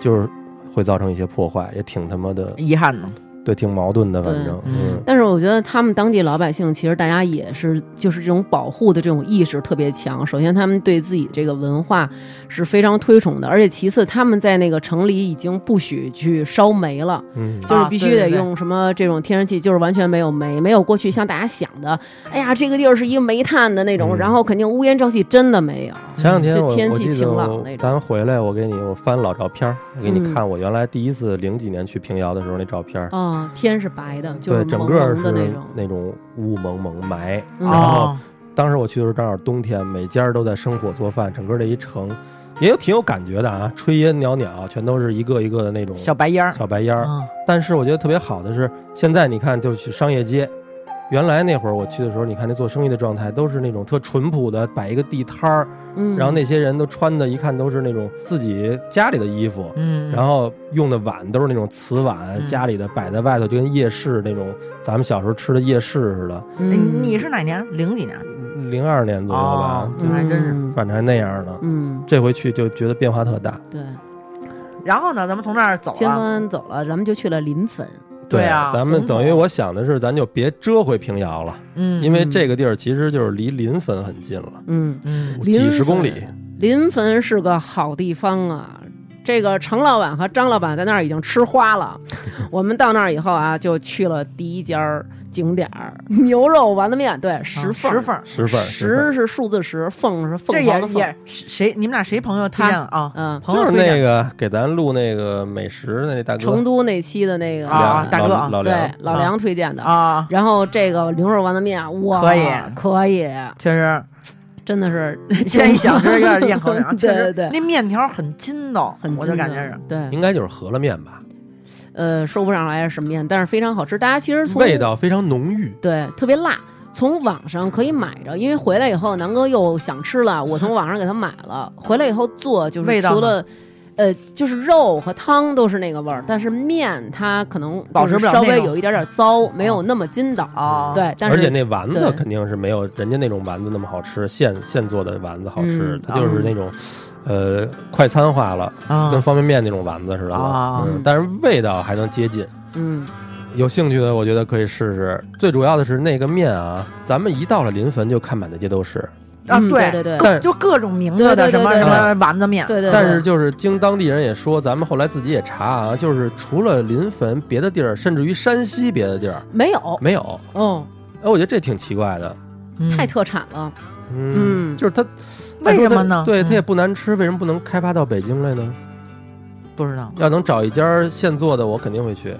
A: 就是会造成一些破坏，也挺他妈的，
C: 遗憾呢。
A: 对，挺矛盾的，反正，
C: 哎对
A: 嗯，
B: 但是我觉得他们当地老百姓其实大家也是就是这种保护的这种意识特别强。首先，他们对自己这个文化是非常推崇的，而且其次，他们在那个城里已经不许去烧煤了。
A: 嗯，
B: 就是
C: 啊
B: 必
C: 对
B: 须得
C: 对对
B: 用什么这种天然气，就是完全没有煤，没有过去像大家想的，哎呀，这个地儿是一个煤炭的那种，
A: 嗯
B: 然后肯定乌烟瘴气，真的没有。
C: 嗯
A: 前两天
B: 就
A: 我
B: 天
A: 我
B: 气
A: 记得
B: 晴朗
A: 我
B: 那种
A: 咱回来，我给你我翻老照片儿，我给你
B: 嗯
A: 看我原来第一次零几年去平遥的时候那照片儿。
B: 哦，天是白的，就
A: 对，
B: 是
A: 整
B: 蒙
A: 个
B: 蒙的那
A: 是啊
B: 种。
A: 那种雾蒙蒙霾。
B: 嗯
A: 然后
C: 哦，
A: 当时我去的时候正好冬天，每家都在生火做饭，整个这一城也有挺有感觉的啊，炊烟袅袅，全都是一个一个的那种
C: 小白烟儿，
A: 小白烟儿。
C: 嗯
A: 但是我觉得特别好的是，现在你看就是去商业街。原来那会儿我去的时候，你看那做生意的状态都是那种特淳朴的，摆一个地摊儿，
B: 嗯，
A: 然后那些人都穿的，一看都是那种自己家里的衣服，
C: 嗯，
A: 然后用的碗都是那种瓷碗，
C: 嗯
A: 家里的摆在外头，就跟夜市那种咱们小时候吃的夜市似的。
C: 哎
B: 嗯
C: 你是哪年？零几年？
A: 零二年左右吧
C: 哦，这还真是。
B: 嗯
A: 反正还那样呢。
B: 嗯，
A: 这回去就觉得变化特大。
B: 对，
C: 然后呢，咱们从那儿走
B: 金
C: 了，
B: 湾走了，咱们就去了临汾。
C: 对啊
A: 咱们
C: 红头
A: 等于我想的是，咱就别折回平遥了，
C: 嗯，
A: 因为
B: 嗯
A: 这个地儿其实就是离临汾很近了，
B: 嗯，
C: 嗯
B: 临
A: 几十公里。
B: 临汾是个好地方啊。这个程老板和张老板在那儿已经吃 花了。我们到那儿以后啊，就去了第一家儿景点儿——牛肉丸子面，对，石
C: 缝
B: 缝，
C: 石缝
A: 十份
C: 啊儿，
A: 儿十份儿
B: 石是数字石，凤是
C: 这
B: 凤凰
C: 也
B: 的凤，
C: 也谁？你们俩谁朋友推荐了啊？
B: 嗯，
C: 朋
A: 就
C: 友
A: 是
C: 推
A: 那
C: 荐
A: 个给咱录那个美食的那大哥
B: 成都那期的那个
A: 梁
C: 啊大哥
A: 老
C: 啊
A: 老
B: 对
A: 梁，
B: 老梁推荐的。
C: 啊，
B: 然后这个牛肉丸子面，哇，
C: 可以
B: 可以，
C: 确实
B: 真的是
C: 现在一想，这有点咽口水 啊。
B: 对
C: 确实
B: 对对
C: 那面条很筋道，
B: 很
C: 我就
B: 筋
C: 感
B: 的
C: 觉是。
B: 对，
A: 应该就是饸饹面吧，
B: 呃，说不上来是什么面，但是非常好吃。大家其实从
A: 味道非常浓郁。
B: 对特别辣，从网上可以买着，因为回来以后南哥又想吃了，我从网上给他买了，回来以后做就
C: 味
B: 是
C: 道呢
B: 除了。呃，就是肉和汤都是那个味儿，但是面它可能
C: 保
B: 就是
C: 持不了
B: 稍
C: 那
B: 微
C: 种
B: 有一点点糟，没有那么筋道。
C: 哦，，
B: 对，但是
A: 而且那丸子
B: 对
A: 肯定是没有人家那种丸子那么好吃，现现做的丸子好吃，
B: 嗯
A: 它就是那种，呃，快餐化了，跟
C: 啊，
A: 方便面那种丸子似的了
C: 啊，
A: 嗯，但是味道还能接近。
B: 嗯，
A: 有兴趣的，我觉得可以试试。最主要的是那个面啊，咱们一到了临汾就看满大街都是，
C: 啊
B: 嗯
C: 对
B: 对对
A: 但
C: 就各种名字的
B: 对对对
C: 什么
B: 对
C: 什
A: 对
C: 么丸子面，
B: 对对，
A: 但
B: 对
A: 是就是经当地人也说，咱们后来自己也查啊，就是除了临汾，别的地儿，甚至于山西别的地儿
B: 没有，
A: 没有。
B: 嗯，
A: 哎，我觉得这挺奇怪的。
C: 嗯
B: 太特产了，嗯
A: 就是它
C: 为什么呢？
A: 对，它
C: 嗯
A: 也不难吃，为什么不能开发到北京来呢？
C: 不知道。
A: 要能找一家现做的，我肯定会去。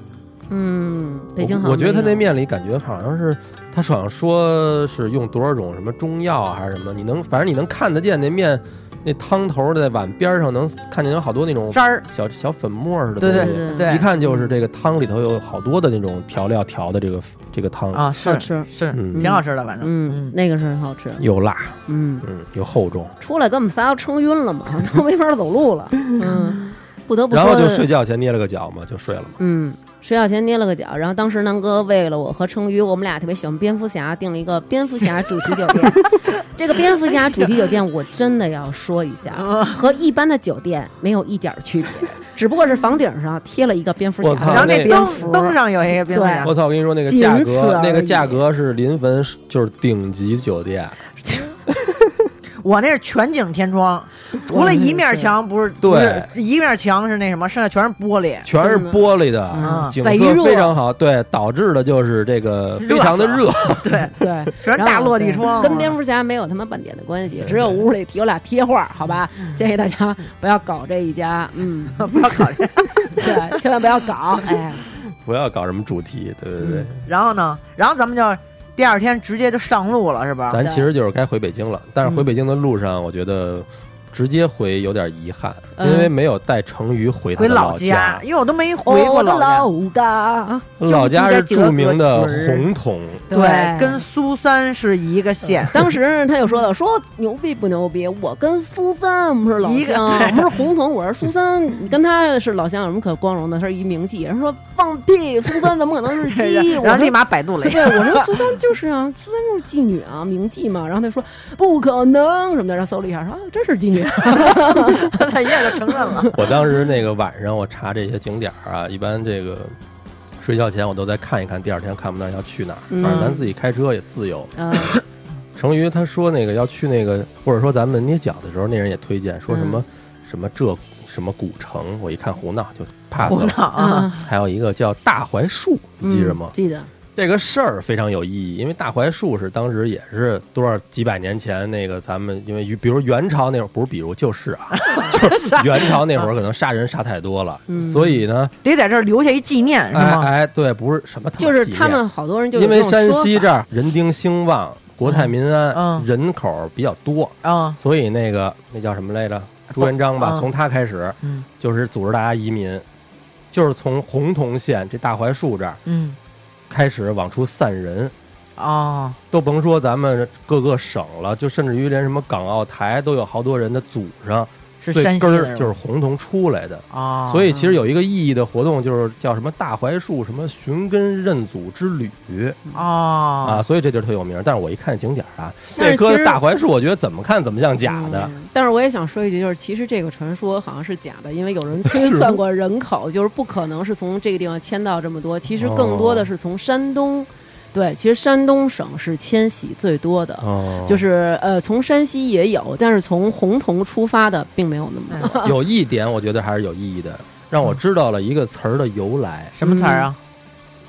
B: 嗯，北京好像
A: 我我觉得他
B: 没
A: 那
B: 有
A: 面里感觉好像是，他好像说是用多少种什么中药啊还是什么，你能反正你能看得见那面那汤头在碗边上能看见有好多那种
C: 汁儿，
A: 小小粉末似的东西，
C: 对
B: 对嗯
C: 对对
A: 一看就是这个汤里头有好多的那种调料调的这个这个汤，
C: 啊，
B: 好
C: 是
B: 吃，
C: 是，
A: 嗯
C: 挺好吃的，反正
B: 嗯，那个是好吃，
A: 又辣，
B: 嗯，
A: 嗯，又厚重，
B: 出来给我们仨撑晕了嘛，都没法走路了，嗯，不得不
A: 然
B: 说
A: 后就
B: 的
A: 睡觉前捏了个脚嘛，就睡了嘛。
B: 嗯，睡觉前捏了个脚，然后当时南哥为了我和成宇，我们俩特别喜欢蝙蝠侠，订了一个蝙蝠侠主题酒店。这个蝙蝠侠主题酒店，我真的要说一下，
C: 哦
B: 和一般的酒店没有一点儿区别，只不过是房顶上贴了一个蝙蝠
A: 我
B: 侠
A: 操
B: 的
C: 然后
A: 那
C: 那
A: 个
B: 蝙蝠
C: 灯。灯上有一个蝙蝠
B: 对
C: 侠
A: 我操！我跟你说，那个价
B: 仅此
A: 格，
B: 而
A: 那个
B: 已
A: 价格是临汾就是顶级酒店，
C: 我那是全景天窗，除
B: 我
C: 了
B: 那
C: 一
B: 个
C: 面
B: 是
C: 墙不是，
A: 对
C: 不是一面墙是那什么，剩下全是玻 璃。
A: 全是
B: 真的
A: 玻璃的，
B: 嗯
A: 景
B: 贼热
A: 色非常好，对，导致的就是这个非常的热，
C: 对，
B: 对，
C: 全是大落地窗，啊
B: 跟蝙蝠侠没有他妈半点的关系，只有屋里有俩贴画，好吧？建议大家不要搞这一家，嗯，
C: 不要考虑。
B: 对，千万不要搞，哎，
A: 不要搞什么主题，对对对，
C: 然后呢，然后咱们就第二天直接就上路了，是吧？
A: 咱其实就是该回北京了，但是回北京的路上，我觉得直接回有点遗憾，
B: 嗯
A: 因为没有带成瑜回他
C: 回
A: 的
C: 老
A: 家，
C: 因为我都没回
B: 哦我
C: 过
B: 的
C: 老家。
B: 老家，
A: 老家是著名的红桶，
C: 对，跟苏三是一个县，
B: 当时他就说了，说牛逼不牛逼？我跟苏三我们是老
C: 一个
B: 乡，
C: 对
B: 我们是红彤，我是苏三，你跟他是老乡有什么可光荣的？他是一名妓。人说放屁，苏三怎么可能是鸡？
C: 然
B: 我
C: 后
B: 说
C: 立马百度了一下，
B: 对，我说苏三就是啊，苏三就是妓女啊，名妓嘛。然后他说不可能什么的，然后搜了一下，说、啊、真是妓女。
C: 他 一下就承认了。
A: 我当时那个晚上我查这些景点儿啊，一般这个睡觉前我都再看一看，第二天看不到要去哪儿，
B: 嗯
A: 反正咱自己开车也自由。
B: 嗯
A: 成瑜他说那个要去那个，或者说咱们捏脚的时候，那人也推荐说什么、
B: 嗯
A: 什么这什么古城，我一看胡闹就 pass
C: 胡
A: 了。
C: 闹啊，
A: 还有一个叫大槐树，你记着吗？
B: 嗯记得。
A: 这个事儿非常有意义，因为大槐树是当时也是多少几百年前那个咱们，因为比如元朝那会儿，不是比如就是 啊，就是元朝那会儿可能杀人杀太多了，
B: 嗯
A: 所以呢，
C: 得在这儿留下一纪念是
A: 哎
C: 吗？
A: 哎，对，不是什么他妈
B: 就是
A: 纪念
B: 他们好多人就有
A: 因为
B: 这种
A: 山
B: 说
A: 西
B: 法
A: 这儿人丁兴旺，国泰民安，
C: 嗯
A: 人口比较多，
C: 啊，
A: 所以那个那叫什么来着？朱元璋
B: 啊
A: 吧，
C: 嗯
A: 从他开始
C: 嗯
A: 就是组织大家移民，就是从洪洞县这大槐树这儿
C: 嗯，
A: 开始往出散人，
C: 哦，
A: 都甭说咱们各个省了，就甚至于连什么港澳台都有好多人的祖上
C: 是山
A: 最
C: 西
A: 根
C: 的
A: 儿就是洪洞出来的。
C: 啊，
A: 所以其实有一个意义的活动，就是叫什么大槐树什么寻根认祖之旅
C: 哦
A: 啊，所以这地儿特有名。但是我一看景点儿啊，
B: 但
A: 那
B: 是其
A: 棵
B: 实
A: 大槐树，我觉得怎么看怎么像假的。
B: 嗯但是我也想说一句，就是其实这个传说好像是假的，因为有人 推算过人口，就是不可能是从这个地方迁到这么多，其实更多的是从山东。
A: 哦
B: 对，其实山东省是迁徙最多的，
A: 哦，
B: 嗯就是呃，从山西也有，但是从洪洞出发的并没有那么 多。
A: 有一点，我觉得还是有意义的，让我知道了一个词儿的由来，
C: 什么词儿啊？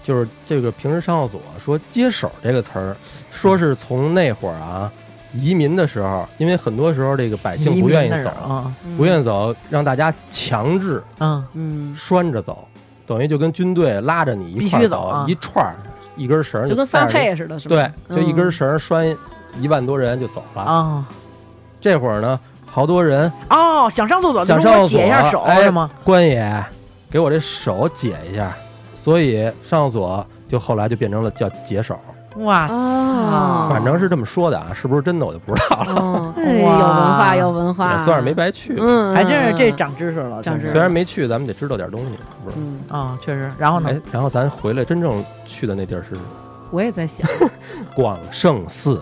A: 就是这个平时上厕所说“接手”这个词儿，说是从那会儿啊，移民的时候，因为很多时候这个百姓不嗯愿意走，
C: 啊，
A: 不愿意走，让大家强制
C: 嗯
B: 嗯，
A: 拴着走，等于就跟军队拉着你一块
C: 必须
A: 儿
C: 走啊
A: 一串儿一根绳儿
B: 嗯，就跟
A: 带着
B: 发
A: 你
C: 嗯
B: 配似的，是吧？嗯
A: 对，就一根绳儿拴一万多人就走了。
C: 啊，
A: 这会儿呢，好多人
C: 哦，想上厕所，
A: 想
C: 能给
A: 上
C: 我
A: 厕
C: 解一下手
A: 所，哎
C: 是吗？，
A: 关爷，给我这手解一下，所以上厕所就后来就变成了叫解手，
C: 哇
B: 哦
C: 操！
A: 反正是这么说的啊，是不是真的我就不知道了，
B: 哦，
C: 哇
B: 哎有文化，有文 化，
A: 也算是没白去。
B: 嗯，嗯，
C: 还哎真是这
B: 嗯
C: 长知识了，
B: 长知识
A: 虽然没去，咱们得知道点东西，不是？
B: 嗯，
C: 啊，确实。然后呢
A: 哎？，然后咱回来真正去的那地儿是
B: 我也在想，
A: 广圣寺，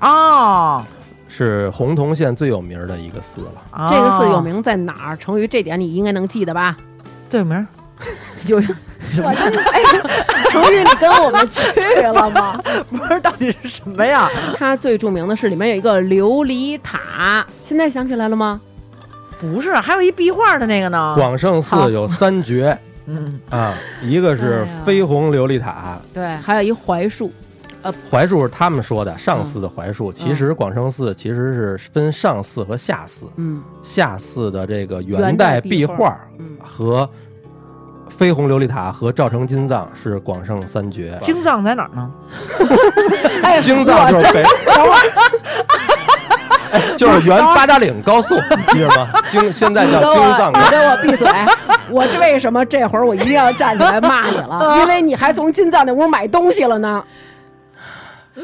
C: 哦，
A: 是洪洞县最有名的一个寺了。
C: 哦
B: 这个寺有名在哪儿？成语这点你应该能记得 吧？
C: 最有名儿， 有什么
B: 我？真的哎，成语你跟我们去了 吗？
C: 不是到底是什么呀？
B: 它最著名的是里面有一个琉璃塔，现在想起来了吗？
C: 不是，还有一壁画的那个
B: 啊
C: 呢。
A: 广圣
C: 好
A: 寺有三绝
C: 嗯，
A: 啊，一个是
B: 哎呀
A: 绯红琉璃塔，
B: 对，还有一槐树，
A: 槐树是他们说的
B: 嗯
A: 上寺的槐树，其实广生寺其实是分上寺和下寺，
B: 嗯
A: 下寺的这个
B: 元
A: 元
B: 代
A: 代
B: 壁
A: 壁
B: 画
A: 画
B: 嗯，
A: 和绯红琉璃塔和照城金藏是广圣三绝。
C: 京藏在哪儿呢？
B: 哎，
A: 京藏就是北， 哎就是原八达岭高速，你记着吗？京现在
B: 你
A: 叫
B: 给
A: 京藏
B: 我，
A: 高
B: 你
A: 速
B: 给我 闭嘴！我这为什么这会儿我一定要站起来骂你 了？
A: 啊
B: 因为你还从金藏那屋买东西了呢。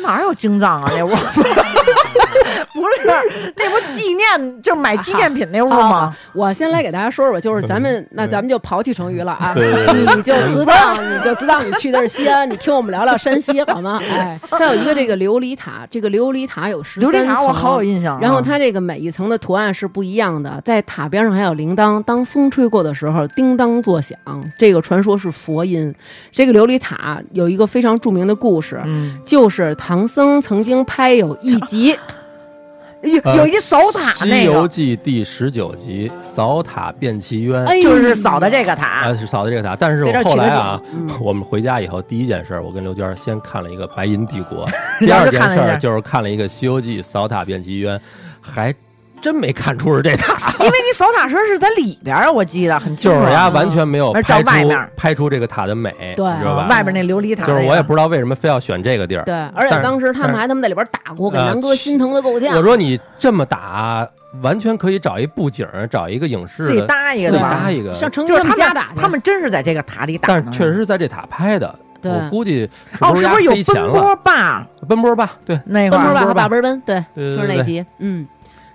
C: 哪有京藏啊？那屋 不是那不纪念，就是买纪念品那屋
B: 啊
C: 吗？
B: 哦我先来给大家说说，就是咱们那咱们就刨去成语了
A: 嗯
B: 啊，
A: 对对对
B: 你就知道 你就知道你去的是西安，你 听我们聊聊山西好吗？ 哎，它有一个这个琉璃塔，这个琉璃塔有十
C: 琉
B: 三层，
C: 璃塔我好有印象啊。
B: 然后它这个每一层的图案是不一样的，在塔边上还有铃铛，当风吹过的时候，叮当作响。这个传说是佛音。这个琉璃塔有一个非常著名的故事，
C: 嗯，
B: 就是唐僧曾经拍有一集，
C: 有
A: 呃
C: 啊有一扫塔
A: 西
C: 那
A: 游
C: 个，
A: 记》第十九集《扫塔变奇冤》
B: 哎呦
C: 就是扫的这个塔，
A: 啊，是扫的这个塔。但是
B: 在
A: 我
B: 这儿取
A: 后
B: 个
A: 来啊
B: 景嗯，
A: 我们回家以后第一件事儿，我跟刘娟儿先看了一个《白银帝国》第二
C: 然后就
A: 件
C: 看了一
A: 事
C: 下
A: 儿就是看了一个《西游记》扫塔变奇冤，还真没看出是这 塔，
C: 因为你扫塔时候是在里边儿，我记得很清
A: 啊就
C: 楚
A: 是
C: 啊。
A: 人家完全没有
C: 那照
A: 拍
C: 外
A: 出
C: 面啊
A: 拍出这个塔的美，你
B: 对
A: 知道吧？
C: 嗯外边那琉璃塔那
A: 就
C: 个，
A: 是我也不知道为什么非要选这个地儿。
B: 对，而且
A: 但是呃
B: 当时他们还他们在里边打过，给南哥心疼的够
A: 我
B: 呛。
A: 说你这么打，完全可以找一布景儿，找一个影视
C: 自己
A: 的
C: 搭一个
A: 自己
C: 的
B: 吧
A: 搭
C: 吧。
A: 一个，
B: 上成
C: 就是
B: 们
C: 他
B: 家
C: 们
B: 打，去，
C: 他们真是在这个塔里打
A: 但
C: 呢，
A: 是确实是在这塔拍的。
B: 对
A: 我估计
C: 哦，
A: 是
C: 是不
A: 不
C: 是
A: 是
C: 有
A: 人家塞钱
C: 奔
A: 了？
C: 波吧？
A: 奔波吧，对，
C: 那块
B: 奔
C: 儿
B: 波吧，
A: 奔波
B: 和
A: 吧
B: 爸奔奔，对，
A: 对对
B: 就是那
A: 对
B: 集，嗯，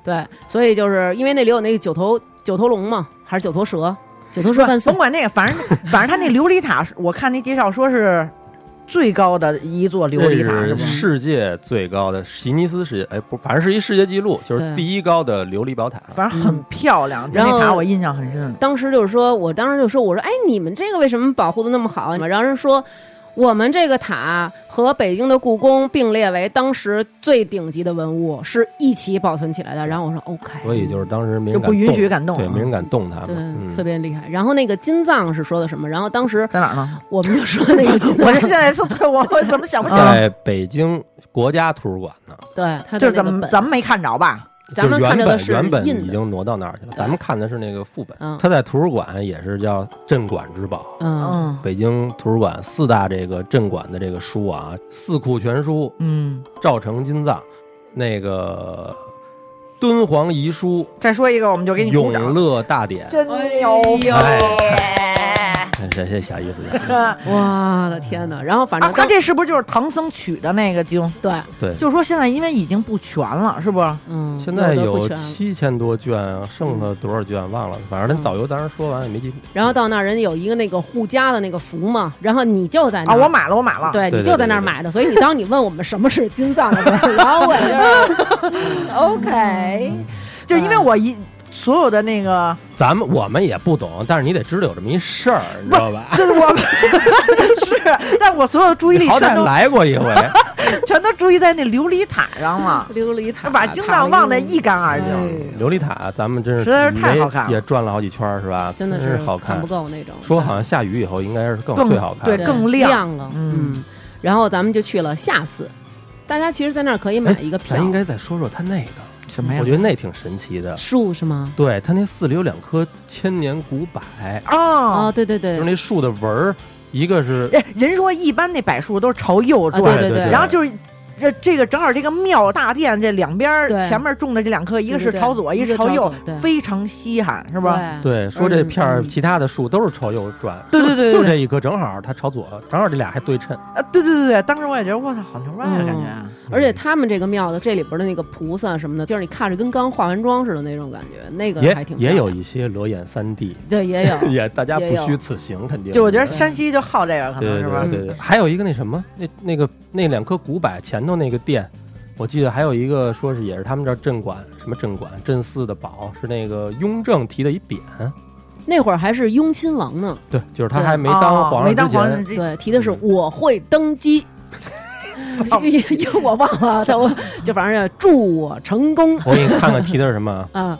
B: 对，所以就是因为那里有那个九头九头龙嘛，还是九头蛇，九头蛇万岁
C: 甭。管那个，反正反正他那琉璃塔是，我看那介绍说是最高的一座琉璃塔，是
A: 这
C: 吗
A: 是？世界最高的吉尼斯世界，哎，不，反正是一世界纪录，就是
B: 对
A: 第一高的琉璃宝
B: 嗯
A: 塔。
C: 反正很漂亮，
B: 然后
C: 那塔我印象很深。
B: 当时就是说，我当时就说，我说，哎，你们这个为什么保护的那么好？啊然后人说，我们这个塔和北京的故宫并列为当时最顶级的文物，是一起保存起来的。然后我说，OK，
A: 所以就是当时没
C: 就
A: 人敢
C: 不允许敢动
A: 对，
C: 啊
A: 没人敢动它
B: 对
A: 们。，嗯
B: 特别厉害。然后那个金藏是说的什么？然后当时
C: 在哪儿呢？
B: 我们就说那个金藏
C: 我，这现在说， 我我怎么
B: 嗯
C: 想不起来？
A: 在北京国家图书馆呢，
B: 对，他
C: 就是
B: 咱
C: 咱们咱们没看着吧？
A: 就
B: 咱们
A: 是
B: 看
A: 原
B: 着的
A: 本
B: 是
A: 原本
B: 印
A: 已
B: 的，
A: 经挪到那儿去了，
B: 对
A: 咱们看的是那个副本
B: 嗯。
A: 它在图书馆也是叫镇馆之宝。
B: 嗯，
C: 嗯
A: 北京图书馆四大这个镇馆的这个书啊，《四库全书》
C: 嗯。
A: 《赵城金藏》，那个《敦煌遗书
C: 再说一个，我们就》给
A: 《
C: 你鼓
A: 永
C: 掌，
A: 乐大典》
C: 真牛
B: 哎
C: 逼！
B: 呦
A: 哎 这这小意思，小意思
C: 啊，
B: 哇，我的天哪！然后反正
C: 他
B: 当
C: 这是不是就是唐僧取的那个经？
B: 对，
A: 对。
C: 就是说现在因为已经不全了，是不？
B: 嗯，
A: 现在
B: 有的不
A: 有
B: 全
A: 七千多卷啊，剩下多少卷忘了，反正
B: 嗯
A: 那导游当时说完也没记住。
B: 然后到那儿人有一个那个护家的那个符嘛，然后你就在那
C: 啊，
B: 儿
C: 我买了，我买了。
B: 哎对
A: 对
B: 你
A: 对
B: 就在那儿
A: 对对
B: 买的，所以你当你问我们什么是金藏的时候，然后我就是 OK，
A: 嗯
C: 就是因为我一所有的那个，
A: 咱们我们也不懂，但是你得知道有这么一事儿，你知道吧？
C: 就是我是，但我所有注意力
A: 好
C: 全
A: 歹
C: 都
A: 来过一回，
C: 全都注意在那琉璃塔上了，
B: 琉璃塔
C: 就把京藏忘得一干二
B: 哎
C: 净。
A: 琉璃塔咱们真是
C: 实在是太好
A: 没
C: 看了
A: 也转了好几圈儿是吧？
B: 真的
A: 是
B: 是
A: 好
B: 不够那种。
A: 说好像下雨以后应该是更
C: 更
A: 最好看，
C: 对
B: 对
C: 更亮
B: 亮了，
C: 嗯
B: 嗯，然后咱们就去了下寺，大家其实，在那儿可以买一个票
A: 哎咱应，该再说说它那个，
C: 什么
A: 我觉得那挺神奇的。
B: 树是吗？
A: 对，它那寺里有两棵千年古柏，
B: 哦，
C: 哦，
B: 对对
A: 就是
B: 对，
A: 那树的纹儿，一个是
C: 哎人说一般那柏树都是朝右
B: 啊对
C: 转，
A: 对对
C: 然后就是这这个正好这个庙大殿这两边儿
B: 对
C: 前面种的这两棵，一个
B: 对
C: 是
B: 对
C: 朝左，
B: 对
C: 个
B: 一个
C: 朝
B: 朝
C: 右
B: 左对，
C: 非常稀罕，是吧？
A: 对，说这片儿
B: 嗯
A: 其他的树都是朝右转，
C: 对对对
A: 就
C: 对
A: 就
C: 对，
A: 这一棵正好它朝左，正好这俩还对称。
C: 啊对对对对，当时我也觉得我操，好牛掰啊，
B: 嗯
C: 感觉
B: 而且他们这个庙的这里边的那个菩萨什么的，就是你看着跟刚化完妆似的那种感觉，那个还
A: 也
B: 挺
A: 也有
B: 漂亮
A: 一些裸眼三 D，
B: 对也 有
A: 也大家
B: 也
A: 不
B: 有
A: 虚此行，肯
B: 嗯
A: 定。
C: 就我觉得山西就好这个，可能
A: 对
C: 是吧
A: 对？对对，还有一个那什么，那那个那两棵古柏前头那个殿，我记得还有一个说是也是他们这儿镇馆什么镇馆镇寺的宝，是那个雍正提的一匾，
B: 那会儿还是雍亲王呢，
A: 对，就是他
B: 对
A: 还没
C: 哦
A: 当皇
C: 没
A: 上
C: 当
A: 之
C: 皇
A: 前
C: 上，之
B: 对，提的
A: 嗯
B: 是我会登基，
C: 哦
B: 因为我忘了，但我 就反正祝我成功
A: 我给你看看提的是什么啊，
B: 啊！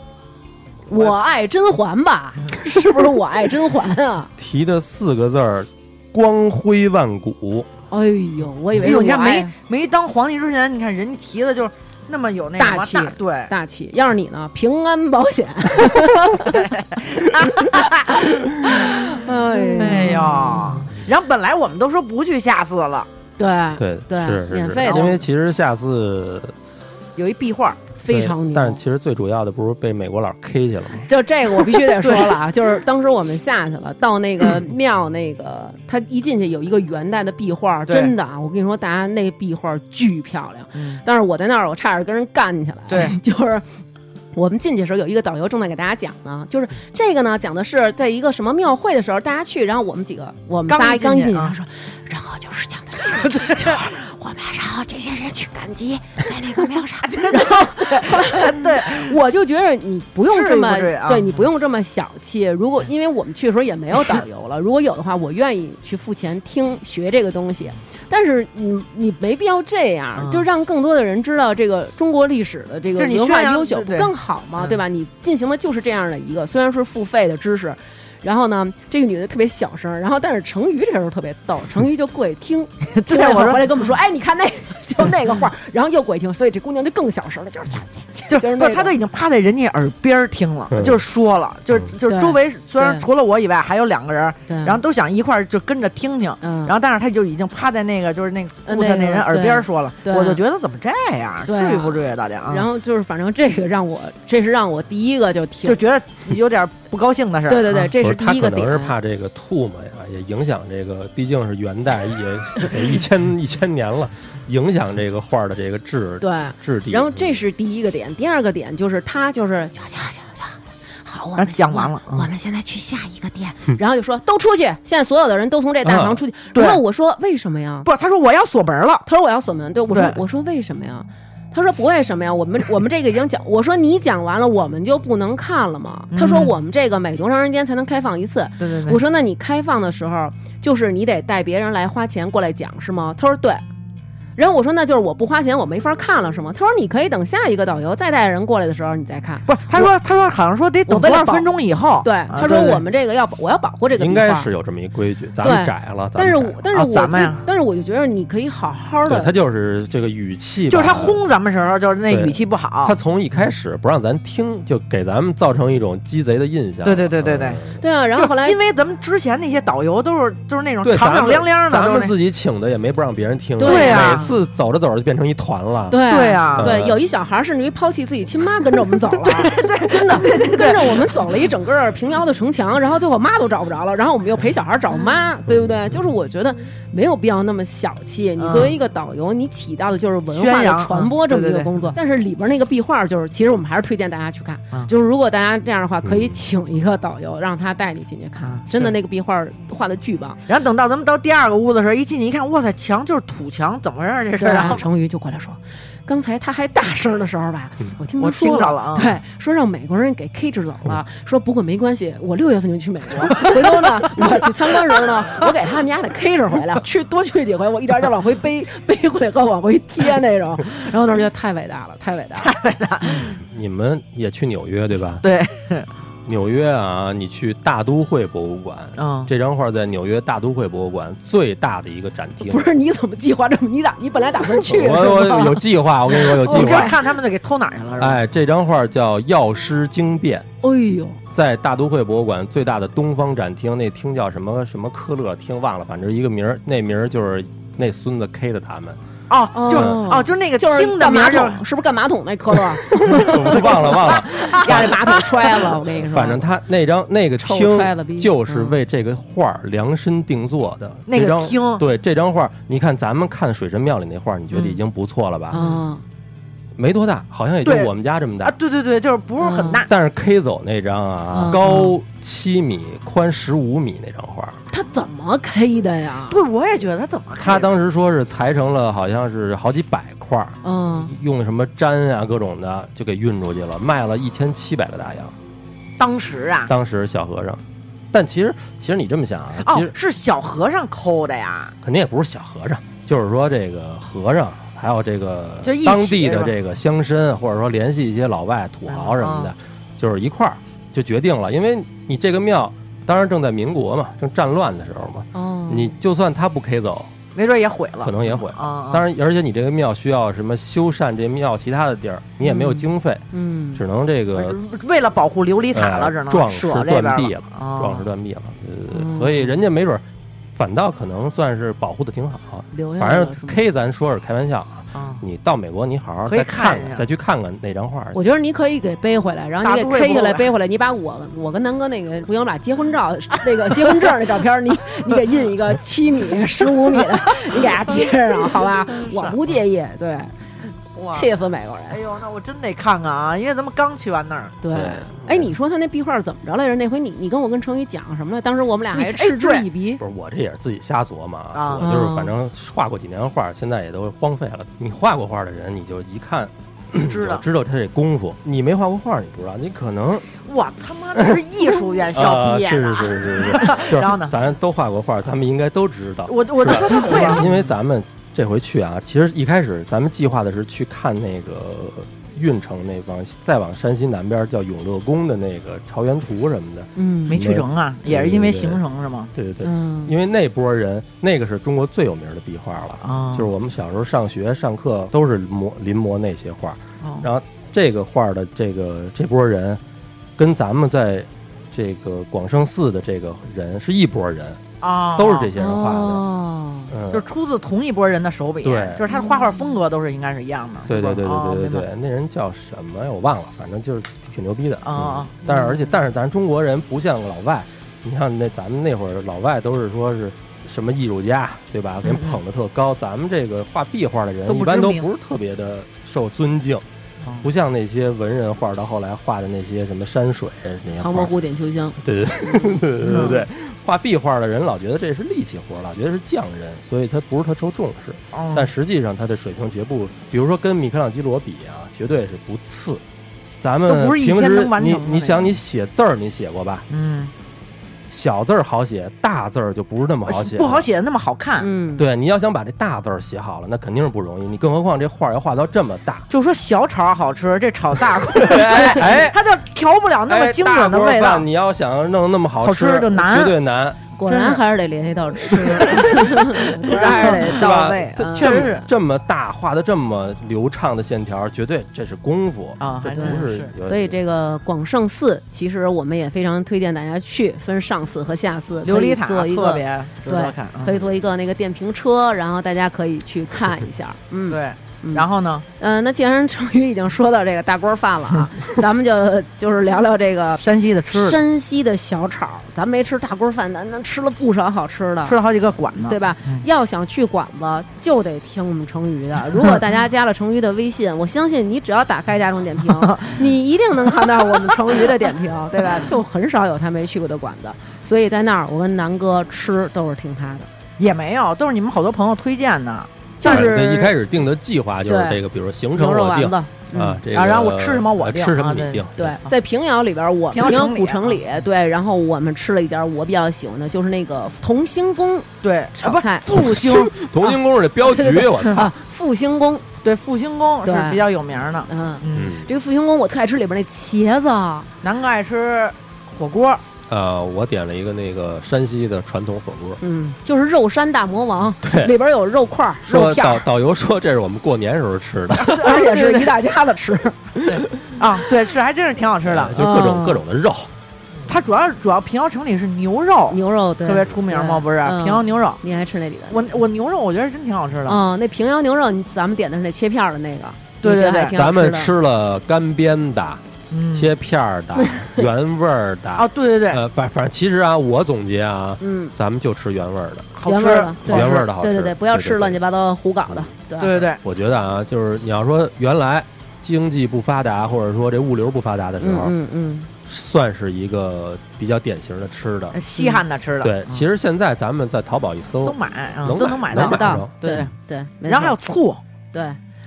B: 我爱甄嬛 吧，是不是我爱甄嬛啊？
A: 提的四个字儿，光辉万古。
B: 哎呦，我以为
C: 哎
B: 是
C: 呦，
B: 我
C: 你看没
B: 爱
C: 没当皇帝之前，你看人家提的就是那么有那
B: 大
C: 什么
B: 气
C: 对，
B: 大气，要是你呢，平安保险。
C: 哎
B: 哎呀，
C: 呀，然后本来我们都说不去下寺了，
B: 对，
A: 对
B: 对
A: 是是
B: 免
A: 是
B: 费的
A: 因为其实下次
C: 有一壁画，
B: 非常
A: 对
B: 牛。
A: 但是其实最主要的不是被美国佬 K 去了吗？
B: 就这个我必须得说 了啊，就是当时我们下去了，到那 个庙那个，他一进去有一个元代的壁画，
C: 对
B: 真的啊，我跟你说，大家那壁画巨漂亮。但是我在那儿，我差点跟人干起来。
C: 嗯对，
B: 就是。我们进去的时候，有一个导游正在给大家讲呢，就是这个呢，讲的是在一个什么庙会的时候，大家去，然后我们几个，我们
C: 刚
B: 仨
C: 一进
B: 刚一
C: 去
B: 进去，
C: 啊
B: 他说，然后就是 讲的这个，就是我们然后这些人去赶集，在那个庙上，然后
C: 对，
B: 我就觉得你不用这么
C: 至于不至于啊
B: 对你不用这么小气。如果因为我们去的时候也没有导游了，如果有的话，我愿意去付钱听学这个东西。但是你你没必要这样，
C: 嗯
B: 就让更多的人知道这个中国历史的这
C: 就
B: 个
C: 是你
B: 文化
C: 宣扬
B: 优秀，不
C: 对对
B: 更好吗？
C: 嗯
B: 对吧？你进行的就是这样的一个，虽然是付费的知识。然后呢，这个女的特别小声，然后但是成瑜这时候特别逗，成瑜就过去 听，听
C: 我
B: 完回
C: 说
B: 来跟我们说，哎，你看那就那个 画，然后又过去听，所以这姑娘就更小声了，就是
C: 就
B: 就是
C: 不
B: 那
C: 是，他
B: 种
C: 都已经趴在人家耳边儿听了，
A: 嗯
C: 就是说了，就是
A: 嗯
C: 就是
B: 对
C: 周围虽然
B: 对
C: 除了我以外还有两个人，
B: 对，
C: 然后都想一块儿就跟着听听，
B: 嗯，
C: 然后但是他就已经趴在那个就是那个
B: 呃
C: 顾客
B: 那个
C: 那人耳边儿说了，
B: 对对
C: 我就觉得怎么这样，
B: 对啊
C: 至于不至于大家啊？
B: 然后就是，反正这个让我，这是让我第一个就挺，
C: 就觉得有点不高兴的事儿，
B: 对对对，
C: 啊，
B: 这
A: 不是
B: 第
A: 他
B: 一
A: 可
B: 个
A: 能
B: 点。
A: 是怕这个吐沫呀，也影响这个，毕竟是元代也 也一千一千年了，影响这个画儿的这个质
B: 对，
A: 质地。嗯
B: 然后这是第一个点，第二个点就是他就是行行行行，好，我
C: 啊
B: 们
C: 然后讲完了嗯
B: 我，我们现在去下一个店，然后就说都出去，现在所有的人都从这大堂出去。
C: 对
B: 然后我说为什么呀？
C: 不，他说我要锁门了，
B: 他说我要锁门，对我说
C: 对
B: 我说为什么呀？他说不为什么呀，我们 我们这个已经讲，我说你讲完了，我们就不能看了吗？他说
C: 嗯
B: 我们这个每多长时间才能开放一次？
C: 对对
B: 我说那你开放的时候，就是你得带别人来花钱过来讲是吗？他说对。然后我说那就是我不花钱我没法看了是吗？他说你可以等下一个导游再带人过来的时候你再看。
C: 不是，他说他说好像说得等
B: 我为了
C: 多少
B: 保
C: 分钟以后，
B: 对，
C: 啊
B: 他说我。
C: 对对
B: 们这个要保我要保护这个
A: 应
B: 壁画
A: 该是有这么一规矩，咱们
B: 对
A: 窄了，咱
B: 但
A: 们
B: 是
A: 窄
B: 我
A: 了
B: 但是
C: 啊
B: 我就、
C: 咱们呀
B: 但是我就觉得你可以好好
A: 对
B: 的
A: 他就是这个语气吧，
C: 就是他轰咱们时候，就是那
A: 对
C: 语气不好
A: 他，从一开始不让咱听，就给咱们造成一种鸡贼的印象。
C: 对对对对对
A: 嗯
B: 对啊，然后
C: 就
B: 后来
C: 因为咱们之前那些导游都是就是那种
A: 对，
C: 敞
A: 咱
C: 敞
A: 们
C: 亮亮的，
A: 咱
C: 都是
A: 们
C: 那
A: 自己请的也没不让别人听。
B: 对
C: 啊
A: 每次走着走着就变成一团了。
B: 对
C: 对啊
A: 嗯
B: 对，有一小孩儿甚至于抛弃自己亲妈，跟着我们走 了，对，真的，跟着我们走了一整个平遥的城墙，然后最后妈都找不着了，然后我们又陪小孩儿找妈，
C: 嗯
B: 对不对？就是我觉得没有必要那么小气。你
C: 嗯
B: 作为一个导游，你起到的就是文化
C: 宣
B: 的
C: 扬
B: 传播
C: 嗯
B: 这么一
C: 对
B: 个
C: 对对
B: 工作，但是里边那个壁画就是，其实我们还是推荐大家去看
C: 嗯，
B: 就是如果大家这样的话，可以请一个导游让他带你进去看
C: 嗯，
B: 真的
C: 是
B: 那个壁画画的巨棒。
C: 然后等到咱们到第二个屋子的时候，一进去一看，哇塞，墙就是土墙，怎么回事儿？这是
B: 对，啊然
C: 然
B: 后
C: 后
B: 成宇就过来说，刚才他还大声的时候吧，我听他
C: 嗯我
B: 说
C: 听着了啊
B: 对，说让美国人给 K 制走了，说不过没关系，我六月份就去美国，回头呢，我去参观时候呢，我给他们家的 K 制回来，去多去几回，我一点点往回背，背回来和往回贴那种， 然后当时觉得太伟大了，太伟大了，
A: 你们也去纽约对吧？
C: 对，
A: 纽约啊，你去大都会博物馆，
B: 啊
C: 嗯，
A: 这张画在纽约大都会博物馆最大的一个展厅。
B: 不是你怎么计划这么，你打你本来打算去
A: 我
B: 是
A: 我
B: 吗
A: 有计划，我跟你说有
C: 我
A: 计
C: 就
A: 划。
C: 看他们就给偷哪儿去了，是吧？
A: 哎，这张画叫《药师经变》。
B: 哎呦，
A: 在大都会博物馆最大的东方展厅，那厅叫什么什么科勒厅忘了，反正一个名儿，那名儿就是那孙子 K 的他们。
C: 哦，就是
B: 哦
C: 哦，就是那个
B: 就是
C: 听的
B: 干
C: 名
B: 马
C: 儿就是
B: 桶，是不是干马桶那可乐？
A: 我忘了忘了，
B: 压这马桶揣了，我跟你说。
A: 反正他那张那个
B: 臭
A: 厅
B: 揣子逼
A: 就是
B: 嗯
A: 为这个画儿量身定做的。
C: 那个
A: 这张
C: 厅
A: 对这张画儿，你看咱们看水神庙里那画儿，你觉得已经不错了吧？
B: 啊，
A: 没多大，好像也就
C: 嗯对
A: 我们家这么大。
C: 啊，对对对，就是不是很大，
A: 但是 K 走那张啊，
B: 嗯
A: 高七米，宽十五米那张画儿，
C: 嗯
B: 他怎么 K 的呀？
C: 对，我也觉得他怎么
A: 他
C: 看
A: 当时说是裁成了好像是好几百块儿，
B: 嗯，
A: 用什么粘啊各种的就给运出去了，卖了一千七百个大洋。
C: 当时啊，
A: 当时小和尚，但其实其实你这么想啊，其
C: 哦
A: 实，
C: 是小和尚抠的呀，
A: 肯定也不是小和尚，就是说这个和尚，还有这个
C: 就一起
A: 当地的这个乡绅，或者说联系一些老外土
C: 嗯
A: 豪什
C: 哦
A: 么的，就是一块儿就决定了，因为你这个庙当然正在民国嘛，正战乱的时候嘛，
B: 哦，
A: 你就算他不 K 走，
C: 没准也毁嗯了，
A: 可能也毁了。
C: 啊，
A: 当然，而且你这个庙需要什么修缮这庙其他的地儿，你也没有经费，
B: 嗯，
A: 只能这个
C: 为了保护琉璃塔了，
A: 呃
C: 只能
A: 壮士
C: 舍这边
A: 断臂了，
C: 啊
A: 壮士断臂了。呃，
B: 嗯
A: 所以人家没准儿反倒可能算是保护的挺好。
B: 留下
A: 反
B: 来了
A: 正
B: 是吗
A: K 咱说是开玩笑啊，
C: 啊，
A: 你到美国你好好
C: 可以
A: 再看
C: 看一下
A: 再去看看那张画。
B: 我觉得你可以给背回来，然后你给
C: 大都会
B: K 下来
C: 不够啊
B: 背回来，你把我我跟南哥那个不行，把结婚照 那个结婚证那照片，你你给印一个七米、十五米的，你给它贴上，好 吧？我不介意，对，
C: 啊哇
B: 气死美国人
C: 哎。呦，那我真得看看啊，因为咱们刚去完那 儿，
B: 对
A: 对，
B: 哎，你说他那壁画怎么着来着？那回你你跟我跟成宇讲什么了？当时我们俩
C: 你
B: 还
C: 哎
B: 嗤之
C: 对
B: 以鼻。
A: 不是我这也是自己瞎琢磨
C: 啊
A: 我就是反正画过几年画，现在也都荒废了。你画过画的人，你就一看
C: 知
A: 就
C: 道
A: 知道他这功夫。你没画过画，你不知道，你可能
C: 我他妈的是艺术院校
A: 啊，
C: 毕业
A: 是是
C: 的啊，
A: 是是 是，就是
C: 然后呢
A: 咱都画过画，咱们应该都知道。
C: 我我都说他会啊 了，
A: 因为咱们这回去啊，其实一开始咱们计划的是去看那个运城那帮，再往山西南边叫永乐宫的那个朝元图什么的。
B: 嗯
C: 没去成啊，也是因为行程是吗？
A: 对对对，
B: 嗯，
A: 因为那波人，那个是中国最有名的壁画了。
C: 啊，
A: 就是我们小时候上学上课都是摹临摹那些画，
C: 哦
A: 然后这个画的这个这波人，跟咱们在这个广胜寺的这个人是一波人，
C: 啊，
A: 都是这些人画的。
B: 哦，
A: 嗯
C: 就，出自同一拨人的手笔，
A: 对
C: 就是他的画画风格都是应该是一样的，
A: 对
C: 是吧
A: 对对
C: 哦
A: 对对
C: 明白
A: 对对，那人叫什么呀？我忘了，反正就是挺牛逼的
C: 啊啊
A: 嗯但是而且但是咱中国人不像老外，你像那咱们那会儿老外都是说是什么艺术家，对吧？给人捧得特高。咱们这个画壁画的人
C: 嗯都不
A: 一般
C: 知
A: 都
C: 名
A: 不是特别的受尊敬，
C: 哦
A: 不像那些文人画到后来画的那些什么山水啊那些
B: 唐伯
A: 画。
B: 虎点秋香，
A: 对对对对对对
C: 嗯
A: 对，画壁画的人老觉得这是力气活，老觉得是匠人，所以他不是特受重视。
C: 哦
A: 但实际上他的水平绝不，比如说跟米开朗基罗比啊，绝对是不次。咱们
C: 都不是一天
A: 平时
C: 能完成
A: 你
C: 的那
A: 你想
C: 种
A: 你写字儿，你写过吧？
C: 嗯，
A: 小字儿好写，大字儿就不是那么好写。
C: 呃不好。写的那么好看，
B: 嗯，
A: 对，你要想把这大字儿写好了，那肯定是不容易。你更何况这画儿要画到这么大，
C: 就说小炒好吃，这炒大锅，
A: 哎哎，
C: 他就调不了那么
A: 哎
C: 精
A: 大
C: 准的
A: 锅
C: 味道
A: 饭。你要想弄那么好
C: 好吃就难
A: 绝对难。
B: 果
C: 真
B: 然
C: 是
B: 还是得联系到吃，果然还是得
A: 啊是吧
B: 到位，
A: 它这
B: 嗯
C: 确
A: 么
C: 实是
A: 这么大画的这么流畅的线条，绝对这是功夫
C: 啊
A: 这
C: 还
A: 不
B: 真
A: 是
C: 是
A: 有。
B: 所以这个广胜寺，其实我们也非常推荐大家去，分上寺和下寺，
C: 琉璃塔
B: 可以做一
C: 特
B: 个，
C: 别值
B: 对
C: 得看，嗯
B: 可以做一个那个电瓶车，然后大家可以去看一下。嗯，
C: 对。
B: 嗯
C: 然后呢，
B: 嗯、那既然成宇已经说到这个大锅饭了 啊，咱们就就是聊聊这个
C: 山西的吃的
B: 山西的小炒，咱没吃大锅饭，咱咱吃了不少好吃的，
C: 吃了好几个馆呢，
B: 对吧？
C: 嗯
B: 要想去馆子，就得听我们成瑜的。如果大家加了成瑜的微信，我相信你只要打开大众点评，你一定能看到我们成瑜的点评，对吧？就很少有他没去过的馆子，所以在那儿我跟南哥吃都是听他的。
C: 也没有，都是你们好多朋友推荐的。
B: 就
A: 反正
B: 是
A: 一开始定的计划就是
B: 对
A: 这个，比如说行程
B: 牛肉
A: 我
B: 丸
A: 定
B: 子，嗯
A: 啊，这个
C: 啊然后我吃什么我定
A: 吃什
C: 啊
A: 么你
C: 对
A: 定，
B: 对，在平遥里边，我
C: 平遥
B: 平遥
C: 城里
B: 古
C: 啊
B: 城里，对，然后我们吃了一家我比较喜欢的，就是那个同兴宫
C: 对，啊
B: 炒
C: 不，
B: 菜
C: 复 兴
A: 同兴公是这镖
B: 对对
A: 局，我操，
B: 啊，复兴宫，
C: 对复兴宫是
B: 对
C: 比较有名的。
B: 嗯，
C: 嗯，
A: 嗯，
B: 这个复兴宫我特爱吃里边那茄子，啊
C: 南哥爱吃火 锅，
A: 呃，我点了一个那个山西的传统火锅。
B: 嗯，就是肉山大魔王，
A: 对
B: 里边有肉块儿、肉
A: 说
B: 片
A: 导
B: 儿，
A: 导游说这是我们过年时候吃的，
B: 而且是一大家子吃。
C: 啊，对，是还真是挺好吃的。
A: 就各种
B: 哦
A: 各种的肉，
C: 它主要主要平遥城里是牛肉
D: 牛肉对
C: 特别出名嘛，
D: 对
C: 不是？
D: 嗯
C: 平遥牛肉，
D: 你爱吃那里的？
C: 我我牛肉我觉得真挺好吃的，
D: 嗯，那平遥牛肉，你咱们点的是那切片儿的那个，
C: 对对
D: 你觉得还
C: 对
D: 挺好
A: 咱们
D: 的
A: 吃了干煸的、
C: 嗯
A: 切片儿的、原味儿的
C: 啊，对对对，
A: 呃，反反正其实啊，我总结啊，
D: 嗯，
A: 咱们就吃原味儿的，
C: 好
D: 原
C: 吃
D: 味儿的，对
A: 原味儿的好吃。
D: 对对对，不要吃乱七八糟胡搞的，对
C: 对对对，
A: 我觉得啊，就是你要说原来经济不发达，或者说这物流不发达的时
D: 嗯
A: 候，
D: 嗯嗯，
A: 算是一个比较典型的吃
D: 呃
A: 的。
C: 稀罕的吃的，
A: 对，
C: 嗯
A: 其实现在咱们在淘宝一
C: 都
A: 搜，
C: 买啊，
A: 能
C: 都能
A: 买
C: 买
A: 能
C: 到
D: 买得。到
A: 着，
C: 对
D: 对对，没
C: 然后还有
D: 错
C: 醋，
D: 对，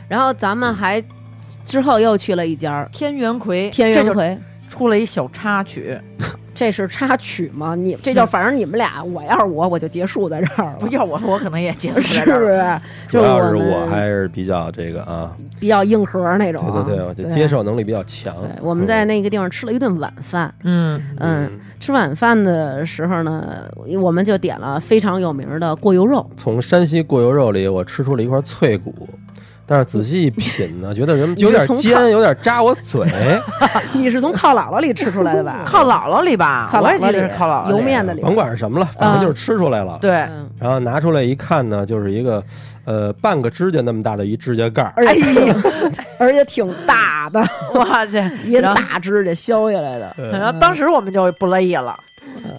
D: 然后咱们还之后又去了一家儿
C: 天元葵，
D: 天
C: 这
D: 元
C: 就
D: 葵，
C: 出了一小插曲，
D: 这是嗯插曲吗？你这就反正你们俩，我要是我，我就结束在这儿了，
C: 不要我我可能也接受不
D: 是
C: 了
D: 不
C: 这儿了。
A: 主
D: 是？就是
A: 要是我
D: 我
A: 还是比较这个啊，
D: 比较硬核那种
A: 对
D: 啊，
A: 对对，我就接受能力比较强
D: 对。，我们在那个地方吃了一顿晚饭，
C: 嗯，
A: 嗯
D: 嗯，吃晚饭的时候呢，我们就点了非常有名的过 油肉，
A: 从山西过油肉里，我吃出了一块脆骨。但是仔细一品呢，觉得人
D: 你是
A: 有点
D: 从看
A: 尖，有点扎我嘴。
D: 你是从靠姥姥里吃出来 的吧？
C: 靠姥姥里吧，
D: 靠
C: 我也
D: 姥姥
C: 记
D: 里
C: 得是靠姥姥
D: 油
C: 里
D: 面的里，
A: 哎甭管是什么了，反正就是吃出来了。
C: 对，
D: 嗯，
A: 然后拿出来一看呢，就是一个，呃，半个指甲那么大的一指甲盖儿，
D: 而
C: 哎
D: 且
C: 呀，
D: 而且挺 大 的，
C: 我去，
D: 一
C: 然后
D: 大指甲削下来的，
A: 呃
C: 然后当时我们就不乐意了，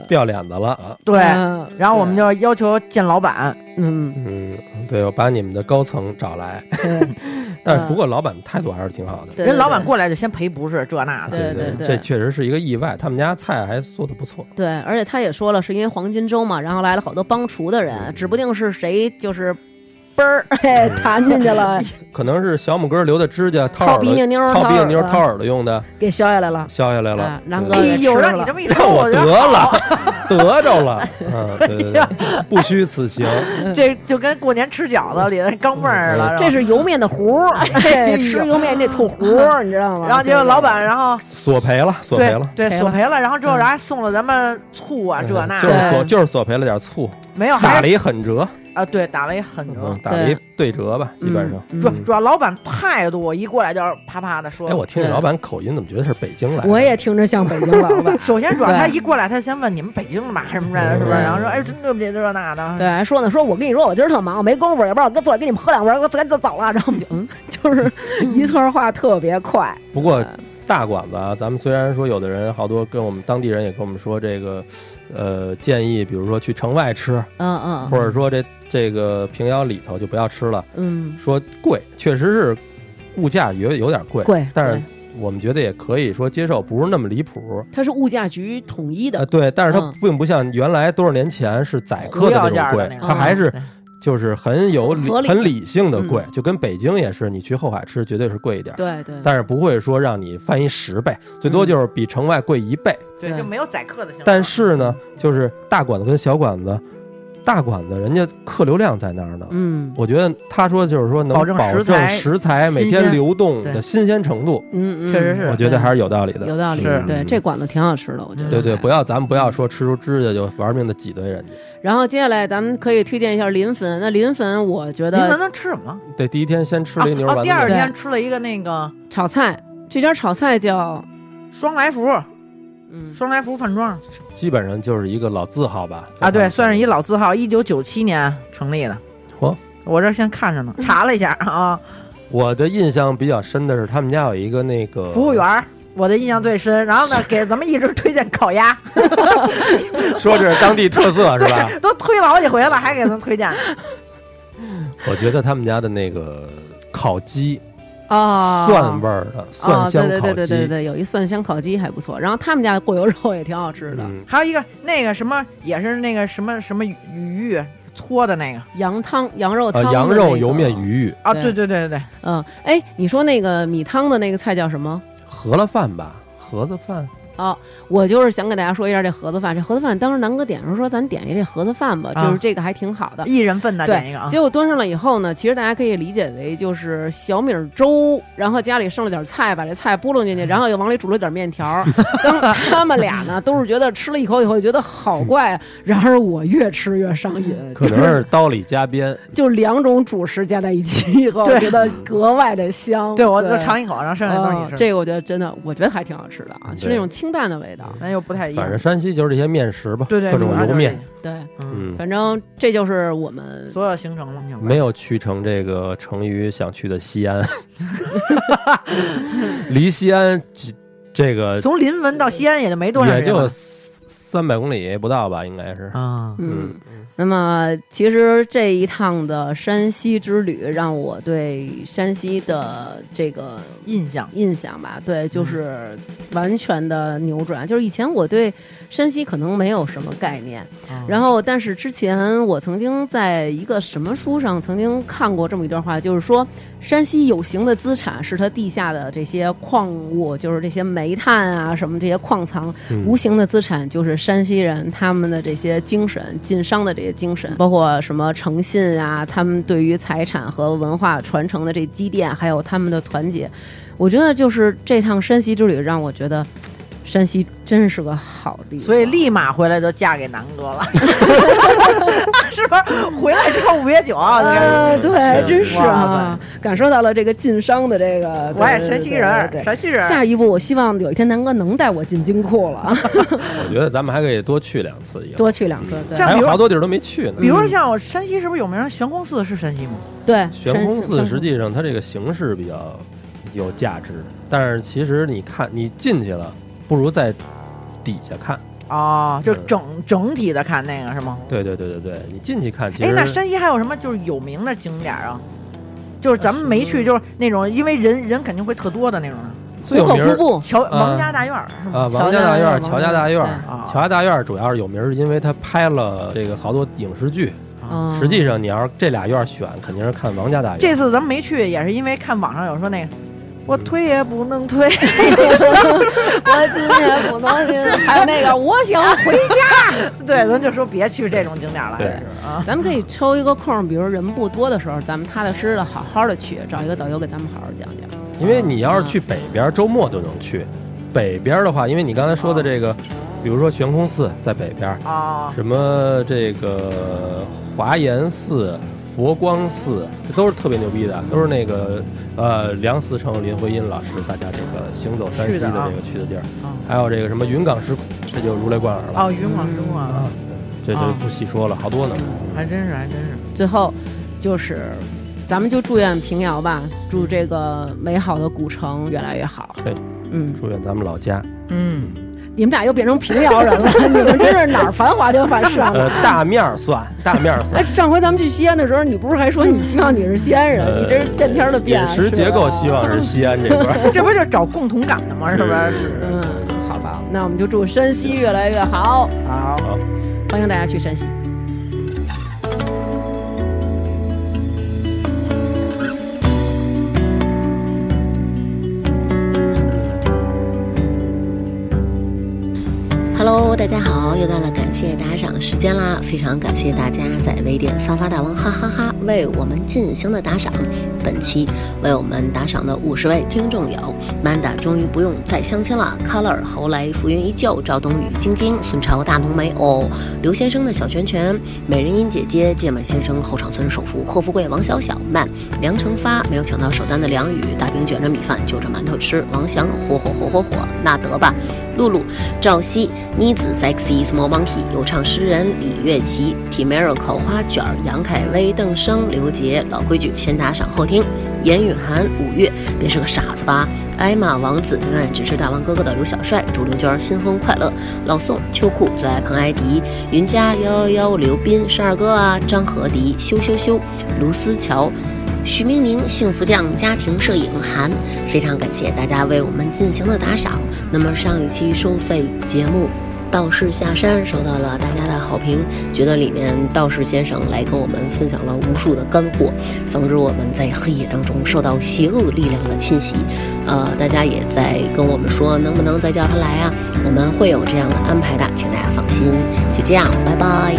A: 掉脸子了啊。
C: 对，
D: 嗯
C: 然后我们就要求见老板，
D: 嗯，
A: 嗯，对，我把你们的高层找来，
D: 对
A: 但是不过老板态度还是挺好的。
D: 对
C: 人老板过来就先赔不是这那的，
D: 对
A: 对
D: 对
A: 这确实是一个意外，他们家菜还做的不错。
D: 对，而且他也说了，是因为黄金周嘛，然后来了好多帮厨的人，指不定是谁就是嘣儿 嘿弹进去 了，
A: 可能是小拇哥留的指甲掏
D: 掏
A: 耳
D: 鼻
A: 朵
D: 涕妞儿，
A: 掏鼻涕妞儿
D: 耳
A: 掏
D: 朵
A: 耳朵用的，
D: 给削下来了。
A: 削下来了
D: 啊。然后
A: 嗯
D: 对
C: 哎
D: 对
C: 呦，
D: 吃
C: 让
D: 了
C: 你这么一
A: 让
C: 说，
A: 我
C: 我
A: 得
C: 觉得
A: 了，得着了，嗯，对对对，不虚此行。
C: 这就跟过年吃饺子里的钢镚儿
A: 嗯
C: 似的，
D: 这
C: 是吧。
D: 是哎油面的糊儿， 嘿吃油面你得吐糊儿，你知道吗？
C: 然后结果老板，然后
A: 索赔了，嗯索赔
C: 对
A: 了，嗯
C: 对
D: 赔
C: 索
D: 了
C: 赔了，然后之后
D: 嗯
C: 然后还送了咱们醋啊这那
A: 就是
C: 的，
A: 索就是索赔了点醋，
C: 没有
A: 打
C: 还
A: 了
C: 是
A: 一狠折，
C: 啊对打了一狠折
A: 嗯，，打了一对折吧，基本上。
D: 嗯
C: 主
A: 嗯
C: 主要老板态度一过来就是啪啪的说。
A: 哎，，我听这
D: 对
A: 老板口音，怎么觉得是北京来的？
D: 嗯我也听着像北京老板
C: 首先主要他
D: 对
C: 一过来他先问你们北京的吧什么的，是不是？
D: 嗯
C: 然后说哎真对不起这那的，
D: 对，还说呢，说我跟你说，我今儿特忙，我没工夫，要不然我跟坐着跟你们喝两杯，我赶紧走了。然后我们就嗯， 就是一串话特别快，
A: 不过大馆子啊，咱们虽然说有的人好多跟我们当地人也跟我们说这个，呃，建议比如说去城外吃，
D: 嗯嗯
A: 或者说这这个平遥里头就不要吃了，
D: 嗯，
A: 说贵，确实是物价有有点贵，
D: 贵
A: 但是
D: 对
A: 我们觉得也可以说接受，不是那么离谱。
D: 它是物价局统一
A: 呃，
D: 的，
A: 对，但是它
D: 嗯
A: 并不像原来多少年前是宰客
C: 不
A: 的
C: 要
A: 那
C: 价
A: 种啊
C: 的
A: 贵
C: 那，种，
A: 它还是
C: 对
A: 就是很有理
D: 嗯合理
A: 很理性的贵，
D: 嗯
A: 就跟北京也是，你去后海吃绝对是贵一点，
D: 对
B: 嗯
D: 对
A: 但是不会说让你翻一十倍，最多就是比城外贵一倍。
C: 对
D: 对
C: 就没有宰客的行为。
A: 但是呢，就是大馆子跟小馆子，大馆子人家客流量在那儿呢。
D: 嗯
A: 我觉得他说就是说能保
C: 保
A: 证
C: 证食材
A: 食材每
C: 新
A: 天
C: 鲜
A: 流动的
C: 对
A: 新鲜程度，
D: 嗯嗯，
C: 确实是
A: 我觉得还是有道理的。嗯
D: 有道理
C: 是。
D: 对，这馆子挺好吃的，我觉得。
A: 对对，不要咱们不要说吃出指甲就玩命的挤兑人家。
D: 然后接下来咱们可以推荐一下临汾，那临汾我觉
C: 您们
D: 得
C: 能吃什么？
A: 对，第一天先吃了一牛肉丸
C: 啊啊
A: 子
C: 第二
A: 面，
C: 天吃了一个那个
D: 炒菜这家炒菜叫
C: 双来福，
D: 嗯
C: 双来福饭庄
A: 基本上就是一个老字号吧。
C: 啊，对，算是一
A: 老。
C: 老字号，一九九七年成立的。
A: 哦
C: 我这儿先看着呢，查了一下啊，
A: 我的印象比较深的是，他们家有一个那个
C: 服务员，儿，我的印象最深。然后呢，给咱们一直推荐烤鸭，
A: 说这是当地特色是吧？
C: 对，都推了好几回了，还给咱推荐。
A: 我觉得他们家的那个烤鸡，
D: 啊
A: 蒜味儿的蒜香
D: 哦、对
A: 烤
D: 对对对对
A: 鸡，
D: 对，有一蒜香烤鸡还不错。然后他们家的过油肉也挺好吃的，
A: 嗯，
C: 还有一个那个什么，也是那个什么什么鱼鱼搓的那个
D: 羊汤、羊肉汤、
A: 呃，羊肉油面。鱼，
C: 啊，
D: 对
C: 对对对对对，
D: 嗯，哎，你说那个米汤的那个菜叫什么？
A: 盒了饭吧，盒子饭，
D: 我就是想给大家说一下这盒子饭。这盒子饭当时南哥点的时候说，咱点一这盒子饭吧，
C: 啊
D: 就是这个还挺好的。
C: 一人份的
D: 对
C: 点一个啊，
D: 结果端上来以后呢，其实大家可以理解为就是小米儿粥，然后家里剩了点菜，把这菜拨弄进去，
A: 嗯
D: 然后又往里煮了点面条儿。 当他们俩呢，都是觉得吃了一口以后觉得好怪，然而我越吃越上瘾，
A: 嗯可能是刀里加鞭，
D: 就两种主食加在 一起 以后，
C: 对
D: 我觉得格外的香。
C: 对我就尝一口，然后剩下都是你
D: 哦
C: 吃。
D: 这个我觉得真的，我觉得还挺好吃的啊，
A: 对
D: 是那种清淡的味道。
C: 咱又不太一样
A: 反。正山西就是这些面食吧，
C: 哎对对，
A: 各种
C: 主要就是
A: 油面，
D: 对，
C: 这个，嗯，
A: 嗯，
D: 反正这就是我们
C: 所有行程嘛，要不然
A: 没有去成这个成宇想去的西 安，离西安几这个
C: 从临汾到西安也就没多长
A: 也
C: 时间
A: 就
C: 吧，
A: 三百公里不到吧，应该是。
C: 啊，
A: 嗯
D: 嗯，那么其实这一趟的山西之旅，让我对山西的这个
C: 印象
D: 印象吧，对，就是完全的扭转。就是以前我对山西可能没有什么概念，然
C: 后
D: 后但是之前我曾经在一个什么书上曾经看过这么一段话，就是说山西有形的资产是它地下的这些矿物，就是这些煤炭啊什么这些矿藏，
A: 嗯
D: 无形的资产就是山西人他们的这些精神，晋商的这些精神，包括什么诚信啊，他们对于财产和文化传承的这积淀，还有他们的团结。我觉得就是这趟山西之旅让我觉得，嘖山西真是个好地方。
C: 所以立马回来就嫁给南哥 了，是不是？回来之后五月九号就开始，
D: 啊，对，
A: 是
D: 真是
C: 哇
D: 啊，感受到了这个晋商的这个。
C: 我也
D: 对
C: 山西人，
D: 对对对对
C: 山西人，
D: 下一步，我希望有一天南哥能带我进金库了，
A: 我觉得咱们还可以多去两次，以后
D: 多去两次。对
C: 嗯像
A: 还
C: 比
A: 有
C: 如
A: 好多地儿都没去呢。
C: 比如说像我山西，是不是有名儿？悬空寺是山西吗？
D: 对，
A: 悬空寺
D: 山西
A: 实际上它这个形式比较有价值，但是其实你看你进去了，不如在底下看。
C: 哦，就
A: 嗯
C: 整整体的看那个是吗？
A: 对对对对对，你进去看，其
C: 哎
A: 实，
C: 那山西还有什么就是有名的景点儿啊？就是咱们没去，就是那种因为人人肯定会特多的那种的，
A: 最有
D: 壶口
A: 名儿
D: 瀑布，
C: 乔王家大院儿是吗？
A: 啊，
D: 乔
A: 王家
D: 家
A: 大院儿、
D: 王
A: 乔
D: 家
A: 家大院儿、
D: 对
C: 啊，
A: 乔家大院儿主要是有名儿，是因为它拍了这个好多影视剧。
C: 啊
D: 嗯
A: 实际上，你要是这俩院儿选，肯定是看王家大院。
C: 这次咱们没去，也是因为看网上有说那个，我推也不能推，
D: 我今天不 能进，还有那个我想回家。
C: 对，咱就说别去这种景点儿了，
A: 对
C: 还是啊，
D: 咱们可以抽一个空，比如人不多的时候，咱们踏踏实实的、好好的去，找一个导游给咱们好好讲讲。
A: 因为你要是去北边儿，周末都能去。北边儿的话，因为你刚才
D: 哦
A: 说的这个，比如说悬空寺在北边儿，
C: 哦，
A: 什么这个华严寺、佛光寺，这都是特别牛逼的，都是那个呃梁思成、林徽因老师大家这个行走山西
C: 去的
A: 的
C: 啊
A: 这个去的地儿，
C: 啊
A: 还有这个什么云冈石窟，这就如雷贯耳了。
C: 哦，云广云广，
A: 啊，这就
C: 啊
A: 不细说了，好多呢。
C: 还真是还真是，
D: 最后就是，咱们就祝愿平遥吧，祝这个美好的古城越来越好。
A: 对，
D: 嗯，
A: 祝愿咱们老家，
C: 嗯，
D: 你们俩又变成平遥人 了，你们真是哪儿繁华就繁盛了。
A: 呃，大面儿算，大面儿算
D: 哎，。上回咱们去西安的时候，你不是还说你希望你是西安人？
A: 呃
D: 哎你这是见天儿的变。啊
A: 饮食
D: 是吧
A: 结构希望是西安这块儿，
C: 这不就是找共同感的吗？是不是？
D: 嗯，好吧，那我们就祝山西越来越好，
C: 好。
A: 好。
D: 欢迎大家去山西。
E: Hello，大家好，又到了感谢打赏的时间啦！非常感谢大家在微店发发大王哈哈哈为我们进行的打赏。本期为我们打赏的五十位听众有：Manda 终于不用再相亲了，Color 侯来浮云依旧，赵冬雨晶晶，孙超大浓眉哦，刘先生的小拳拳，美人音姐姐，芥末先生后场村首富霍富贵，王小小曼，梁成发没有抢到首单的梁宇，大饼卷着米饭就着馒头吃，王翔火火火火火，那得吧，露露。赵熙、妮子、Sexy、Small Monkey、有唱诗人李月琪、T Miracle、花卷儿、杨凯威、邓生、刘杰。老规矩，先打赏后听。严雨涵、五月，别是个傻子吧？艾玛、王子，永远支持大王哥哥的刘小帅，祝刘娟儿新婚快乐。老宋、秋裤最爱彭艾迪、云佳幺幺幺、刘斌、十二哥啊、张和迪、羞羞羞、卢思乔。徐明明、幸福酱、家庭摄影韩，非常感谢大家为我们进行的打赏。那么上一期收费节目《道士下山》收到了大家的好评，觉得里面道士先生来跟我们分享了无数的干货，防止我们在黑夜当中受到邪恶力量的侵袭。呃，大家也在跟我们说能不能再叫他来啊？我们会有这样的安排的，请大家放心。就这样，拜拜。